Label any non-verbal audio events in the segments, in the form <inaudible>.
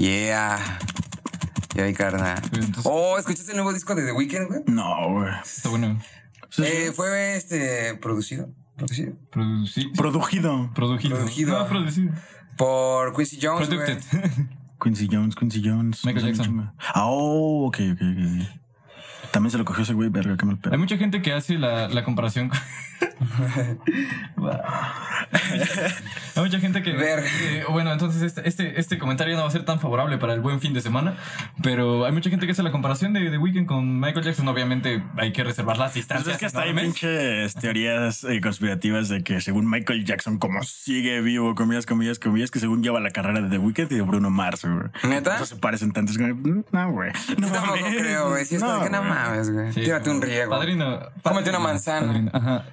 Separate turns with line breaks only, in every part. Yeah. Y ahí, carnal.
Este, Entonces-
Oh, ¿escuchaste el nuevo disco de The Weeknd, güey?
No, güey. Pues
Está bueno.
Eh, fue este producido, producido
Producido.
Producido.
Producido.
Producido.
No, producido.
por Quincy Jones, güey.
Producted.
Quincy Jones, Quincy Jones.
Michael
No sé,
Jackson.
chinga. Ah, oh, ok, ok, ok. También se lo cogió ese güey, verga, qué mal
<laughs>
pedo.
Hay mucha gente que hace la, la comparación con... <laughs> Hay mucha gente que...
Verga.
que- bueno, entonces este, este, este comentario no va a ser tan favorable para el buen fin de semana, pero hay mucha gente que hace la comparación de The Weeknd con Michael Jackson. Obviamente hay que reservar las
Pues
distancias.
es que hasta hay
enormes.
pinches teorías eh, conspirativas de que según Michael Jackson, como sigue vivo, comillas, comillas, comillas, que según lleva la carrera de The Weeknd y de Bruno Mars, güey.
¿Neta?
No se parecen tantos. güey. "Mm, No, güey.
No, tampoco
mames.
creo, güey. Si es como que no
güey.
mames, güey.
Sí,
Tírate
como-
un riego. <laughs>
Padrino.
Cómete
padrino,
una manzana.
padrino, Ajá.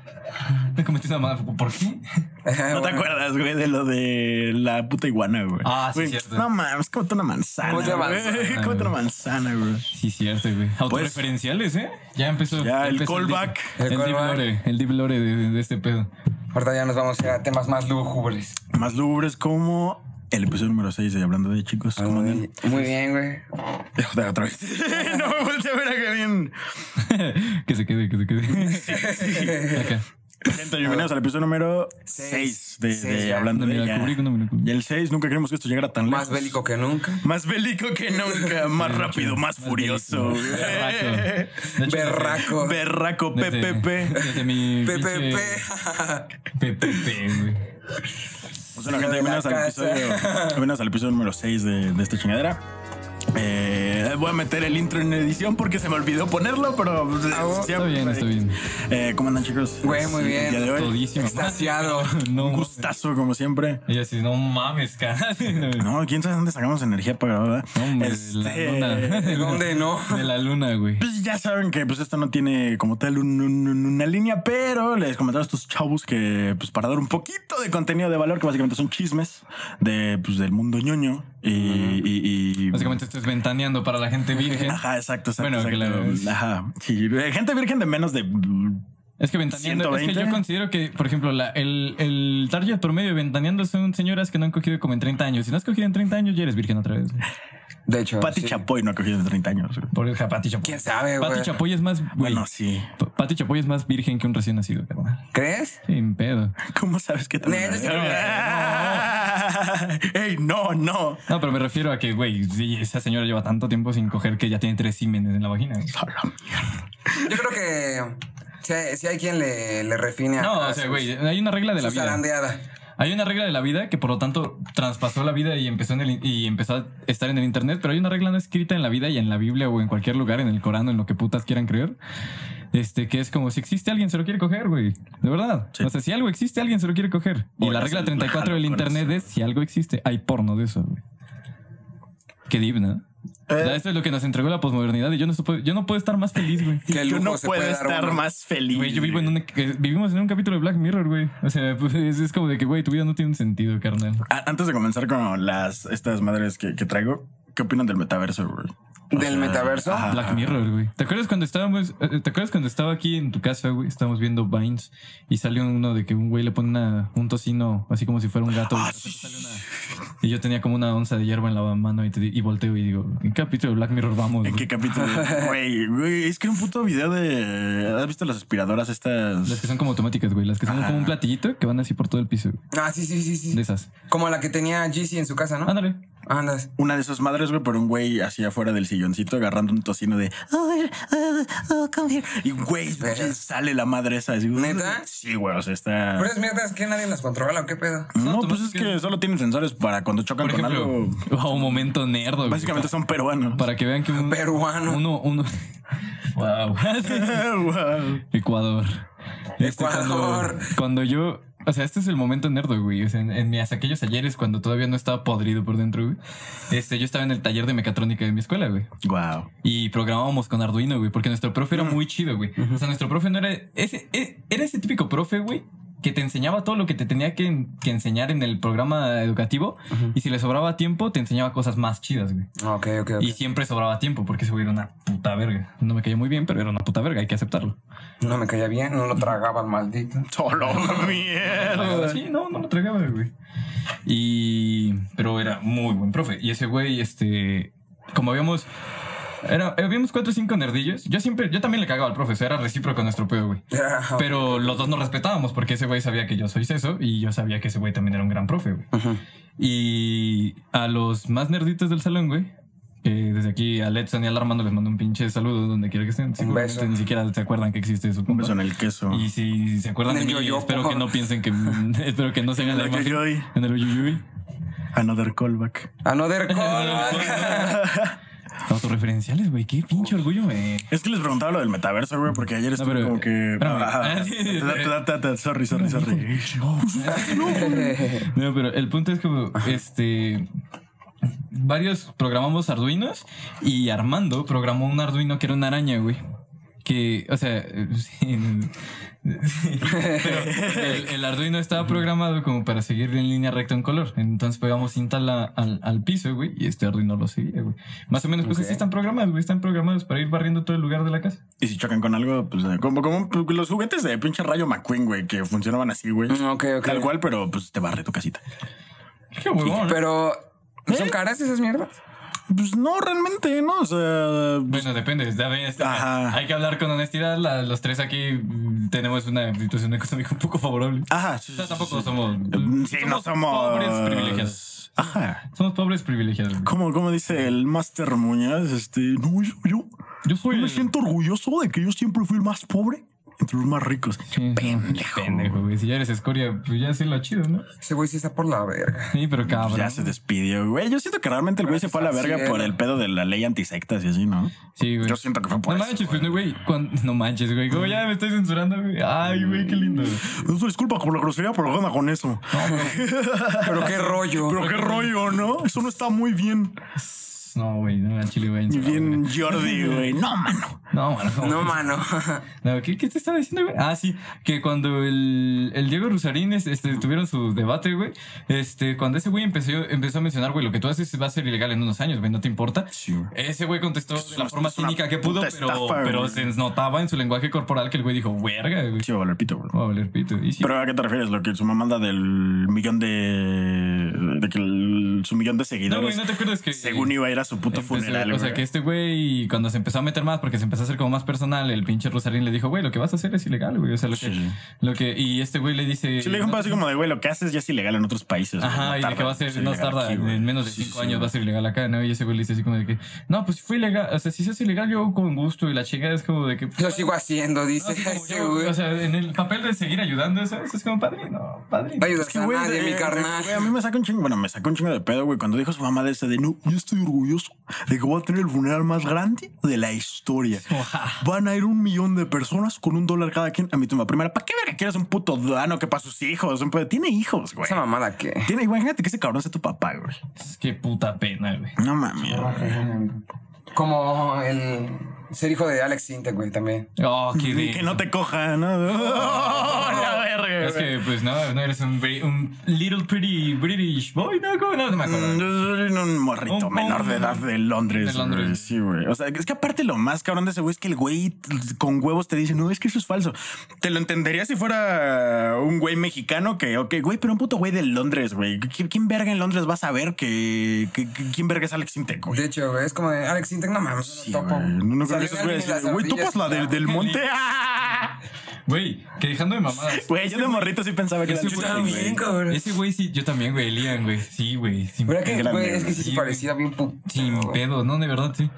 No comete una manzana. ¿Por qué? <laughs>
No te acuerdas, güey, de lo de la puta iguana, güey.
Ah, sí,
Güey,
cierto.
No mames, cómete una manzana.
Cómete una
<laughs> güey.
manzana,
Cómete una manzana, güey.
Sí, cierto, güey. Autoreferenciales, ¿eh? Ya empezó.
Pues, Ya, el
empezó
callback.
El,
El
deep- el deep
callback.
lore, el deep lore de, de este pedo.
Ahorita ya nos vamos a ir a temas más lúgubres.
Más lúgubres como el episodio número 6 de Hablando de Chicos.
Pues,
como
Muy, muy bien, güey.
Joder, <laughs> otra vez. <laughs> no me volteé a ver acá bien.
<laughs> que se quede, que se
<laughs>
quede. Acá.
Gente, bienvenidos al episodio número 6 de,
Seis,
de
ya.
Hablando
No me
de
la
ya.
cubrí, no me la cubrí.
Y el 6, nunca creemos que esto llegara tan lejos.
Más bélico que nunca.
Más bélico
<laughs>
que nunca, más rápido, más furioso.
Más
güey.
Berraco. De hecho,
Berraco.
<laughs> Berraco,
desde-
PPP.
Desde mi.
PPP.
<laughs> pinche- PPP, güey.
Pues bueno, gente, bienvenidos al,
la
episodio, bienvenidos al episodio número 6 de, de esta chingadera. Eh, voy a meter el intro en edición porque se me olvidó ponerlo, pero eh,
Ah, bueno.
Está bien, está bien.
Eh, ¿Cómo andan, chicos?
Güey, muy
Sí,
bien.
el día de hoy,
Todísimo.
Extasiado.
<laughs> No.
un gustazo, como siempre.
Ella así, no mames, cara. <laughs> No,
No, quién sabe dónde sacamos energía para grabar. ¿verdad?
hombre,
Este,
de
¿De
la luna.
dónde
<laughs>
no?
De la luna, güey.
<laughs> Pues ya saben que pues esto no tiene como tal un- un- un- una línea, pero les comentaba a estos chavos que pues para dar un poquito de contenido de valor, que básicamente son chismes de, pues, del mundo ñoño y... y- y-
Básicamente esto es ventaneando para la gente virgen.
Ajá, exacto, exacto.
Bueno, que
exacto.
la-
Ajá. Sí, eh, gente virgen de menos de.
Es que ventaneando, es que
120.
yo considero que, por ejemplo, la- el, el target promedio de ventaneando son señoras que no han cogido como en 30 años. Si no has cogido en 30 años, ya eres virgen otra vez. güey.
De hecho.
Pati
Ah,
sí.
Chapoy no ha cogido de 30 años. güey.
Por el ja, Pati Chapoy.
¿Quién sabe,
Pati
güey?
Chapoy es más, güey.
Bueno, sí.
P- Pati Chapoy es más virgen que un recién nacido, carnal.
¿Crees?
Sin pedo.
<laughs> ¿Cómo sabes que te
No, no,
<laughs> ¡Ey, no, no!
No, pero me refiero a que, güey, sí, esa señora lleva tanto tiempo sin coger que ya tiene tres símenes en la vagina. güey.
A la mierda.
Yo creo que si hay, si hay quien le, le refine a.
No,
a
o sea,
sus-
güey, hay una regla de la
Su
vida.
zarandeada.
Hay una regla de la vida que por lo tanto traspasó la vida y empezó, en el, y empezó a estar en el internet, pero hay una regla no escrita en la vida y en la Biblia o en cualquier lugar, en el Corán, en lo que putas quieran creer. Este, que es como si existe alguien se lo quiere coger, güey. De verdad.
Sí.
O sea, si algo existe, alguien se lo quiere coger.
Voy
y la
a
regla
hacer-
34 del
con
internet
eso.
es si algo existe, hay porno de eso, güey. Qué deep, ¿no? O
Eh,
sea, Esto es lo que nos entregó la posmodernidad y yo no, supo- yo no puedo estar más feliz, güey.
Qué
Yo
lujo
no
se
puedo
puede dar
estar
uno.
más feliz.
Güey, yo vivo en
güey.
un, eh, vivimos en un capítulo de Black Mirror, güey. O sea, pues, es, es como de que, güey, tu vida no tiene un sentido, carnal.
A- Antes de comenzar con las estas madres que, que traigo, ¿qué opinan del metaverso, güey? O
¿Del metaverso?
ajá.
Black Mirror, güey. ¿Te acuerdas cuando estábamos, eh, te acuerdas cuando estaba aquí en tu casa, güey? Estábamos viendo Vines y salió uno de que un güey le pone una- un tocino así como si fuera un gato. güey.
Ah,
De repente sale una- y yo tenía como una onza de hierba en la mano y, te di- y volteo y digo, ¿en qué capítulo de Black Mirror vamos?
¿En
güey? <laughs>
qué capítulo? Güey, güey, es que era un puto video de. ¿Has visto las aspiradoras estas?
Las que son como automáticas, güey. Las que son
Ajá.
como un platillito que van así por todo el piso. güey.
Ah, sí, sí, sí,
De
sí.
esas.
Como la que tenía Jeezy en su casa, ¿no?
Ándale.
Andas.
una de esas madres, güey, pero un güey así afuera del silloncito agarrando un tocino de. "Oh, oh, oh, come here". Y güey,
Verga.
sale la madre esa. así,
¿Neta?
Sí, güey, o sea, está.
Pero es mierda, es que nadie las controla o qué pedo.
No,
Son
pues es que
automáticas.
solo tienen sensores para cuando chocan
Por
con
ejemplo,
algo.
wow, un momento nerdo, güey.
Básicamente son peruanos.
Para que vean que un
Peruano.
Uno, uno. <laughs>
<laughs>
wow.
Wow.
Ecuador. Este,
Ecuador.
Cuando, cuando yo. O sea, este es el momento nerdo, güey. O sea, en, en mis aquellos ayeres cuando todavía no estaba podrido por dentro, güey. Este, yo estaba en el taller de mecatrónica de mi escuela, güey.
Wow.
Y programábamos con Arduino, güey, porque nuestro profe era muy chido, güey. O sea, nuestro profe no era. Ese, e- era ese típico profe, güey, que te enseñaba todo lo que te tenía que, que enseñar en el programa educativo. Y si le sobraba tiempo, te enseñaba cosas más chidas, güey.
Ok, ok, ok.
Y siempre sobraba tiempo porque se volvieron una puta puta verga. No me cayó muy bien, pero era una puta verga, hay que aceptarlo.
No me caía bien, no lo tragaba el maldito.
<laughs>
<laughs>
Solo mierda.
Sí, no, no lo tragaba, güey. Y. Pero era muy buen profe. Y ese güey, este. Como habíamos. Era, habíamos cuatro o cinco nerdillos. Yo siempre, yo también le cagaba al profe, o sea, era recíproco nuestro pedo, güey. Pero los dos nos respetábamos porque ese güey sabía que yo soy eso y yo sabía que ese güey también era un gran profe, güey.
Ujú.
Y a los más nerditos del salón, güey. que desde aquí a Letson y al Armando les mando un pinche saludo donde quiera que estén. Seguramente
beso.
Ni siquiera se acuerdan que existe su
Un
compa.
beso en el queso.
Y si se acuerdan
En
de
el
mí,
yoyopo.
espero que no piensen que... <laughs> espero que no se hagan la
Ay,
imagen.
ay, ay.
En el uyuyuy.
Another callback.
Another
<laughs>
call.
Autorreferenciales, güey. Qué pinche orgullo, güey.
Es que les preguntaba lo del metaverso, güey, porque ayer estuve
pero,
como que.
espérame.
Ah,
Ah, sí, sí, sí.
ta, ta, ta, ta, Sorry, sorry, sorry.
No, pero el punto es como, este... Varios programamos Arduinos y Armando programó un Arduino que era una araña, güey. Que, o sea, <laughs> sí, sí. Pero el, el Arduino estaba programado como para seguir en línea recta en color. Entonces pegamos cinta a la- al, al piso, güey, y este Arduino lo seguía, güey. Más o menos, pues
Ok.
así están programados, güey. Están programados para ir barriendo todo el lugar de la casa.
Y si chocan con algo, pues eh, como, como los juguetes de pinche rayo McQueen, güey, que funcionaban así, güey.
ok, ok.
Tal cual, pero pues te barre tu casita.
Qué huevón, ¿no?
Pero,
¿Eh?
¿son caras esas mierdas?
Pues no, realmente, ¿no? O sea, pues,
Bueno, depende. ya ves,
Ajá.
Hay que hablar con honestidad. la- los tres aquí mm, tenemos una situación económica un poco favorable.
Ajá, sí,
O sea,
sí,
tampoco
sí.
somos.
Mm, Sí, no somos.
Pobres privilegiados.
Ajá.
Somos pobres privilegiados. güey.
Como, como dice el Master Muñoz, este, no, yo, yo,
Yo soy.
yo me
el-
siento orgulloso de que yo siempre fui el más pobre entre los más ricos.
Sí,
Pendejo.
Pendejo, güey. Si ya eres escoria, pues ya sí lo chido, ¿no?
Ese güey sí está por la verga.
Sí, pero cabrón.
Ya se despidió, güey. Yo siento que realmente el güey se fue a la
Así
verga
era.
por el pedo de la ley antisectas y así, ¿no?
Sí, güey.
Yo siento que fue por
No
eso,
manches, pues no, güey. cuan- No manches, güey. Como ya me estoy censurando, güey. Ay, güey, qué lindo.
No, disculpa por la grosería, pero gana con eso. <laughs>
Pero qué rollo.
Pero qué rollo, ¿no? Eso no está muy bien.
No, güey, no, al chile, güey. encerrado, güey.
Bien Jordi, güey. No, mano.
No, mano. ¿cómo
No, mano.
No, ¿qué, qué te estaba diciendo, güey? Ah, sí, que cuando el, el Diego Rusarín es- este, tuvieron su debate, güey, este, cuando ese güey empezó, empezó a mencionar, güey, lo que tú haces va a ser ilegal en unos años, güey, no te importa.
Sí, güey.
Ese güey contestó de la
una-
forma
es una
cínica que pudo,
puta
pero,
estafa,
pero
güey.
se notaba en su lenguaje corporal que el güey dijo, verga, güey.
Sí, vale, pito, güey.
Va a valer pito. Y sí,
Pero ¿a qué te refieres? Lo que su mamá anda del millón de. de que el- su millón de
no,
seguidores.
güey, no te acuerdas que.
Según iba a ir a su puto
Empezó-
funeral,
o sea,
güey.
que este güey, cuando se empezó a meter más, porque se empezó a hacer como más personal, el pinche Rosarín le dijo, güey, lo que vas a hacer es ilegal, güey. O sea, lo que.
Sí, sí.
Lo que y este güey le dice.
Sí, le dijo un pedo así como de, güey, lo que haces ya es ilegal en otros países. güey.
Ajá,
Pues, No
y de
tarda
que va a ser, no
ilegal
tarda,
aquí, güey.
en menos de
Sí, sí,
cinco
sí,
años va a
güey.
ser ilegal acá, ¿no? Y ese güey le dice así como de que, no, pues si fue ilegal, o sea, si se hace ilegal yo con gusto y la chica es como de que...
<laughs>
pues,
Lo sigo haciendo,
no,
dice
así como
ese
yo,
güey.
o sea, en el papel de seguir ayudando, ¿sabes? Es como padrino, padrino.
No ayudas
Es que,
a
güey,
nadie,
de-
mi carnal.
güey, a mí me saca un chingo, bueno, me sacó un chingo de pedo, güey, cuando dijo su mamá de ese de, no, yo estoy orgulloso de que voy a tener el funeral más grande de
<laughs>
la historia. Van a ir un millón de personas con un dólar cada quien a mi tumba primera. ¿Para qué verga quieres un puto dano que para sus hijos? Un pedo- Tiene hijos, güey.
Esa mamada que.
Tiene, imagínate que ese cabrón sea tu papá, güey.
Qué puta pena, güey.
No mames.
Ah, Como el ser hijo de Alex Sinte, güey, también.
Oh, qué
Y
de...
Que no te coja, ¿no? <laughs> La verga,
Es
güey.
que, pues, no, no eres un, bri- un little pretty British boy, ¿no? ¿Cómo? No, no me acuerdo.
Mm, yo soy un morrito
Un-
menor de edad de Londres.
De Londres.
güey. Sí, güey. O sea, es que aparte lo más cabrón de ese güey es que el güey t- con huevos te dice, no, es que eso es falso. Te lo entendería si fuera un güey mexicano que, ok, güey, pero un puto güey de Londres, güey. ¿Qui- ¿Quién verga en Londres va a saber que, que- que- quién verga es Alex Intec, güey?
De hecho, güey, es como de Alex Sinte, no mames,
Sí,
no topo.
güey. No, no creo que
Salió
esos
alguien
güeyes.
en las
Güey, topas la
ardillas,
del,
ya.
del monte. ¡Ah!
Güey, que dejando de mamadas.
Güey, yo de morrito sí pensaba que era
Ese
Alex
güey
Intec, güey.
también, cabrón.
Ese güey sí, yo también, güey, Elian, güey. Sí, güey. sin
¿Verdad que,
Qué grande,
güey, es que sí,
güey.
se parecía bien puto.
Sin pedo, no, de verdad, sí.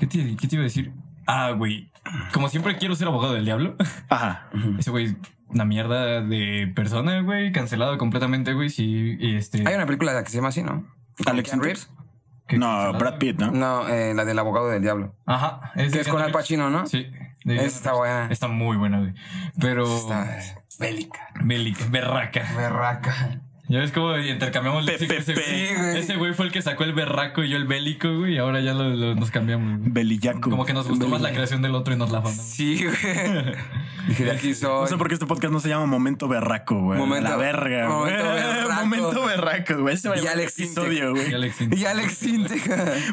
¿Qué te, qué te iba a decir? Ah, güey. Como siempre quiero ser abogado del diablo. <laughs>
Ajá.
Ese güey es una mierda de persona, güey. Cancelado completamente, güey. Sí, y este.
Hay una película que se llama así, ¿no?
Alex
Keanu
Intec.
Reeves.
que
No,
cancelado.
Brad Pitt, ¿no?
No, eh, la del abogado del diablo.
Ajá.
Que es con Al Pacino, ¿no?
Sí.
Esa está buena.
Está muy buena, güey. Pero.
Está bélica.
Bélica, berraca.
Berraca.
Ya ves cómo intercambiamos
Pe- pe-
léxico. Ese
pe.
güey- ese güey fue el que sacó el berraco y yo el bélico, güey. Y ahora ya lo- lo- nos cambiamos. güey.
Belillaco.
Como que nos gustó más la creación del otro y nos la mandamos.
Sí, güey. Dije, de aquí
<laughs> No
soy.
sé por qué este podcast no se llama Momento Berraco, güey.
Momento-
la verga,
Momento
güey.
Berraco.
Momento Berraco, güey. Ese va a
Y
llamar
Alex
episodio,
Y
güey.
Alex Intec.
Y Alex Sinte.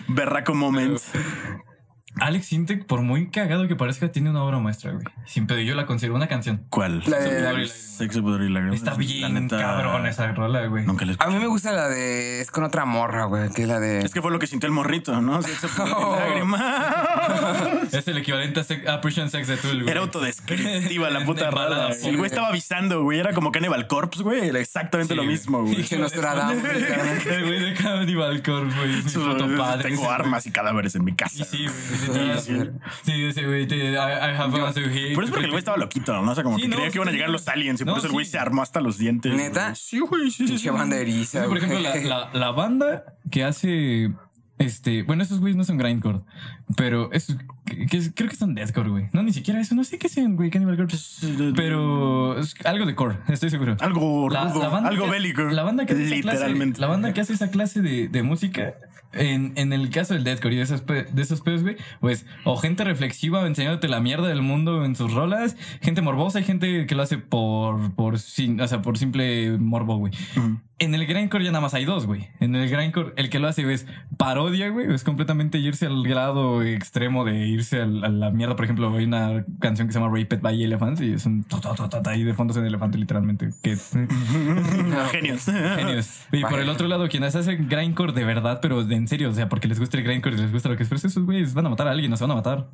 Berraco Moment.
Alex Sintek, por muy cagado que parezca, tiene una obra maestra, güey. Sin pedo, yo la considero una canción.
¿Cuál?
La de-
Sexo, Sexo, Pudor y Lágrimas.
Está
La
bien
neta,
cabrón esa rola, güey.
Nunca la
A
escuché.
mí me gusta la de. Es con otra morra, güey, que es la de.
Es que fue lo que sintió el morrito, ¿no? Sexo, Pudor y
<laughs>
Lágrimas.
Es el equivalente a, Sex- a Persian Sex de Tool, güey.
Era autodescriptiva la puta
De balada,
rara.
sí,
El güey
güey.
estaba avisando, güey. Era como Cannibal Corpse, güey. Era exactamente
Sí,
lo
güey.
mismo, güey.
que
<laughs>
Nostradamus. güey.
El güey de Cannibal Corpse, güey. Es mi puto padre. ese
Tengo
güey.
armas y cadáveres en mi casa.
Y sí,
güey.
güey.
Sí, sí.
Sí, ese güey. te- I, I have a massive hate.
Pero es porque el güey estaba loquito, ¿no? O sea, como
Sí,
que
no,
creía que iban a
sí.
llegar los aliens y
No,
por eso el güey
sí.
se armó hasta los dientes.
¿Neta?
güey. Sí, güey, sí, sí. sí.
Pinche banda eriza,
Sí, por
güey.
ejemplo, la,
<laughs>
la- la banda que hace. Este, bueno, esos güeyes no son grindcore, pero es, que- que- creo que son deathcore, güey. No, ni siquiera eso, no sé qué sean, güey, Cannibal Corpse. Pero es algo de core, estoy seguro.
Algo rudo,
eh, La- la banda
algo
que-
bélico.
La banda que hace esa
Literalmente.
clase, la banda que hace esa clase de, de música, en, en el caso del deathcore y de esos, pe- de esos pedos, güey, pues, o gente reflexiva enseñándote la mierda del mundo en sus rolas, gente morbosa y gente que lo hace por, por, sin- o sea, por simple morbo, güey.
Ujú.
En el grindcore ya nada más hay dos, güey. En el grindcore, el que lo hace es parodia, güey. Es completamente irse al grado extremo de irse al- a la mierda. Por ejemplo, hay una canción que se llama Raped by Elephants y es un... ta, ta, ta, ta, ta, Ahí de fondo es un elefante, literalmente. Que
Genios.
Genios. Y por el otro lado, quienes hacen grindcore de verdad, pero de en serio, o sea, porque les gusta el grindcore y les gusta lo que es, pero esos güeyes van a matar a alguien, no se van a matar.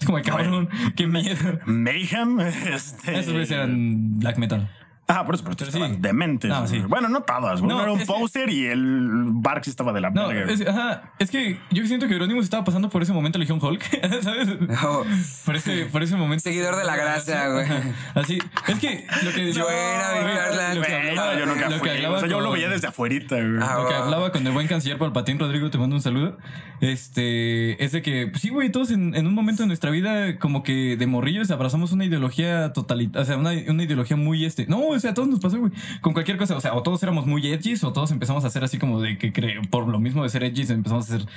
Es como, cabrón, qué miedo.
Mayhem. Este...
Esos güeyes eran black metal.
Ah, por eso, pero ustedes
Pero sí.
estaban dementes.
No, sí.
güey. Bueno, no todas, güey.
No,
Uno era un
es que-
poser y el Barks estaba de la
No,
verga,
es, ajá, es que yo siento que Jerónimo estaba pasando por ese momento Legión Hulk, <laughs> ¿sabes?
No,
Por ese, por ese momento.
Seguidor de la gracia, güey.
<laughs> Así, es que lo que
Yo era Big Garland.
lo que
Güey,
hablaba-
no, yo nunca
lo que
fui.
hablaba
O sea, yo lo
con-
veía desde afuerita, güey.
Ah,
lo que
va.
hablaba con el buen canciller Palpatín Rodrigo, te mando un saludo. Este, es de que, pues, sí, güey, todos en, en un momento de nuestra vida, como que de morrillos, abrazamos una ideología totalitaria, o sea, una, una ideología muy este. No, o sea, a todos nos pasó, güey, con cualquier cosa. O sea, o todos éramos muy edgys, o todos empezamos a hacer así como de que cre- por lo mismo de ser edgys, empezamos a hacer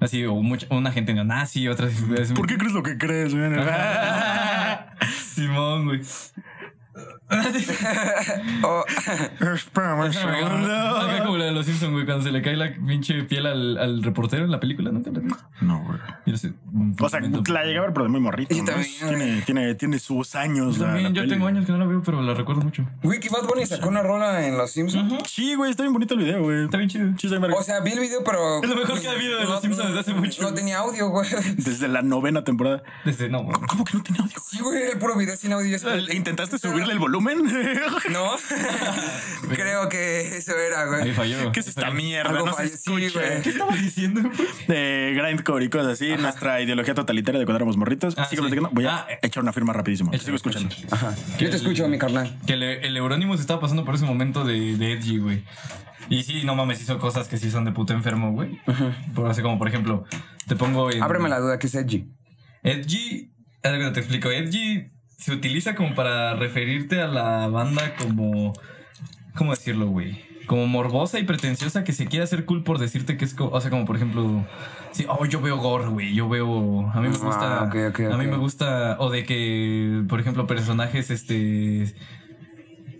así, o mucha, una gente neonazi, otra.
¿Por qué crees lo que crees, güey? <laughs>
Simón, güey.
Oh,
Espérame un
<laughs> Oh, Acá
segundo.
Ah, como la de los Simpsons, güey, cuando se le cae la pinche piel al, al reportero en la película, ¿no?
No, güey.
Yo sé, un
O sea,
momento.
la llegué a ver, pero de muy morrito.
Yo
¿no?
también,
Tiene, tiene, tiene sus años.
eh,
la-
Pues También
la
yo
peli,
tengo
güey.
años que no la veo, pero la recuerdo mucho.
güey, que Bad Bunny sacó una rola en Los Simpsons.
Sí, güey, está bien bonito el video, güey.
Está bien chido.
Sí, está bien verga.
O sea, vi el video, pero.
Es lo mejor que ha habido de Los Simpsons desde hace mucho.
No tenía audio, güey. <laughs>
Desde la novena temporada.
Desde no. güey.
¿Cómo que no tenía audio?
Sí, güey, era el puro video sin audio.
¿Intentaste subirle el
<laughs>
volumen?
No. <laughs> Creo que eso era,
Ahí
güey.
falló.
¿Qué es esta mierda?
Algo
No se
falló, sí,
escucha.
güey.
¿Qué estaba diciendo? güey?
<laughs> de grindcore y cosas así, nuestra ideología totalitaria de cuando éramos morritos.
Ah,
Sigo
sí.
platicando. Voy a
Ah, eh.
echar una firma rapidísimo. Te sigo escuchando.
Ajá.
Que
Yo te escucho,
el-
mi carnal.
Que el, el Euronymous estaba pasando por ese momento de, de Edgy, güey. Y sí, no mames, hizo cosas que sí son de puto enfermo, güey. Por así como, por ejemplo, te pongo en.
Ábreme la duda, ¿qué es Edgy?
Edgy, algo te explico, Edgy se utiliza como para referirte a la banda como, ¿cómo decirlo, güey? Como morbosa y pretenciosa que se quiere hacer cool por decirte que es, co- o sea, como por ejemplo, sí, oh, yo veo gore, güey, yo veo, a mí me
Ah,
gusta,
ok, ok,
a mí
ok.
me gusta, o de que, por ejemplo, personajes, este,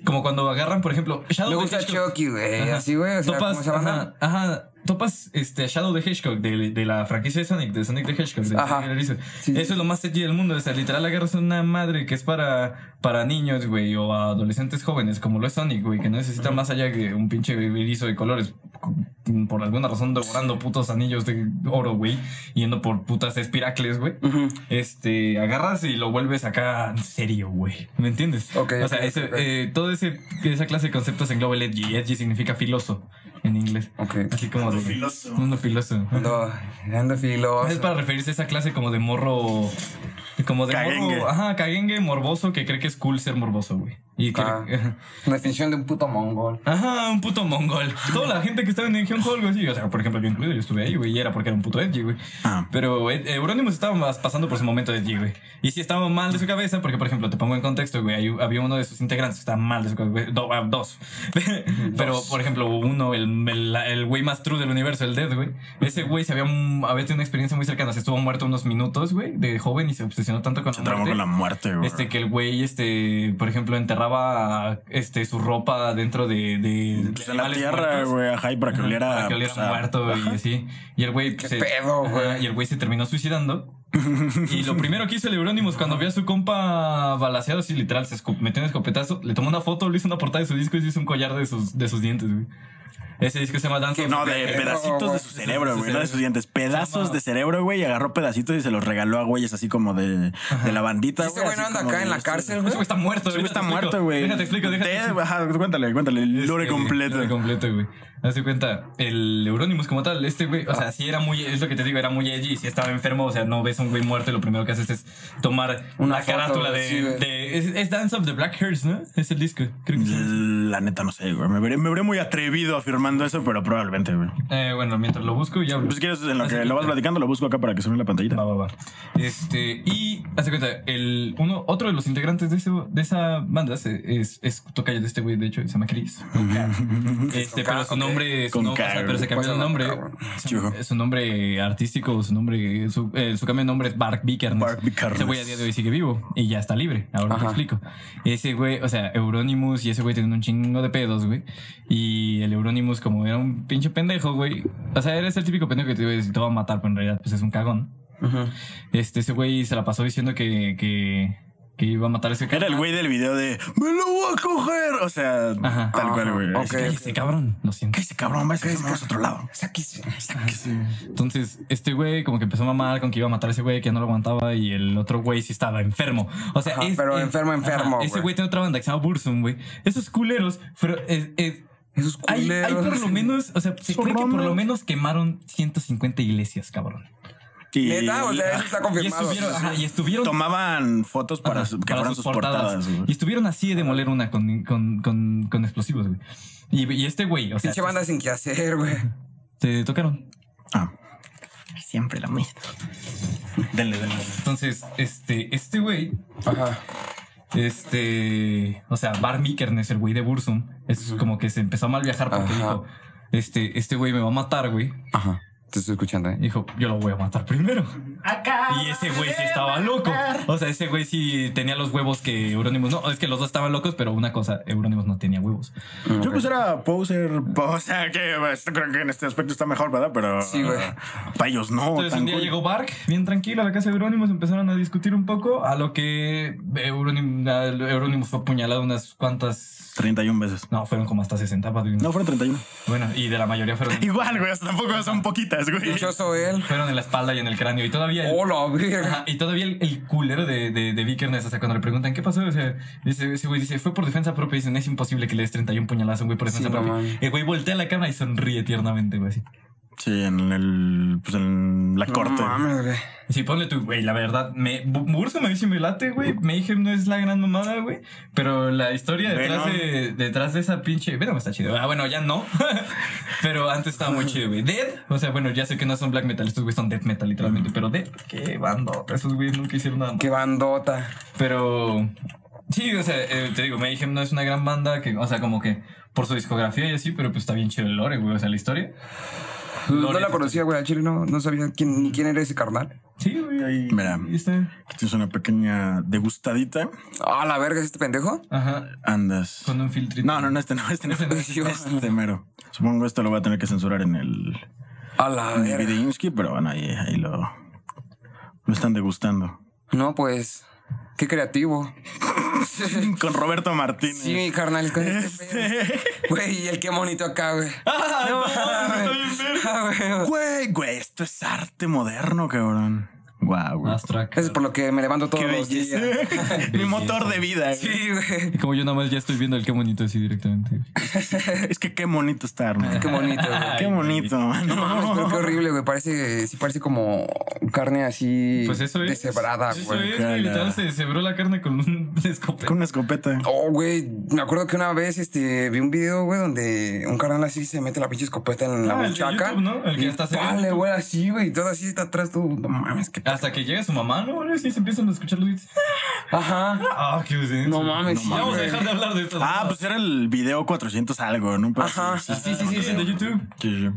como cuando agarran, por ejemplo, Shadow
Me
the
gusta
Hedgehog.
Chucky, güey.
Ajá.
Así, güey. O sea,
topas,
¿cómo se llama?
ajá, ajá, topas este, a Shadow the Hedgehog de, de la franquicia de Sonic, de Sonic the Hedgehog. de
Ajá.
Sonic the Hedgehog.
Sí, sí.
Eso es lo más edgy del mundo. O sea, literal agarras una madre que es para, para niños, güey, o a adolescentes jóvenes, como lo es Sonic, güey, que no necesita más allá que un pinche erizo de colores. con- Por alguna razón devorando putos anillos de oro, güey, yendo por putas espiracles, güey
Ujú.
este, agarras y lo vuelves acá serio, güey. ¿Me entiendes?
Ok,
O sea,
ok,
ese,
ok.
eh, todo ese, esa clase de conceptos engloba el edgy. Edgy significa filoso en inglés.
Ok.
Así como
Mundo
de-
filoso.
Mundo filoso.
Ando, ando filoso.
Es para referirse a esa clase como de morro. Como de
Caguengue.
morro. Ajá, caguengue morboso que cree que es cool ser morboso, güey. Y que.
Ah. La definición de un puto mongol.
<laughs> Ajá, un puto mongol. Toda la gente que estaba en el Hyun Hall, güey. sí, O sea, por ejemplo, yo incluido, yo estuve ahí, güey, y era porque era un puto edgy, güey.
Ah.
Pero eh, Euronymous estaba más pasando por su momento de edgy, güey. Y sí estaba mal de su cabeza, porque, por ejemplo, te pongo en contexto, <laughs> güey. hay- había uno de sus integrantes que estaba mal de su cabeza. güey, do- ah, dos. Pero, por ejemplo, uno, el el el güey más true del universo, el Dead, güey. Ese güey se había, mm, había tenido una experiencia muy cercana. Se estuvo muerto unos minutos, güey, de joven y se obsesionó tanto con
Se
la
trabó
muerte.
con la muerte, güey.
Este, que el güey, este, por ejemplo, enterraba este, su ropa dentro de. de,
Pues
de
en la
animales
tierra,
muertos.
güey, ajá, y para que
Ajá,
oliera.
para que oliera
pues, a-
muerto, güey, y así. Y el güey. pues,
¿Qué
se-
pedo,
ajá,
güey?
Y el güey se terminó suicidando. y lo primero que hizo el Euronymous cuando vio a su compa balaseado, así literal, se escu- metió un escopetazo, le tomó una foto, le hizo una portada de su disco y se hizo un collar de sus, de sus dientes, güey. Ese disco se llama Dance of
No, de
Pero,
pedacitos de
güey,
su
su
cerebro, güey, no de
cerebro.
sus dientes. Pedazos
Llama-
de cerebro, güey, y agarró pedacitos y se los regaló a güeyes así como de, de la bandita.
Este
güey,
güey no
así
anda
como
acá
de
en la
este-
cárcel,
Ese
güey.
güey está muerto,
Ese güey
ahorita
está
te explico.
muerto, güey.
Déjate explico, déjate
Te-
explico.
Ajá, cuéntale, cuéntale, el lore
Este,
completo.
lore completo, güey. Haz de cuenta, el Euronymous como tal, este güey, o sea, sí era muy, es lo que te digo, era muy edgy, sí estaba enfermo, o sea, no ves a un güey muerto y lo primero que haces es tomar
Una
una
foto,
carátula de,
sí, güey.
de- es, es Dance of the Black Hairs, ¿no? Es el disco, creo que sí.
La neta, no sé, güey. Me veré, me veré muy atrevido afirmando eso, pero probablemente, güey.
Eh, bueno, mientras lo busco ya hablo.
Pues si quieres, en lo
Así
que lo vas platicando, lo busco acá para que suene la
Va,
pantallita.
va, va. Este, y hace cuenta, el, uno, otro de los integrantes de, ese, de esa banda se- es, es tocayo de este güey, de hecho, se llama Chris. Este,
Con K,
pero su
ok.
nombre, su
Con
nombre,
K,
o sea,
güey.
pero se cambió el
Pásalo,
nombre.
cabrón.
Chivo.
Su, su nombre artístico, su nombre, su, eh, su cambio de nombre es Bark Vickers.
Bark Vikernes.
Ese güey a día de hoy sigue vivo y ya está libre. Ahora te
Ajá.
explico. Ese güey, o sea, Euronymous y ese güey tienen un chingo de pedos, güey. Y el Euronymous, como era un pinche pendejo, güey. O sea, era ese típico pendejo que te iba a decir, te va a matar, pero en realidad, pues es un cagón. Este, ese güey se la pasó diciendo que, que, que iba a matar a ese
Era el güey del video de ¡Me lo voey a coger! O sea,
Ajá.
tal cual, güey.
Ajá,
Es que,
ok.
Cállese, cabrón. Lo siento.
Cállese, cabrón, vais a que vamos a otro lado.
Sáquese.
<laughs> Entonces, este güey como que empezó a mamar con que iba a matar a ese güey que ya no lo aguantaba y el otro güey sí estaba enfermo. O sea,
Ajá, pero enfermo, enfermo,
ese
güey.
güey tiene otra banda que se llama Bursum, güey. Esos culeros, pero
Esos
hay, hay por lo
culeros.
menos, o sea, se cree que por lo menos quemaron 150 iglesias, cabrón.
Y
Neta, o sea, eso está
Y
confirmado.
estuvieron, ajá, y estuvieron
tomaban fotos para
Ajá,
su- que
para
fueran sus portadas. güey.
y estuvieron así de demoler una con, con, con, con explosivos, güey. Y, y este güey, o sea,
Pinche banda sin que hacer, güey.
te tocaron.
Ah. Siempre la misma. Denle, denle.
Entonces, este, este güey
Ajá.
Este, o sea, Bar Mikkernes, el güey de Bursum, es como que se empezó a mal viajar porque
Ajá.
dijo, este, este güey me va a matar, güey.
Ajá. Te estoy escuchando, eh.
Dijo, yo lo voy a matar primero. Y ese güey sí estaba loco. O sea, ese güey sí tenía los huevos que Euronymous. No, es que los dos estaban locos, pero una cosa, Euronymous no tenía huevos.
Yo pues era poser, o sea que pues, creo que en este aspecto está mejor, ¿verdad? Pero
Sí, güey.
para ellos no.
Entonces
tan
un día
cool.
llegó Bark, bien tranquilo, a la casa de Euronymous, empezaron a discutir un poco, a lo que Euronym- a- Euronymous fue apuñalado unas cuantas...
31 veces.
No, fueron como hasta 60, padrino.
No, fueron 31.
Bueno, y de la mayoría
<laughs>
fueron...
Igual, güey, o sea, tampoco son poquitas, güey.
Dichoso él.
fueron en la espalda y en el cráneo. Y todavía el,
Hola,
ajá,
verga.
y todavía el, el culero de, de, de Vikernes, o sea, cuando le preguntan qué pasó, o sea, dice, ese güey dice, fue por defensa propia. Dicen, es imposible que le des 31 puñaladas a un güey por
Sí,
defensa
no
propia.
mames.
el güey voltea la cámara y sonríe tiernamente, güey. así.
Sí, en el. Pues en la corte.
No mames, güey.
Sí, ponle tú, güey, la verdad, me, Bu- Burso me dice, me late, güey. Mayhem no es la gran mamada, güey. Pero la historia detrás,
Venom.
de, detrás de esa pinche... Venom está chido. Ah, bueno, ya no. <laughs> pero antes estaba muy chido, güey. Dead, o sea, bueno, ya sé que no son black metal, estos güey son death metal, literalmente. Pero Dead, qué bandota. Esos güeyes nunca hicieron nada más.
Qué bandota.
Pero sí, o sea, eh, te digo, Mayhem no es una gran banda que, o sea, como que por su discografía y así, pero pues está bien chido el lore, güey, o sea, la historia.
No la conocía, güey. Al chile no, no sabía quién, ni quién era ese carnal.
Sí, güey, ahí.
Mira.
ahí está.
Tienes una pequeña degustadita.
Ah, la verga, ¿es este pendejo?
Ajá,
Andas.
con un filtrito.
No, no, no, este no, este no.
Yo-
Este mero. Supongo esto lo voy a tener que censurar en el.
A la
En el
verga.
Videimsky, pero bueno, ahí, ahí lo. Lo están
<laughs>
degustando.
No, pues. Qué creativo.
Con Roberto Martínez.
Sí, mi carnal. con
<laughs>
este pedo. Güey, y el qué bonito acá,
<laughs>
güey. No, mames. <laughs> Ah, güey.
Güey, güey, esto es arte moderno, cabrón. Guau, güey.
Last track.
Eso es por lo que me levanto todos
Qué
los
belleza.
días.
<laughs> Mi motor de vida. güey.
Sí, güey.
Y como yo nada más ya estoy viendo el qué bonito así directamente.
Es que qué bonito está, hermano.
Qué bonito, güey.
Qué
Ay,
bonito, mano.
Mames, pero qué horrible, güey. Parece, sí parece como carne así
Pues eso es.
deshebrada,
Eso
güey.
es, güey, literal, se cebró la carne con un <laughs> escopeta.
Con una escopeta.
Oh, güey, me acuerdo que una vez este, vi un video, güey, donde un carnal así se mete la pinche escopeta en la
Ah, el de
buchaca.
YouTube, ¿no? El que
y
hasta se ve en
Vale,
YouTube. Ah.
güey, así, güey, y todo así está atrás, tú. No mames, qué
Hasta hasta que llega su mamá, ¿no? Y se empiezan a escuchar los beats. <laughs>
Ajá.
Ah, qué bien.
No mames, sí,
Ya vamos a
güey.
dejar de hablar de esto.
Ah, pues era el video 400 algo, ¿no? Pero
Ajá.
sí, sí,
Sí, sí, sí, sí, de YouTube.
sí.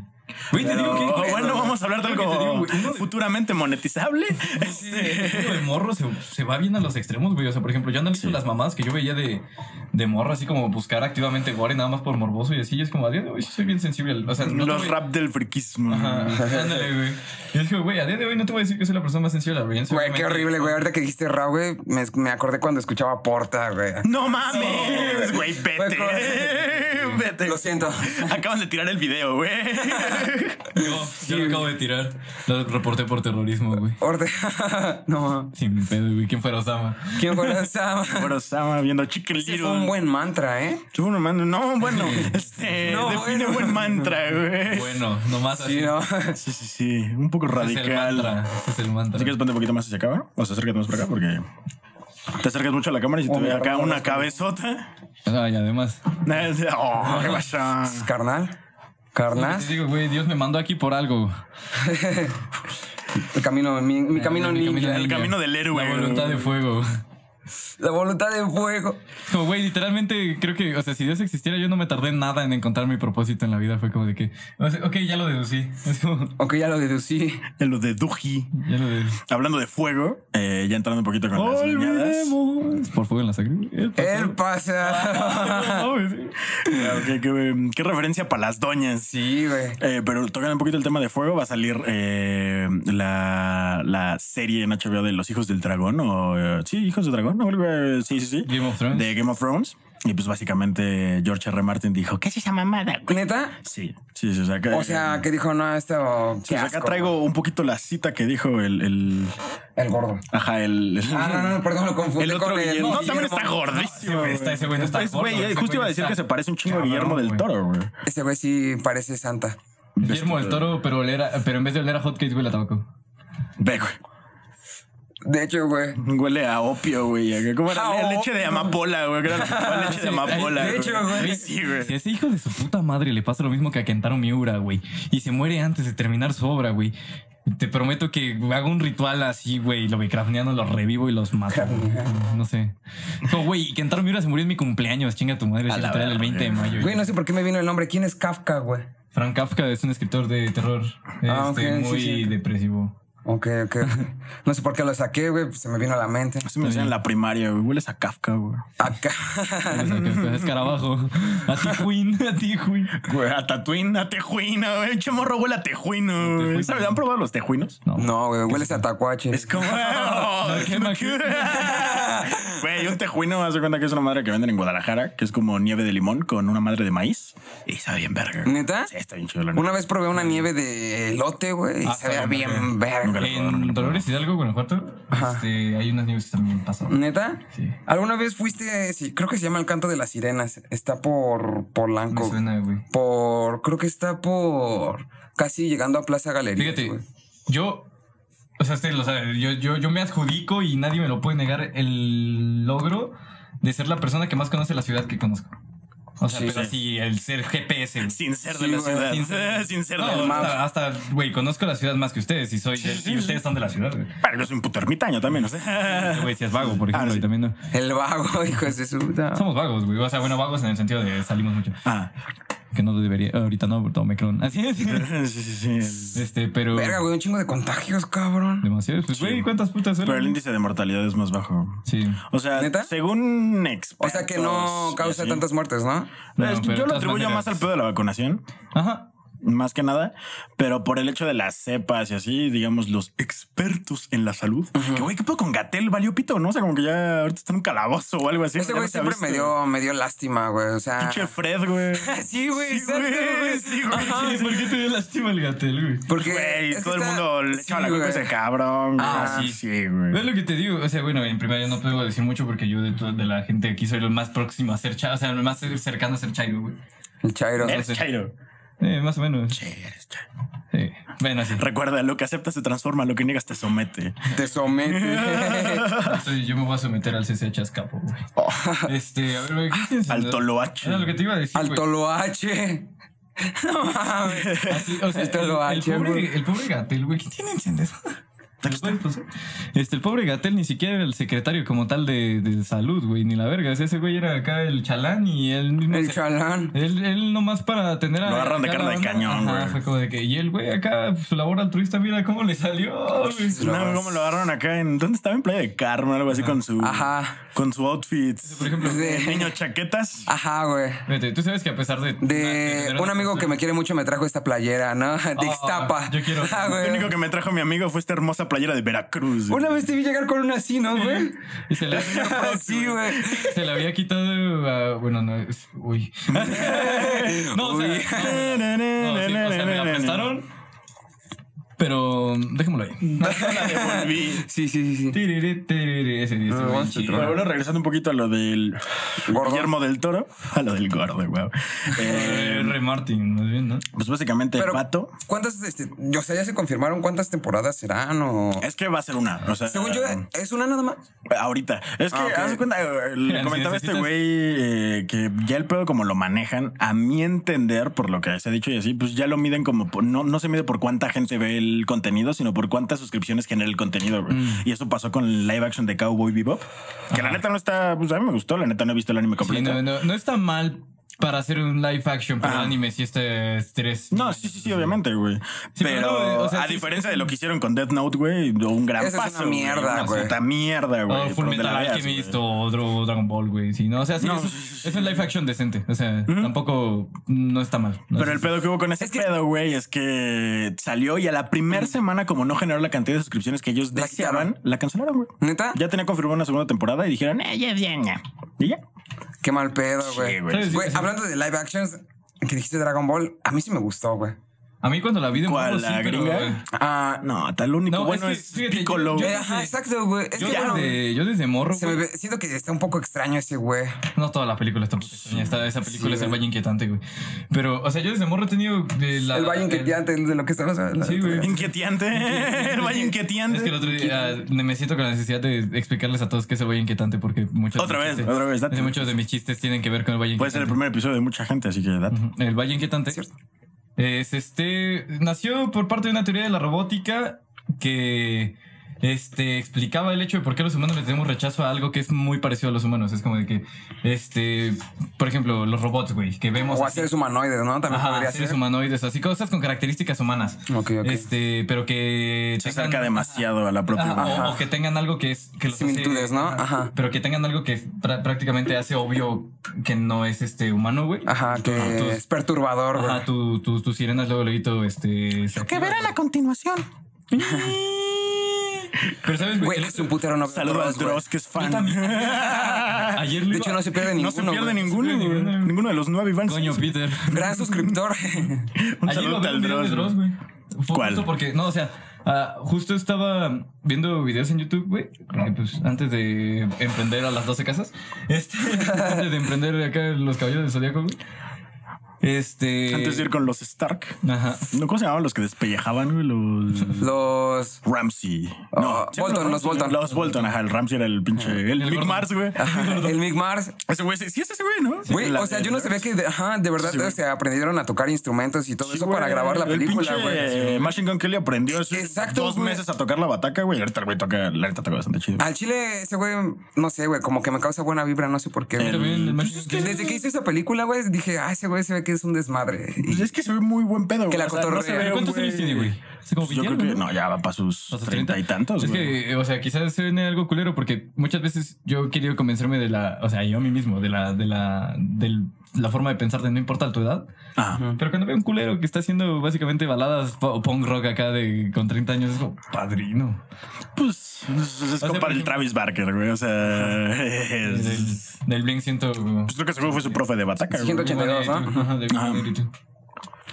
Güey, te
Pero, oh,
digo que.
bueno, vamos a hablar de
Lo que te digo,
algo
güey, uno de-
futuramente monetizable. Este,
Sí, el este morro se, se va bien a los extremos, güey. O sea, por ejemplo, yo analizo las mamadas que yo veía de, de morro, así como buscar activamente gore nada más por morboso y así. Y es como, a día de hoy sí soy bien sensible. al- O sea, no te
Los
voy-
rap del friquismo.
Ajá, ándale, güey. Y es como, güey, a día de hoy no te voy a decir que soy la persona más sensible a la violencia.
Güey, qué
obviamente.
horrible, güey. Ahorita que dijiste Ra, güey, me, me acordé cuando escuchaba Porta, güey.
No mames, güey, vete.
Fue
Vete.
Lo siento.
Acaban de tirar el video, güey.
Yo, yo lo acabo de tirar. Lo reporté por terrorismo, güey.
Orte. <laughs> no.
Sin pedo, güey. ¿Quién fuera Osama?
¿Quién
<laughs>
fue esa?
<laughs> Pero estaba viendo Chicken
Ese
Little.
fue un buen mantra, ¿eh?
Tú, no, man- no, <laughs> bueno, este,
No,
define
bueno.
buen mantra, güey.
Bueno, nomás así.
Sí, ¿no?
Ah, Sí, sí, sí, un poco
Ese es el mantra.
radical.
Ese es el mantra.
Así que ponte un poquito más hacia acá, ¿no? O sea, acércate más para acá porque te acercas mucho a la cámara y se te
Oh,
ve
mira,
acá
perdón,
una
perdón.
cabezota. <laughs>
Ah, y además.
Oh, <laughs> qué pasa.
Carnal. Carnal.
Te digo, güey, Dios me mandó aquí por algo.
El camino, mi, mi camino
mi
ninja.
camino ninja.
El Eh, camino del héroe.
La voluntad de fuego.
La voluntad de fuego.
Como, güey, literalmente creo que, o sea, si Dios existiera, yo no me tardé nada en encontrar mi propósito en la vida. Fue como de que, o sea, ok, ya lo deducí. <laughs> Es como,
Ok, ya lo deducí.
En lo de Duji.
ya lo deducí.
Hablando de fuego, eh, ya entrando un poquito con las niñadas.
Olvidemos. Por fuego en la sangre. El pasado.
Él
<laughs>
pasa.
Ah, güey,
Claro, qué, Ah, qué- qué referencia para las doñas.
Sí, güey.
Eh, pero tocan un poquito el tema de fuego. Va a salir eh, la, la serie en HBO de Los Hijos del Dragón. O, eh, sí, Hijos del Dragón. o algo, eh, sí, sí,
sí.
sí.
Game of Thrones.
De Game of Thrones. Y pues básicamente George R. R. Martin dijo: ¿Qué es esa mamada, güey?
¿Neta?
Sí, sí, sí. O sea, que,
O sea, que dijo, no, esto.
sí,
Qué
o sea,
asco.
Pues acá traigo un poquito la cita que dijo el. el
El gordo.
ajá, el.
Ah, no, no, perdón, lo confundí
<laughs> El otro
con el.
Guillermo. No, también
Guillermo.
está gordísimo.
güey, está- ese güey no está
Pues, güey,
gordo, ese
Justo
güey
iba a decir
está
que se parece un chingo a
cabrón,
Guillermo del
güey.
Toro, güey.
Este güey sí parece santa.
Guillermo del Toro, pero, oler a- pero en vez de oler a hotcakes, güey, la tabaco.
Ve, güey.
De hecho, güey.
Huele a opio, güey. ¿Cómo era?
A
Le-
opio.
leche de amapola, güey. Era leche de amapola.
de
güey.
hecho, güey.
Sí, güey.
Si a ese hijo de su puta madre le pasa lo mismo que a Kentaro Miura, güey, y se muere antes de terminar su obra, güey, te prometo que hago un ritual así, güey, lo becrafniano, los revivo y los mato.
<laughs>
güey. No sé. No, güey, Kentaro Miura se murió en mi cumpleaños, chinga tu madre,
A
se
la
literal el
verga.
20 de mayo.
Güey, no sé por qué me vino el nombre. ¿Quién es Kafka, güey?
Frank Kafka es un escritor de terror,
Ah,
este,
ok, sí,
muy
sí. <laughs>
depresivo.
Ok, ok. No sé por qué lo saqué, güey. pues, Se me vino a la mente.
Así me decían en la primaria, güey. Hueles a Kafka, güey.
Acá.
Escarabajo. A ti, Queen, a ti, Queen.
Güey, a Tatuín, a Tejuino, güey. Che morro huele a Tejuino, güey.
Tejuino.
¿Sabes? ¿Han probado los tejuinos?
No, güey. Hueles a tacuache.
Es como. Oh, <laughs>
No, quema, quema.
Güey, un tejuino, haz de cuenta que es una madre que venden en Guadalajara, que es como nieve de limón con una madre de maíz. Y sabe bien verga. güey.
¿Neta?
Sí, está bien chido la neta.
Una vez probé una nieve de elote, güey. Y
Ah,
sabía
está bien,
bien verga.
Nunca la he probado, nunca
En
la he probado.
Dolores Hidalgo, Guanajuato, este, hay unas nieves que también pasadas.
¿Neta?
Sí.
¿Alguna vez fuiste? sí, creo que se llama El Canto de las Sirenas. Está por
Me
Polanco.
suena, güey.
Por. Creo que está por. Casi llegando a Plaza Galería.
Fíjate,
güey.
Pues.
yo. O sea, usted lo sabe. Yo, yo, yo me adjudico y nadie me lo puede negar el logro de ser la persona que más conoce la ciudad que conozco. O sea,
Sí,
pero
sí.
así, el ser GPS. güey.
Sin ser de
Sí,
la
güey,
ciudad.
sin ser-
<laughs> Sin ser
No,
del mar.
hasta, hasta, güey, conozco la ciudad más que ustedes y soy. y ustedes son de la ciudad, güey.
Pero yo soy un puto ermitaño también, o sea.
Güey, si es vago, por
Ah,
ejemplo,
sí.
y también no.
El vago, <laughs> hijo de su puta.
Somos vagos, güey. O sea, bueno, vagos en el sentido de salimos mucho.
Ah,
Que no debería. Ahorita no, porque Omicron. Así es.
<laughs> sí, sí, sí.
Este, pero.
Verga, güey. Un chingo de contagios, cabrón.
Demasiado. Pues, güey, ¿cuántas putas
Pero el
eran?
índice de mortalidad es más bajo.
Sí.
O sea,
¿Neta?
según
O
expertos.
sea que no
y
causa
así.
tantas muertes, ¿no?
No,
Es que
pero de
yo lo
todas
atribuyo
maneras-
más al pedo de la vacunación,
Ajá.
más que nada, pero por el hecho de las cepas y así, digamos, los expertos en la salud. Que güey, ¿qué pedo con Gatel? Valió pito, ¿no? O sea, como que ya ahorita está en un calabozo o algo así.
Ese Este
ya
güey
no se ha
siempre me
visto.
dio, me dio lástima, güey. O sea.
Pinche Fred, güey.
<laughs> Sí, güey,
Sí,
exacto,
güey,
güey.
Ah, sí, güey.
Ajá.
Ay, ¿por qué te dio lástima el gatel, güey?
Porque
Güey,
es que
todo el
está-
mundo le
Sí,
echaba la culpa a
güey.
ese cabrón. güey.
Ah,
sí.
sí,
Es
güey.
lo que te digo, o sea, bueno, en primera yo no puedo decir mucho porque yo de, to- de la gente aquí soy el más próximo a ser chairo, o sea, el más cercano a ser chairo, güey.
El Chairo.
Eres Chairo.
Eh, más o menos.
Sí, eres Chairo.
Sí. Bueno, así.
Recuerda, lo que aceptas se transforma, lo que niegas te somete.
Te
<laughs>
somete.
Entonces, yo me voy a someter al CCH Azcapo, güey.
Oh.
Este, a ver, güey, ¿qué tienes?
Al toloache.
Era lo que te iba a decir,
Al
güey.
Toloache. <laughs> No mames.
Así, o sea,
al
el, el
toloache,
pobre,
güey.
el pobre Gatel, güey, ¿qué tiene encendido?
Aquí está.
Este, el pobre Gatel ni siquiera era el secretario como tal de, de salud, güey, ni la verga. O sea, ese güey era acá el chalán y él mismo.
El
se-
chalán.
Él, él nomás para atender a.
Lo agarran de
acá
carne
la
de
banda.
cañón,
Ajá,
güey.
Fue como de que. Y el güey acá, pues, labor altruista, mira cómo le salió, güey.
No, ¿Cómo lo agarraron acá? ¿En dónde estaba? En Playa de Carmen, algo así con su.
Ajá.
Con su outfit.
Por ejemplo,
De-
Niño chaquetas.
Ajá, güey.
fíjate, tú sabes que a pesar de.
De un amigo que me quiere mucho me trajo esta playera, ¿no? <laughs> De Ixtapa.
yo quiero.
Ah,
Lo
güey.
único que me trajo mi amigo fue esta hermosa playera de Veracruz. güey.
Una vez te vi llegar con una así, ¿no, güey?
<laughs>
<laughs>
Y se le,
sí, güey.
se le había quitado. ah, bueno, no. es- Uy. <laughs> no, o sea,
Uy.
no, no, sí, o sea, me la prestaron. Pero mm, dejémoslo ahí.
La devolví.
Sí, sí, sí, sí.
Tiriri, tiriri, ese dice,
Ah,
güey,
once,
chido.
<laughs> Pero bueno, regresando un poquito a lo del
Gordo.
Guillermo del Toro, <laughs> a lo del gordo, güey.
Eh, R. Martin, más bien, ¿no?
pues básicamente
Pero,
el pato
¿cuántas, este, yo sé, ya se confirmaron cuántas temporadas serán o...?
es que va a ser una. O sea, um,
Según yo, es una nada más.
Ahorita. Es que,
Ah, ok.
haz de cuenta, eh,
<laughs>
le
Si
comentaba a este
necesitas-
güey eh, que ya el pedo como lo manejan, a mi entender, por lo que se ha dicho y así, pues ya lo miden como, por- no, no se mide por cuánta gente ve el contenido, sino por cuántas suscripciones genera el contenido, güey.
Mm.
Y eso pasó con el live action de Cowboy Bebop, que la neta no está, pues a mí me gustó, la neta no he visto el anime
Sí,
completo.
no, no, no está mal para hacer un live action, pero el anime sí está estrés.
No, sí, sí, sí, obviamente, güey. pero,
pero no, o sea,
a
sí,
diferencia
sí.
de lo que hicieron con Death Note, güey, un gran
Esa es una
paso. güey,
mierda,
una
güey.
puta mierda, güey.
O
por
Full
donde la
Oh, Metal
veas,
Alchemist
güey.
o Dro- Dragon Ball, güey. Sí, no, o sea, sí,
No,
es,
sí, sí,
es un live action decente. O sea, tampoco no está mal. No,
Pero
sí,
el
sí.
pedo que hubo con ese
Es que-
pedo, güey, es que salió y a la primera semana, como no generó la cantidad de suscripciones que ellos
La
deseaban, la cancelaron, güey.
¿Neta?
Ya tenía confirmada una segunda temporada y dijeron, eh, ya, ya, ya. Y ya.
Qué mal pedo,
Sí,
Ah, güey.
güey.
¿Sabes?
Güey, hablando de live actions, que dijiste Dragon Ball, a mí sí me gustó, güey.
A mí cuando la vi de
¿Cuál,
morro,
la
pero, eh,
gringa?
güey,
Ah,
No, tal único
No, es
bueno
que,
es,
fíjate,
Piccolo.
yo-
eh,
güey.
ajá, exacto, güey. Es
yo,
que, bueno,
desde, yo desde morro,
se me
güey,
ve- siento que está un poco extraño ese güey.
No toda la película está un poco extraña. Esta, esa película
Sí,
es el
güey.
valle inquietante, güey. Pero, o sea, yo desde morro he tenido. eh, la-
el valle inquietante de lo que estamos hablando.
Sí, güey.
<laughs> Inquietante. El valle inquietante.
Es que el otro día ah, me siento con la necesidad de explicarles a todos qué es el valle inquietante porque muchos.
Otra
de mis
vez,
chistes-
otra vez, date.
de Muchos de mis chistes tienen que ver con el valle
Puede ser el
inquietante.
primer episodio de mucha gente, así que date.
Ujú. El valle inquietante.
Es cierto.
Es este. Nació por parte de una teoría de la robótica que. Este explicaba el hecho de por qué los humanos le tenemos rechazo a algo que es muy parecido a los humanos. Es como de que, este, por ejemplo, los robots, güey, que vemos.
O a
así-
seres humanoides, ¿no? También
Ajá,
podría
seres
ser.
humanoides, así cosas con características humanas.
Ok, ok.
Este, pero que
Se
tengan-
acerca demasiado a la propia.
Ajá,
humanidad.
o, o que tengan algo que es que los hace-
Similitudes, ¿no? Ajá.
Pero que tengan algo que prá- prácticamente hace obvio que no es este humano, güey.
Ajá, que
Tus-
es perturbador, güey.
Ajá, tu- tus tus sirenas luego luego este se
Que
activan,
verán
<laughs>
a continuación.
güey. Pero sabes, güey,
Güey,
el
es
otro-
un putero no veo
Saludos a
Dross, güey.
Dross, que es fan.
también.
<laughs>
ayer lo
De
iba-
hecho, no se
<laughs>
pierde ninguno.
No se pierde
güey.
ninguno,
Sí,
güey.
ninguno.
Ninguno de los nueve Iván.
Coño, Peter.
<laughs>
Gran suscriptor. <laughs>
Un
Ayer
saludo
lo vi
al
un video de
Dross, güey.
Dross, güey. Fue
¿Cuál?
Justo porque, no, o sea, ah, justo estaba viendo videos en YouTube, güey, porque, pues antes de emprender a las 12 casas, <laughs> este, antes de emprender acá los caballos del zodiaco, güey. Este.
Antes de ir con los Stark.
Ajá.
¿No cómo se llamaban los que despellejaban,
<laughs>
güey? Los
Los.
Ramsey. No,
Ah, Bolton, los Bolton. Ah,
Los Bolton, ajá. El Ramsey era el pinche. El, Big
gordo.
Mars, güey.
Ajá,
<laughs>
el Mick Mars.
Ese güey, sí, sí es ese güey, ¿no?
Güey,
La-
Ah. o sea, yo no
el-
sabía que, de, ajá, de verdad
Sí, güey.
se aprendieron a tocar instrumentos y todo
Sí,
eso para
güey,
grabar la
el
película,
pinche,
güey.
eh, Machine Gun Kelly aprendió hace
Exacto,
dos
güey. Ah,
meses a tocar la bataca, güey. y Ahorita el güey toca, la neta toca bastante chido.
Al chile, ese güey, no sé, güey, como que me causa buena vibra, no sé por qué. güey.
También el Machine Gun Kelly.
Desde Pues que hice esa película, güey, dije, ah, ese güey se ve que es un desmadre.
Pues es que se ve muy buen pedo, güey.
Que la
o sea, no
cotorrea.
se ve
¿Pero
¿Cuántos
un
años tiene, güey? Hace como
Pues Yo
20
creo
años,
que no, ya va para sus
¿O sus
treinta y tantos,
Es
güey.
que, eh, o sea, quizás se viene algo culero porque muchas veces yo he querido convencerme de la, o sea, yo a mí mismo, de la, de la, de la forma de pensar de no importa tu edad.
Ah.
Pero cuando veo un culero que está haciendo básicamente baladas po- punk rock acá de con 30 años, es como padrino.
Pues es, es
sea,
compa
por
del
ejemplo-
Travis Barker, güey. O sea,
Del,
<laughs> es-
del Blink 100.
pues creo que ese güey fue su profe de bataca, güey.
182, ¿no?
Ajá, de-
Ah.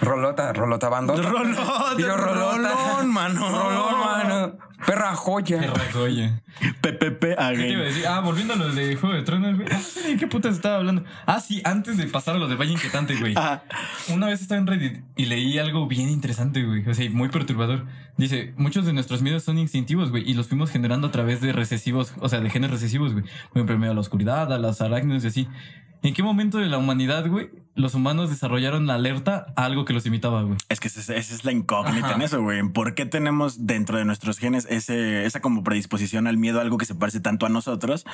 Rolota, rolota bando.
Rolón,
Digo, rolota.
rolón, mano.
Rolón, mano. Perra
Qué
joya.
raco, oye.
PPP a
¿Qué te iba a decir? Ah, volviendo a los de Juego de Tronos, güey. No sé de qué putas estaba hablando. Ah, sí, antes de pasar a los de Valle Inquietante, güey.
Ah,
Una vez estaba en Reddit y leí algo bien interesante, güey. O sea, y muy perturbador. Dice, muchos de nuestros miedos son instintivos, güey, y los fuimos generando a través de recesivos, o sea, de genes recesivos, güey. Por ejemplo, el miedo a la oscuridad, a las arácnidos y así. ¿En qué momento de la humanidad, güey, los humanos desarrollaron la alerta a algo que los imitaba, güey.
Es que esa es- esa es la incógnita
Ajá.
en eso, güey. ¿Por qué tenemos dentro de nuestros genes ese, esa como predisposición al miedo a algo que se parece tanto a nosotros?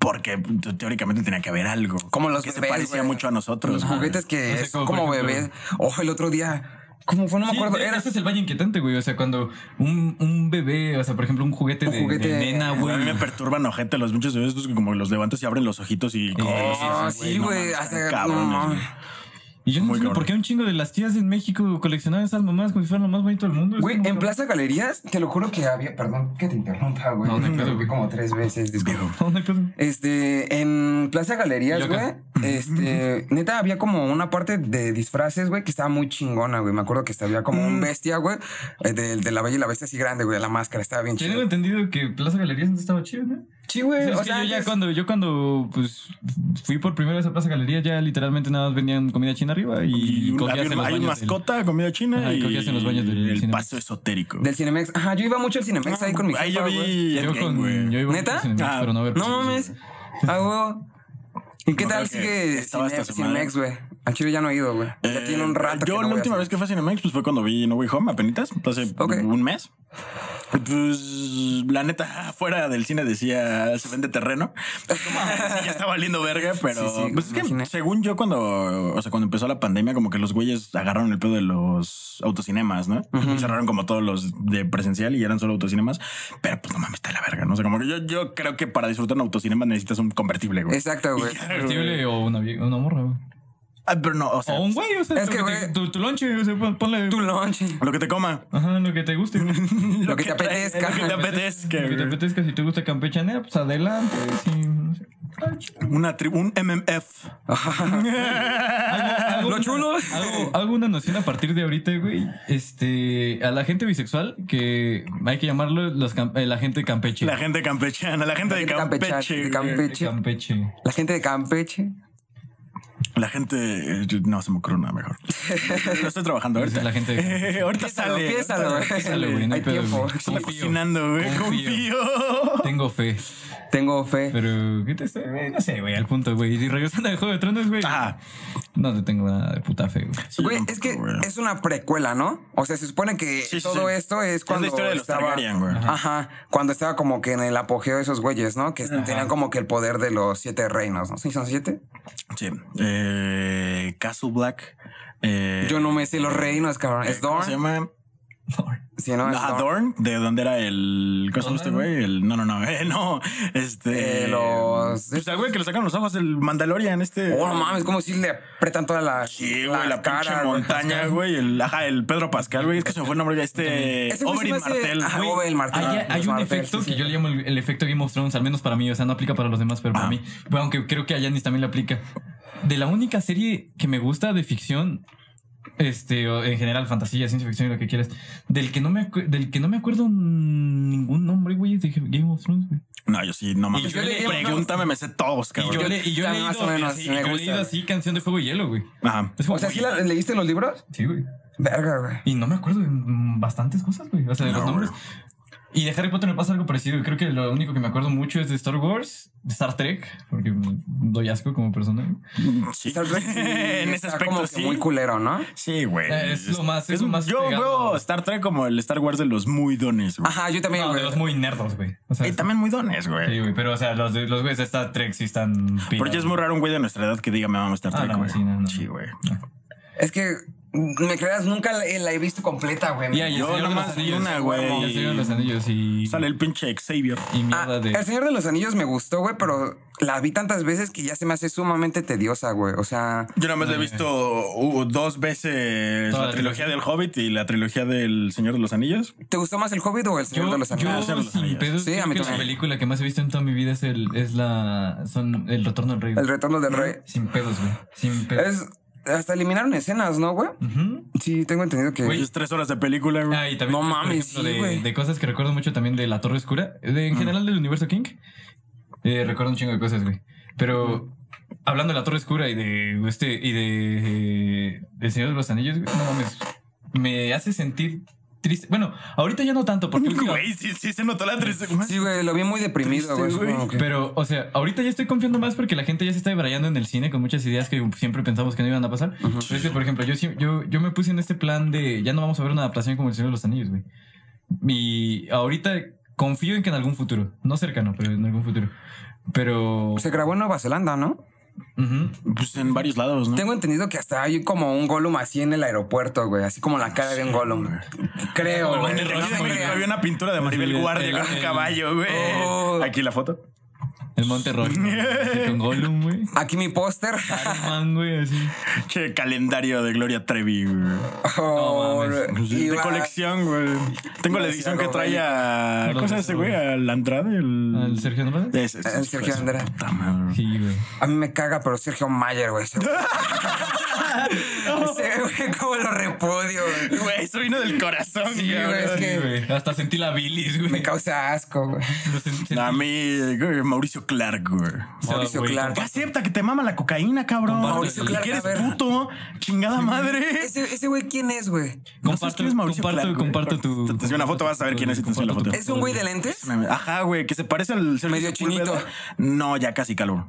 Porque t- teóricamente tenía que haber algo.
Como los
que se
bebés,
parecía
güey.
mucho a nosotros.
Los
güey.
juguetes que
O sea,
es
como
como,
por ejemplo-
bebés. Ojo, el otro día. ¿Cómo fue? No me
Sí,
acuerdo.
e-
Era
Ese es el valle inquietante, güey. O sea, cuando un, un bebé, o sea, por ejemplo, un juguete,
Un
de,
juguete-
de nena,
Güey, a mí
güey.
me perturban ojete los muchos de estos que como los levantas y abren los ojitos y...
Ah, sí, güey, hasta-
hasta
no
cabrones,
mames.
güey.
Y yo no
Muy
entiendo por
cabrón.
qué un chingo de las tías en México coleccionaban esas mamás como si fueran lo más bonito del mundo. Es
Güey,
como- <laughs>
en Plaza Galerías, te lo juro que había. Perdón que te interrumpa, güey.
No, no hay
me
pedo,
fui
güey.
como tres veces, disculpa.
No, no hay pedo.
Este, en Plaza Galerías,
Yo
güey,
acá.
este, neta, había como una parte de disfraces, güey, que estaba muy chingona, güey. Me acuerdo que estaba como un bestia, güey, eh, de, de la bella y la bestia así grande, güey, la máscara, estaba bien
Yo tengo
chido.
entendido que Plaza Galerías no estaba chido, ¿no?
Sí, güey,
es
Pues, o
que
sea,
yo ya
antes-
cuando, yo cuando pues, fui por primera vez a Plaza Galería, ya literalmente nada más vendían comida china arriba y,
Y un-
cogías
hay
en
un,
los
hay un
baños del-
mascota, comida china
Ajá, y
y,
cogías en los baños del
el
Cinemex.
paso esotérico.
Del Cinemex. Ajá, yo iba mucho al Cinemex ahí con mi
Ah, Ahí
jefa,
yo
güey.
vi...
Yo
Endgame,
con,
güey.
yo iba
¿Neta?
mucho al Cinemex,
Ah,
pero no a ver.
No mames. Ah, güey. ¿Y qué
Me
tal
acuerdo
si
que
que
estaba hasta
Cine-
su madre.
Cinemex, güey? Al Chile ya no he ido, güey. Ya
Eh,
tiene un rato
Yo
que no
la
voy a
última
Cinemex.
vez que fue a Cinemex pues, fue cuando vi No Way Home, apenitas, hace
Ok.
un mes. Pues la neta, fuera del cine decía se vende terreno. Entonces, como que sí, ya está valiendo verga, pero
Sí, sí,
pues es
imaginé.
que según yo, cuando, o sea, cuando empezó la pandemia, como que los güeyes agarraron el pedo de los autocinemas, ¿no? Y cerraron como todos los de presencial y eran solo autocinemas. Pero pues no mames, está de la verga, ¿no? O sea, como que yo, yo creo que para disfrutar un autocinema necesitas un convertible, güey.
Exacto, güey.
Convertible o una, vie- una morra, güey.
<laughs> Ah, pero no, o sea,
O un güey, o sea,
Es
lo
que,
te-
güey,
tu, tu lonche, o sea, pon- ponle
Tu lunch.
lo que te coma.
ajá, lo que te guste. güey.
Lo que te
trae-
apetezca.
<laughs> Lo que te apetezca.
Lo que te
güey.
apetezca, si te gusta campechanea, pues adelante. sí, no sé.
Una tribu, un MMF.
Algo-
Lo chulo.
Algo, algo una noción a partir de ahorita, güey. Este, a la gente bisexual, que hay que llamarlo los cam- eh, la gente campeche.
La gente campechana, la gente
La
de
gente campechana,
Campeche.
de
güey.
Campe-
Gente campeche.
La gente de Campeche.
La gente. eh, No, se me ocurre
<laughs>
una mejor. Lo estoy trabajando
Esa
ahorita.
es
<laughs>
la gente de Campeche.
ahorita
Piénsalo,
sale.
piénsalo,
ahorita
güey.
Dale, güey, no hay
Hay
pedo,
tiempo.
güey.
Está
Está cocinando, güey. Confío. <laughs>
Tengo fe.
Tengo fe.
Pero, ¿qué te sé, güey? No sé, güey, al punto, güey. Y regresando al Juego de Tronos, güey.
Ah,
No te tengo nada de puta fe, güey.
sí,
Güey,
yo
es
tampoco,
que
güey.
es una precuela, ¿no? O sea, se supone que
Sí, sí,
todo
sí.
esto es
la
cuando
historia de los
estaba...
Targaryen, güey.
Ajá, cuando estaba como que en el apogeo de esos güeyes, ¿no? Que tenían como que el poder de los siete reinos, ¿no? ¿Sí son siete?
Sí. Eh, Castle Black. eh,
Yo no me sé los reinos, cabrón.
eh,
¿Es
¿Cómo se
Dorn?
llama?
Sí, ¿no? Es
Ah,
Dorn.
Dorn, de dónde era el. ¿Cómo se llama este güey? El- no, no, no, <laughs> eh, no. Este.
Eh, los-
Pues el güey que le sacaron los ojos, el Mandalorian, este.
Oh, no mames, como si le apretan toda la,
Sí, güey, la
cara,
pinche
güey.
montaña, güey. El, ajá, el Pedro Pascal, güey. Es que se me fue el nombre ya
Eh,
este.
Ese güey se
Oberyn
me hace-
Martel.
ajá,
güey.
Oberyn Martel.
Hay, hay
Los
un
Martel,
efecto
sí,
que
sí.
yo le llamo el, el efecto Game of Thrones, al menos para mí, o sea, no aplica para los demás, pero
Ah.
para mí, bueno, aunque creo que a Yanis también le aplica. De la única serie que me gusta de ficción, este, o en general, fantasía, ciencia ficción y lo que quieras, del que no me, acu- del que no me acuerdo ningún nombre, güey, es de Game of Thrones, güey.
No, yo sí, no mames.
yo le-
Pregúntame, me sé todos,
Y
cabrón.
yo, le, y yo he
también
leído,
más o menos,
así,
me
yo he
gusta.
leído así Canción de Fuego y Hielo, güey.
Ajá.
Es como,
O sea, ¿sí
güey,
la, leíste los libros?
sí, güey.
Verga, güey.
Y no me acuerdo de mm, bastantes cosas, güey. O sea, de
No,
los nombres.
güey.
Y de Harry Potter me pasa algo parecido. Creo que lo único que me acuerdo mucho es de Star Wars, de Star Trek, porque mm, doy asco como persona. güey.
Sí.
Tal <laughs> vez sí,
<laughs> en ese
está
aspecto,
como que
sí.
muy culero, ¿no?
Sí, güey.
Eh, es lo más- es lo más
Yo
pegado.
veo Star Trek como el Star Wars de los muy dones, güey.
Ajá, yo también,
No, de
güey.
los muy nerdos, güey. O sea,
Y también muy dones,
sí,
güey.
güey, pero o sea, los, de- los güeyes de Star Trek sí están. pilas,
Porque es muy
güey.
raro un güey de nuestra edad que diga me vamos a Star
Ah,
Trek,
no,
güey.
sí, no, no.
Sí, güey.
Es que, mm, me creas, nunca la, la he visto completa, güey.
Y ahí el
Yo
Señor de los
nomás vi
Anillos.
una, güey.
Y el Señor de los Anillos y.
Sale el pinche Xavier.
Y
Ah,
mierda de.
El Señor de los Anillos me gustó, güey, pero la vi tantas veces que ya se me hace sumamente tediosa, güey. O sea,
Yo nada más le he visto uh, dos veces
Toda
la
la
trilogía del Hobbit y la trilogía del Señor de los Anillos.
¿te gustó más el Hobbit o el Señor
Yo,
de los Anillos?
yo
El Señor de los
sin
Anillos.
pedos,
Sí, a
creo
mí
que la
también.
película que más he visto en toda mi vida es el, es la, son el Retorno del Rey. güey.
El Retorno del Rey.
Sin pedos, güey. Sin pedos.
Es, hasta eliminaron escenas, ¿no, güey?
Ujú.
Sí, tengo entendido que...
Güey,
Es tres horas de película, güey.
Ah, y
No
también, pues, por
mames,
ejemplo,
sí,
de- de,
güey.
cosas que recuerdo mucho también de La Torre Oscura, de- en general del universo King. eh, recuerdo un chingo de cosas, güey. Pero hablando de La Torre Oscura y de este y de eh, El Señor de los Anillos, güey, no mames, me hace sentir triste. Bueno, ahorita ya no tanto,
<laughs>
porque. última-
Güey, sí, sí se notó la tristeza. ¿Cómo es?
Sí, güey, lo vi muy deprimido, güey.
Triste, güey.
supongo que-
Pero, o sea, ahorita ya estoy confiando más porque la gente ya se está debrayando en el cine con muchas ideas que siempre pensamos que no iban a pasar. Pero es que, por ejemplo, yo, sí- yo, yo me puse en este plan de ya no vamos a ver una adaptación como El Señor de los Anillos, güey. Y ahorita confío en que en algún futuro, no cercano, pero en algún futuro. Pero.
Se grabó en Nueva Zelanda, ¿no?
ujú.
Pues en varios lados, ¿no?
Tengo entendido que hasta hay como un Gollum así en el aeropuerto, güey. Así como la cara de un Gollum. Creo, güey.
Te
No
acuerdas
sé,
que
güey.
Había una pintura de Maribel
Sí,
Guardia
el-
con un
el-
caballo, güey.
Oh.
Aquí la foto.
El Monte Rojo. güey, así con Gollum, güey.
Aquí mi póster.
Iron Man, güey, así.
Che, calendario de Gloria Trevi, güey.
<laughs> Oh,
mames.
Pues,
y
de
va-
colección, güey. Tengo la
Iba a
edición
decir
que
algo,
trae a.
güey.
¿Cómo se llama ese güey? Al Andrade. El,
¿Al Sergio Andrade?
Ese, ese,
El
ese,
Sergio
ese,
Andrade.
puta madre.
Sí, güey.
A mí me caga, pero Sergio Mayer,
<laughs>
güey. Ese güey, Ese güey, cómo lo repudio, güey.
Güey, eso vino del corazón,
Sí,
cabrón.
güey, es
Sí,
que
güey. Hasta sentí la bilis, güey.
me causa asco, güey.
Ah,
Lo sen- sentí-
A mí, güey, Mauricio Clark, güey.
Mauricio
güey,
Clark.
Ya acepta que te mama la cocaína, cabrón.
Comparto
Mauricio
el-
Clark,
que eres
a ver.
puto, chingada madre.
Ese ese güey, ¿quién es, güey?
No sé
Comparto,
quién es Mauricio
comparto,
Clark, güey.
comparto tu.
Te enseño una foto, vas a ver quién es y te enseño la
comparto tu-
foto.
¿Es un güey de lentes?
Ajá, güey, que se parece al Sergio
Medio
Sepúlveda.
chinito.
No, ya casi calor.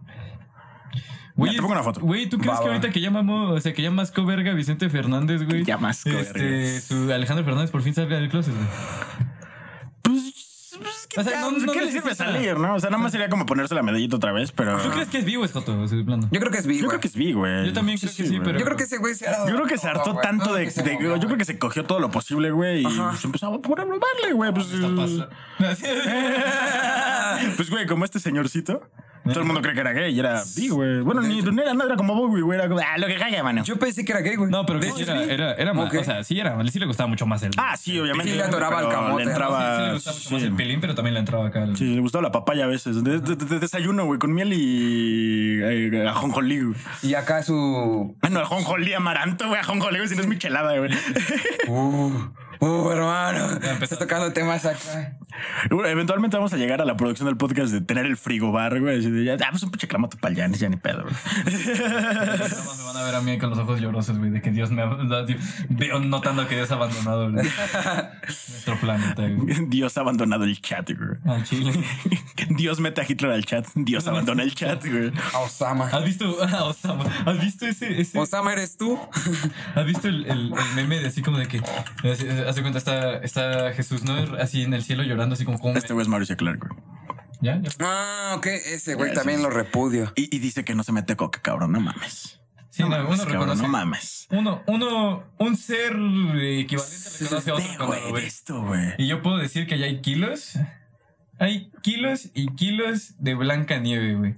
Güey,
Ya, te pongo una foto.
Güey, ¿tú crees
Va,
que
va.
ahorita que llamamos, o sea, que llamas coverga Vicente Fernández, güey?
Ya más coverga.
Este, su Alejandro Fernández por fin salga del closet, güey.
Pues, pues, ¿qué,
O sea, no-
¿qué
no
le sirve
necesita-
salir, no? O sea, nada más sería como ponerse la medallita otra vez, pero.
¿Tú crees que es vivo, es Joto? O sea, de plano.
Yo creo que es B,
Yo
güey.
creo que es vi, güey.
Yo también creo que sí,
güey.
pero-
Yo creo que ese güey se ha dado
Yo creo que se hartó
todo, güey.
tanto
Todo
de,
lo que se
de-
movió,
Yo creo que se cogió todo lo posible, güey. Y
Ajá.
se empezó a poner a robarle, güey. Pues,
Está
eh,
pasa-
<laughs> pues, güey, como este señorcito. Todo el mundo cree que era gay y era bi, güey. Bueno, ni no era, no era como Bowie, güey. Era como, ah, lo que caiga, mano.
Yo pensé que era gay, güey.
No, pero que
De
sí
hecho,
era,
es gay.
era, era más,
Ok.
o sea, sí era, sí le gustaba mucho más el.
Ah, sí, obviamente.
Sí, le adoraba
pero
al camote,
Le
¿no?
sí le
entraba.
gustaba mucho más el pelín, pero también le entraba acá el.
Sí, le gustaba la papaya a veces. De, de- de desayuno, güey, con miel y eh, ajonjolí, güey.
Y acá su.
Ah, no, ajonjolí amaranto, güey, ajonjolí, güey, si no es michelada, güey. <laughs>
Uh, uh, hermano.
empezó.
Estás tocando temas acá.
Bueno, eventualmente vamos a llegar a la producción del podcast de tener el frigobar, güey. así de, ya, ah, pues un pinche clamato para el Janis, ya ni pedo, güey. <laughs>
Nada más me van a ver a mí con los ojos llorosos, güey, de que Dios me ha veo notando que Dios ha abandonado
<laughs>
el- nuestro planeta, güey.
Dios ha abandonado el chat, güey.
Al Chile.
<laughs> Dios mete a Hitler al chat. Dios abandona el chat, güey.
A Osama.
¿Has visto, <laughs> ah, Osama, ¿has visto ese, ese
Osama, ¿eres tú?
¿Has visto el, el- el meme de así como de que hace, hace cuenta está, está Jesús, ¿no? Así en el cielo llorando, así como como
Este güey es Mauricio Clark, güey.
¿Ya? ¿Ya?
Ah, ok. Ese güey
Ya,
también
sí.
lo repudio.
Y, y dice que no se mete coca, cabrón, no mames.
Sí, no,
mames,
uno
cabrón,
reconoce.
no mames.
Uno, uno, un ser equivalente reconoce a otro
Ve,
cuando lo
güey,
ve.
de esto, güey.
Y yo puedo decir que ya hay kilos. Hay kilos y kilos de blanca nieve, güey.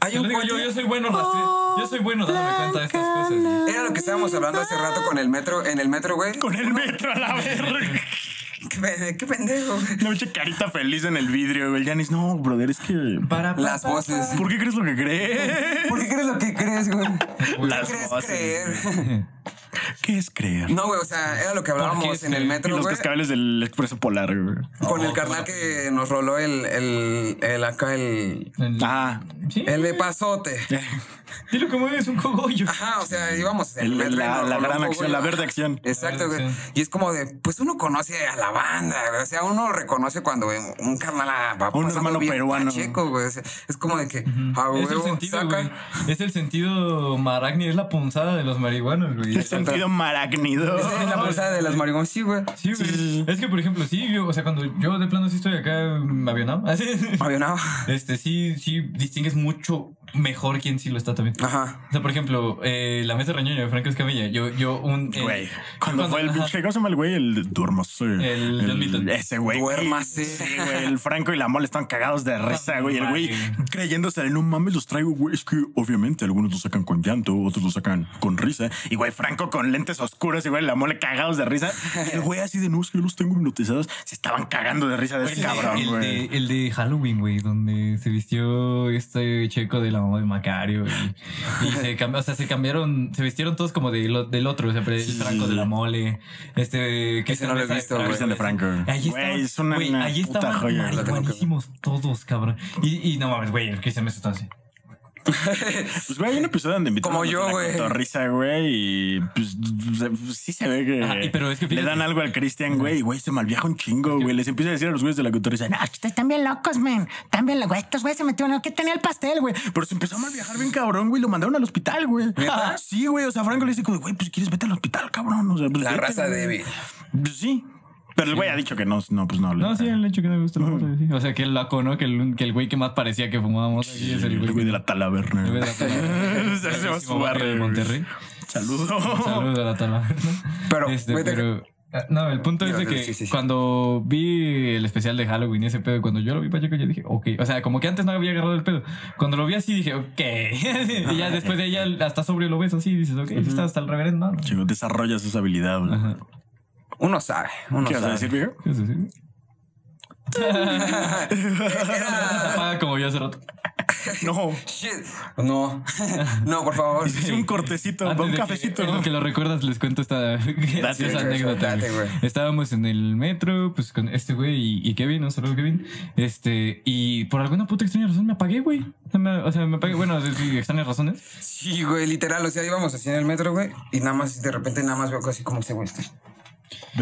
Hay
Te lo
un
digo
cuate-
yo, yo soy bueno rastre- Yo soy bueno dándome cuenta de estas cosas. güey.
Era lo que estábamos hablando hace rato con el metro, en el metro, güey.
Con el metro
<laughs>
a la verga.
Qué, pe- qué pendejo, güey.
Una pinche carita feliz en el vidrio, güey. El Janis, no, brother, es que.
Para, para,
Las voces.
¿Por qué crees lo que crees?
¿Por qué crees lo que crees, güey?
Las
¿Qué crees
voces,
creer?
¿Qué es creer?
No, güey, o sea, era lo que hablábamos
es
en el
creer?
Y
metro,
los
güey.
cascabeles del expreso polar, güey.
Con el
Oh,
carnal que nos roló el, el, el acá, el,
<laughs> El-
Ah,
Sí,
el epazote.
dilo como es, un cogollo.
Ajá, o sea, íbamos en
El-
el metro. y
la-
nos
la
roló
gran
un
acción,
cogollo.
la verde acción.
Exacto,
La verde
güey.
acción.
Y es como de, pues uno conoce a la banda, güey. O sea, uno reconoce cuando un carnal va
Un
pasando
hermano
bien
peruano.
pacheco, güey. O sea, es como de que, a
Es el
huevo,
sentido,
saca.
güey. Es el sentido maragni, es la punzada de los marihuanos, güey.
el sentido maragnido.
Esa es la bolsa de las marihuanas, sí, güey.
Sí, güey. Es que, por ejemplo, sí, yo, o sea, cuando yo de plano sí estoy acá mm, avionado, así,
Avionado.
<laughs> este, sí, sí, distingues mucho mejor quién sí lo está también.
<laughs> Ajá.
O sea, por ejemplo, eh, la mesa reñoña de Franco Escamilla, yo, yo, un... eh,
Güey,
yo
cuando fue el
ajá,
pinche, ¿cómo se llama el güey? El Duermose.
El John Milton.
Ese güey.
Duérmase.
Sí, güey. El Franco y la Mole están cagados de risa, güey. El güey
Vale.
creyéndose, de, no mames, los traigo, güey. Es que obviamente algunos los sacan con llanto, otros los sacan con risa. Y güey, Franco con lentes oscuras y güey, la Mole cagados de risa. Y el güey así de no, es que yo los tengo hipnotizados. Se estaban cagando de risa de ese
el de-
cabrón,
Este, el
güey.
de, el de Halloween, güey, donde se vistió este checo de la mamá de Macario. Y, y
<laughs>
se, cambi- o sea, se cambiaron, se vistieron todos como de lo- del otro, o sea, pero el
Sí,
Franco
sí.
de la mole. Este, que
no lo he visto, güey.
Cristian de Franco.
Ahí estaban,
Güey, es una-
güey,
una
ahí
puta
estaban
joya.
marihuanísimos todos, cabrón. Y, y no mames, güey, el Cristian Mesa está así.
Pues, güey, hay un episodio donde invitaron
Como
a
yo,
la
güey.
cotorriza, güey, y pues, se- pues, sí se ve que
Ajá, Ah, y pero es que
le
fíjate-
dan algo al Cristian, güey, y güey, se malviaja un chingo, güey. Les empieza a decir a los güeyes de la cotorriza, no, ustedes están bien locos, men. Están bien, lo- güey, estos güeyes se metieron, ¿qué tenía el pastel, güey? Pero se empezó a malviajar bien cabrón, güey, lo mandaron al hospital, güey. Ah,
¿Neta?
Sí, güey, o sea, Franco le dice, como, güey, pues quieres vete al hospital, cabrón. O sea, pues,
La
vete,
raza
güey.
débil.
Pues, sí. Pero el güey ha dicho que no, no, pues no.
No, sí, el hecho que no me gusta la cosa, sí. O sea, que el loco, ¿no? Que el, que el güey que más parecía que fumábamos aquí es el
El
güey
güey de la talaverna.
el güey de
<laughs>
la Talaverna.
Se llama su
Famosísimo barrio de
barrio, güey.
Monterrey.
Saludos.
Saludos a la Talaverna.
Pero,
Este,
güey, te-
pero- ah, No, el punto es
Digo,
de que
sí, sí, sí.
cuando vi el especial de Halloween y ese pedo, cuando yo lo vi, Pacheco, yo dije, ok. O sea, como que antes no había agarrado el pedo. Cuando lo vi así, dije, ok. <laughs> y ya después de ella, hasta sobre lo ves así, y dices, ok, sí está hasta el reverendo. ¿no?
Chico, desarrollas esa habilidad, güey.
Ajá.
uno sabe, uno
¿Qué vas a
sabe.
decir, viejo?
¿Qué
<laughs>
es eso? <laughs>
Era-
Apaga Ah, como yo hace rato.
<laughs> No.
Shit. No, <laughs> no, por
<laughs>
favor.
Es un cortecito,
Antes
va un
de
cafecito.
Que, en lo que lo recuerdas, les cuento esta <laughs> graciosa
güey,
anécdota.
date,
güey.
güey.
Estábamos en el metro, pues con este güey y, y Kevin, un saludo Kevin. Este, y por alguna puta extraña razón me apagué, güey. O sea, me, o sea, me apagué. Bueno, sí, sí, extrañas razones.
Sí, güey, literal. O sea, íbamos así en el metro, güey. Y nada más, de repente, nada más veo así como se güey está.